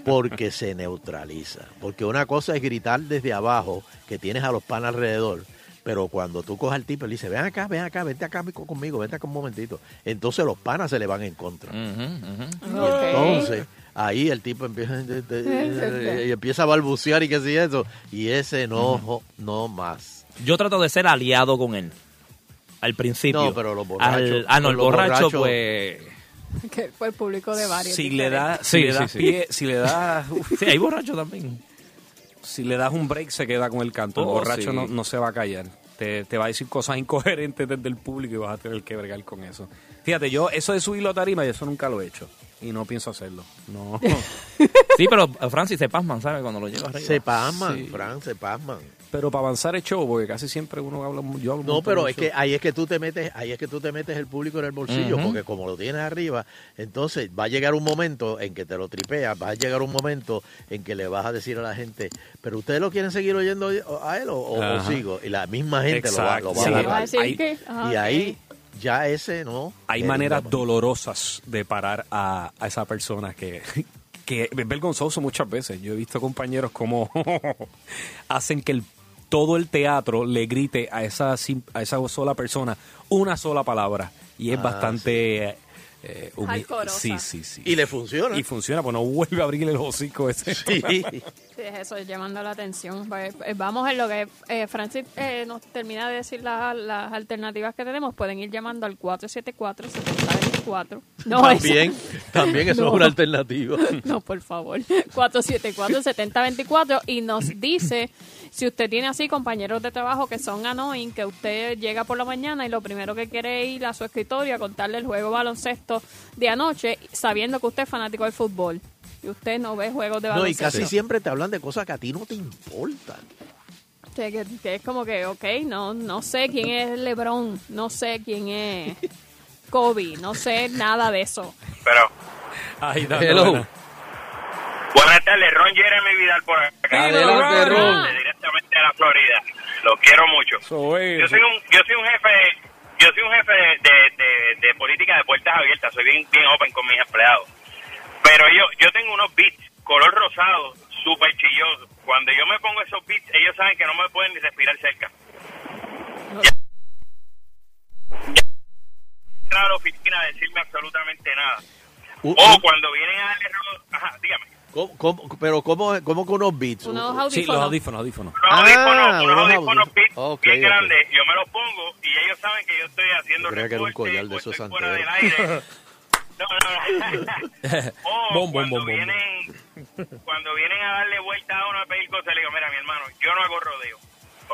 Speaker 3: Porque se neutraliza. Porque una cosa es gritar desde abajo, que tienes a los pan alrededor, pero cuando tú coges al tipo y le dices, ven acá, ven acá, vente acá co- conmigo, vente acá un momentito, entonces los panas se le van en contra.
Speaker 8: Ok.
Speaker 3: Y entonces ahí el tipo empieza, y empieza a balbucear y qué sé yo, eso, y ese enojo no más.
Speaker 12: Yo trato de ser aliado con él. Al principio.
Speaker 3: No, pero los borrachos-
Speaker 12: Al- ah, no, el
Speaker 3: los
Speaker 12: borracho,
Speaker 3: borrachos-
Speaker 12: pues. eh,
Speaker 5: que fue el público de varios.
Speaker 6: Si le
Speaker 5: diferentes.
Speaker 6: das, si
Speaker 12: Sí,
Speaker 6: le
Speaker 12: sí,
Speaker 6: das
Speaker 12: sí.
Speaker 6: pie, si le das,
Speaker 12: Sí, hay borracho también.
Speaker 6: Si le das un break, se queda con el canto. el
Speaker 12: Oh,
Speaker 6: borracho
Speaker 12: sí.
Speaker 6: no, no se va a callar. Te, te va a decir cosas incoherentes desde el público y vas a tener que bregar con eso. Fíjate, yo eso de subirlo a tarima, yo eso nunca lo he hecho. Y no pienso hacerlo. No.
Speaker 12: sí, pero eh, Francis se pasman, ¿sabes? Cuando lo llevas arriba.
Speaker 3: Se pasman,
Speaker 6: Sí.
Speaker 3: Fran, se pasman.
Speaker 6: Pero para avanzar el show, porque casi siempre uno habla... mu- Yo hablo un
Speaker 3: No,
Speaker 6: montón
Speaker 3: pero
Speaker 6: del
Speaker 3: es
Speaker 6: show.
Speaker 3: que ahí es que tú te metes, ahí es que tú te metes el público en el bolsillo,
Speaker 6: Ujú.
Speaker 3: porque como lo tienes arriba, entonces va a llegar un momento en que te lo tripeas, va a llegar un momento en que le vas a decir a la gente, pero ustedes lo quieren seguir oyendo a él o, o- o
Speaker 6: Ajá.
Speaker 3: sigo, y la misma gente lo va, lo va
Speaker 6: Exacto. Sí.
Speaker 3: a
Speaker 6: Le va a
Speaker 3: agarrar.
Speaker 6: decir Ahí- que,
Speaker 3: y
Speaker 5: ah, ok.
Speaker 3: ahí ya ese no.
Speaker 6: Hay
Speaker 3: El-
Speaker 6: maneras dolorosas de parar a, a esa persona que, que es vergonzoso muchas veces. Yo he visto compañeros como hacen que el- todo el teatro le grite a esa, sim- a esa sola persona una sola palabra. Y es
Speaker 3: Ah,
Speaker 6: bastante... eh, humi-
Speaker 5: Alcorosa.
Speaker 6: sí, sí, sí.
Speaker 3: Y le funciona.
Speaker 6: Y funciona, pues no vuelve a abrirle el hocico ese.
Speaker 5: Sí, es eso, llamando la atención. Pues, eh, Vamos en lo que eh, Francis eh, nos termina de decir la- las alternativas que tenemos. Pueden ir llamando al 474-7024. No, esa-
Speaker 3: también, también eso
Speaker 5: No.
Speaker 3: es una alternativa.
Speaker 5: No, por favor. 474-7024 y nos dice si usted tiene así compañeros de trabajo que son annoying, que usted llega por la mañana y lo primero que quiere es ir a su escritorio a contarle el juego de baloncesto de anoche, sabiendo que usted es fanático del fútbol y usted no ve juegos de
Speaker 3: No, y
Speaker 5: baloncesto.
Speaker 3: casi siempre te hablan de cosas que a ti no te importan.
Speaker 5: Que, que- que es como que, ok, no, no sé quién es LeBron, no sé quién es Kobe, no sé nada de eso.
Speaker 6: Pero... Ahí dando
Speaker 12: Hello.
Speaker 6: buena.
Speaker 10: Buenas tardes, Ron Jeremy Vidal por acá.
Speaker 12: Adelante, Ron.
Speaker 10: De Directamente a la Florida. Lo quiero mucho.
Speaker 2: eh,
Speaker 10: Yo soy un, yo soy un jefe, yo soy un jefe de, de- de- de política de puertas abiertas. Soy bien, bien open con mis empleados. Pero yo, yo tengo unos beats color rosado, súper chillosos. Cuando yo me pongo esos beats, ellos saben que no me pueden ni respirar cerca. Entrar a la oficina a decirme absolutamente nada.
Speaker 3: U-
Speaker 10: O
Speaker 3: u-
Speaker 6: Oh,
Speaker 12: Oh.
Speaker 10: cuando vienen a darle ro- ajá, dígame.
Speaker 3: ¿Cómo- cómo- pero cómo, cómo con unos beats? Ah,
Speaker 5: Unos
Speaker 3: Sí,
Speaker 5: audífonos.
Speaker 3: los audífonos, audífonos.
Speaker 4: Unos audífonos, unos audífonos
Speaker 3: bien,
Speaker 4: grandes.
Speaker 3: Yo me los pongo y ellos saben que yo estoy haciendo Creo que era un collar de esos santeros. Oh.
Speaker 2: Bom, bom, bom, bom.
Speaker 4: Cuando vienen a darle vuelta a uno a pedir cosas, le digo, mira, mi hermano, yo no hago rodeo.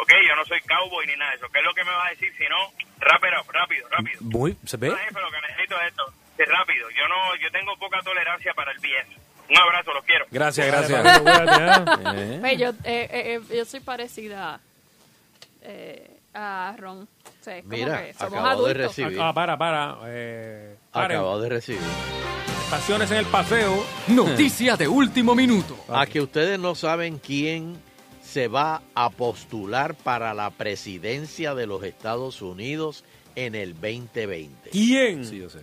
Speaker 4: Ok, yo no soy cowboy ni nada de eso. ¿Qué es lo que me vas a decir si no? Rapper up, rápido, rápido.
Speaker 6: Muy, se ve.
Speaker 4: Jefe, lo que necesito es esto. Es rápido. Yo no, yo tengo poca tolerancia para el bien. Un abrazo, los quiero.
Speaker 6: Gracias,
Speaker 2: Vale,
Speaker 6: gracias.
Speaker 2: vale, cuídate,
Speaker 6: Eh.
Speaker 5: Ve, yo, eh, eh, eh, yo soy parecida eh, a Ron. O sea, es como
Speaker 3: Mira,
Speaker 5: que somos
Speaker 3: acabo de
Speaker 5: adultos.
Speaker 3: recibir.
Speaker 2: Ah, para, para. Eh, paren.
Speaker 3: Acabado de recibir.
Speaker 2: Estaciones en el paseo.
Speaker 3: Noticia
Speaker 2: de último minuto.
Speaker 3: A que ustedes no saben quién se va a postular para la presidencia de los Estados Unidos en el 2020.
Speaker 2: ¿Quién?
Speaker 3: Sí, yo sé.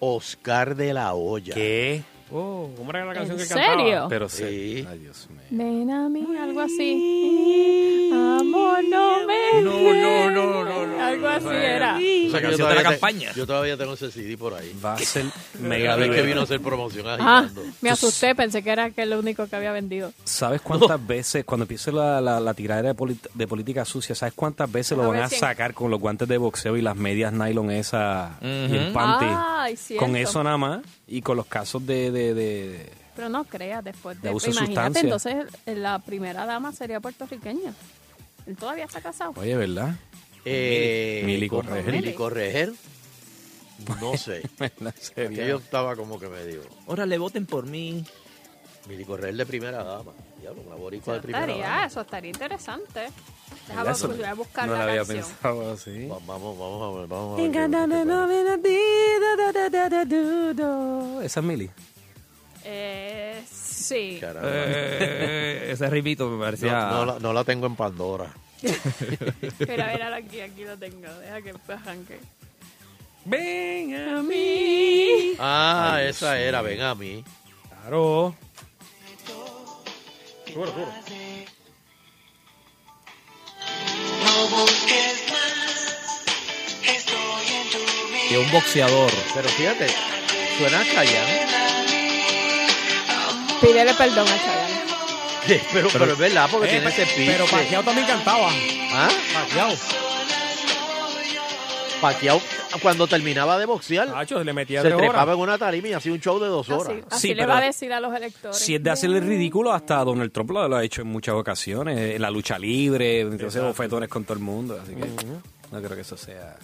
Speaker 3: Oscar de la Hoya. ¿Qué?
Speaker 2: Oh, ¿cómo era la canción
Speaker 5: ¿En
Speaker 2: que cantaba?
Speaker 5: serio?
Speaker 3: Pero sí.
Speaker 5: Ven a mí, algo así. Amor, no me. No, no, no, no. algo así era.
Speaker 3: O sea, que yo
Speaker 10: Canción de
Speaker 3: todavía
Speaker 10: la
Speaker 3: te-
Speaker 10: campaña.
Speaker 3: yo todavía tengo ese CD por ahí. Va a ser mega
Speaker 6: mega
Speaker 3: vez que
Speaker 6: libero.
Speaker 3: vino a hacer promoción
Speaker 5: Ah,
Speaker 3: agitando.
Speaker 5: me asusté, pensé que era que lo único que había vendido.
Speaker 6: ¿Sabes cuántas veces, cuando empiece la, la, la tiradera de, polit- de política sucia, ¿sabes cuántas veces
Speaker 5: A
Speaker 6: lo van
Speaker 5: ver
Speaker 6: a
Speaker 5: si-
Speaker 6: sacar con los guantes de boxeo y las medias nylon esas y el
Speaker 5: Ujú.
Speaker 6: panty?
Speaker 5: Ay, Ah, cierto.
Speaker 6: con eso nada más y con los casos de... de, de-
Speaker 5: Pero no creas, después
Speaker 6: De
Speaker 5: de.
Speaker 6: abuso de
Speaker 5: imagínate,
Speaker 6: sustancia.
Speaker 5: entonces la primera dama sería puertorriqueña. Él todavía está casado.
Speaker 6: Oye, ¿verdad?
Speaker 3: Eh,
Speaker 6: Mili
Speaker 3: con-
Speaker 6: Correger.
Speaker 3: Mili Correger. No sé.
Speaker 6: No sé,
Speaker 3: Que yo estaba como que me digo,
Speaker 10: Órale, voten por mí.
Speaker 3: Mili Correger de primera dama. Diablo, una boricua de primera dama.
Speaker 5: Estaría, eso estaría interesante. Déjame
Speaker 3: ¿Verdad?
Speaker 5: pues, voy a buscar
Speaker 3: No
Speaker 5: la,
Speaker 3: la había
Speaker 5: canción.
Speaker 3: pensado. Va- Vamos, vamos a ver, vamos a ver.
Speaker 6: Esa es Mili.
Speaker 5: Eh, sí.
Speaker 10: Eh, ese rimito me parecía.
Speaker 3: No, no la, no la tengo en Pandora.
Speaker 5: Espera, a ver, aquí, aquí lo tengo. Deja que arranque.
Speaker 2: Ven
Speaker 5: a mí.
Speaker 3: Ah,
Speaker 2: Ay, Dios
Speaker 3: esa
Speaker 2: mío.
Speaker 3: era, ven a mí.
Speaker 2: Claro. Seguro, seguro.
Speaker 10: De un boxeador.
Speaker 3: Pero fíjate, suena callado.
Speaker 5: Pídele perdón a Chayanne.
Speaker 3: Pero, pero, es verdad, porque
Speaker 2: Eh,
Speaker 3: tiene ese pinche.
Speaker 2: Pero Pacquiao también cantaba.
Speaker 3: ¿Ah?
Speaker 2: Pacquiao.
Speaker 3: Pacquiao, cuando terminaba de boxear,
Speaker 2: Nacho, le metía
Speaker 3: se
Speaker 2: tres horas.
Speaker 3: trepaba en una tarima y hacía un show de dos horas.
Speaker 5: Así, así
Speaker 6: Sí,
Speaker 5: le
Speaker 6: pero-
Speaker 5: va a decir a los electores.
Speaker 6: Si es de hacer el ridículo,
Speaker 5: eh,
Speaker 6: hasta Donald Trump lo, lo ha hecho en muchas ocasiones. En la lucha libre, entonces bofetones con todo el mundo. Así que no creo que eso sea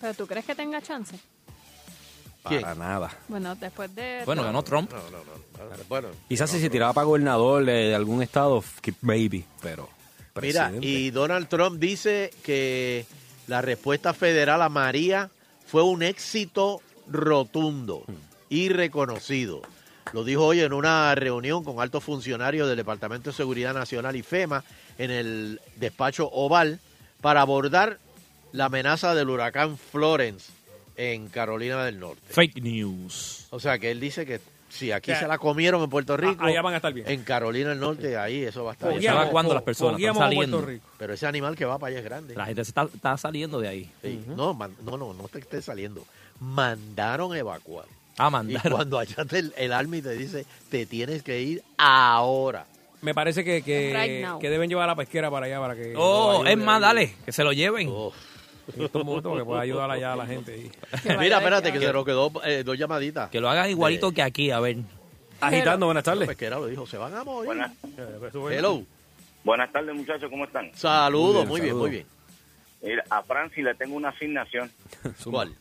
Speaker 5: Pero tú crees que tenga chance.
Speaker 6: para nada.
Speaker 5: Bueno, después de.
Speaker 10: Trump.
Speaker 3: No, no, no. Bueno,
Speaker 6: Quizás si se tiraba para gobernador de, de algún estado, que maybe, pero.
Speaker 3: Mira,
Speaker 6: presidente.
Speaker 3: y Donald Trump dice que la respuesta federal a María fue un éxito rotundo
Speaker 10: Hmm.
Speaker 3: y reconocido. Lo dijo hoy en una reunión con altos funcionarios del Departamento de Seguridad Nacional y FEMA en el despacho Oval para abordar la amenaza del huracán Florence en Carolina del Norte.
Speaker 10: Fake news.
Speaker 3: O sea que él dice que si aquí
Speaker 2: O sea,
Speaker 3: se la comieron en Puerto Rico,
Speaker 2: a- Ah, allá van a estar bien.
Speaker 3: En Carolina del Norte, ahí eso va a estar
Speaker 10: Oye, estaba cuando las personas están
Speaker 2: Fogueamos a Puerto
Speaker 10: saliendo.
Speaker 2: Rico.
Speaker 3: Pero ese animal que va para allá es grande.
Speaker 10: La gente se está, está saliendo de ahí.
Speaker 3: Sí. no, man- no, no, no te estés saliendo. Mandaron evacuar.
Speaker 10: Ah,
Speaker 3: Y
Speaker 10: mandaron.
Speaker 3: cuando allá te- el army te dice, te tienes que ir ahora.
Speaker 2: Me parece que, que,
Speaker 3: Right now.
Speaker 2: que deben llevar a la pesquera para allá para que.
Speaker 10: Oh,
Speaker 2: lo
Speaker 10: es
Speaker 2: ayude
Speaker 10: más,
Speaker 2: ahí.
Speaker 10: dale, que se lo lleven.
Speaker 3: Oh.
Speaker 2: En estos momentos que pueda ayudar allá a la gente. ahí.
Speaker 3: Mira, espérate, que se nos quedó eh, dos llamaditas.
Speaker 10: Que lo hagan igualito que aquí, a ver. Agitando,
Speaker 6: buenas
Speaker 3: La pesquera lo dijo, se van a morir.
Speaker 4: Buenas.
Speaker 3: Hello.
Speaker 4: Buenas tardes, muchachos, ¿cómo están?
Speaker 3: Saludos, muy bien, muy bien.
Speaker 4: Mira, a Francis le tengo una asignación.
Speaker 3: ¿Cuál?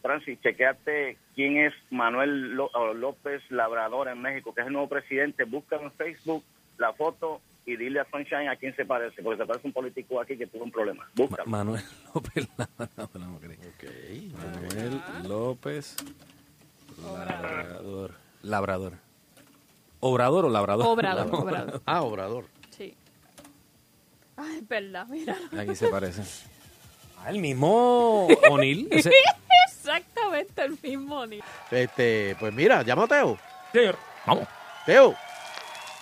Speaker 4: Francis, chequeate quién es Manuel Ló- o López Labrador en México, que es el nuevo presidente. Busca en Facebook la foto y dile a Sunshine a quién se parece, porque se parece un político aquí que tuvo un problema. Busca.
Speaker 6: Ma- Manuel López Labrador. no, no creo. Manuel López Labrador. Labrador. ¿Obrador o labrador?
Speaker 5: Obrador, obrador.
Speaker 3: Ah, obrador.
Speaker 5: Sí. Ay, es verdad, mira.
Speaker 6: Aquí se parece. Ah, el mismo O'Neill. ese-
Speaker 5: Exactamente el mismo ni.
Speaker 3: Este, pues mira, llama a Teo.
Speaker 2: Señor.
Speaker 3: Vamos. Teo.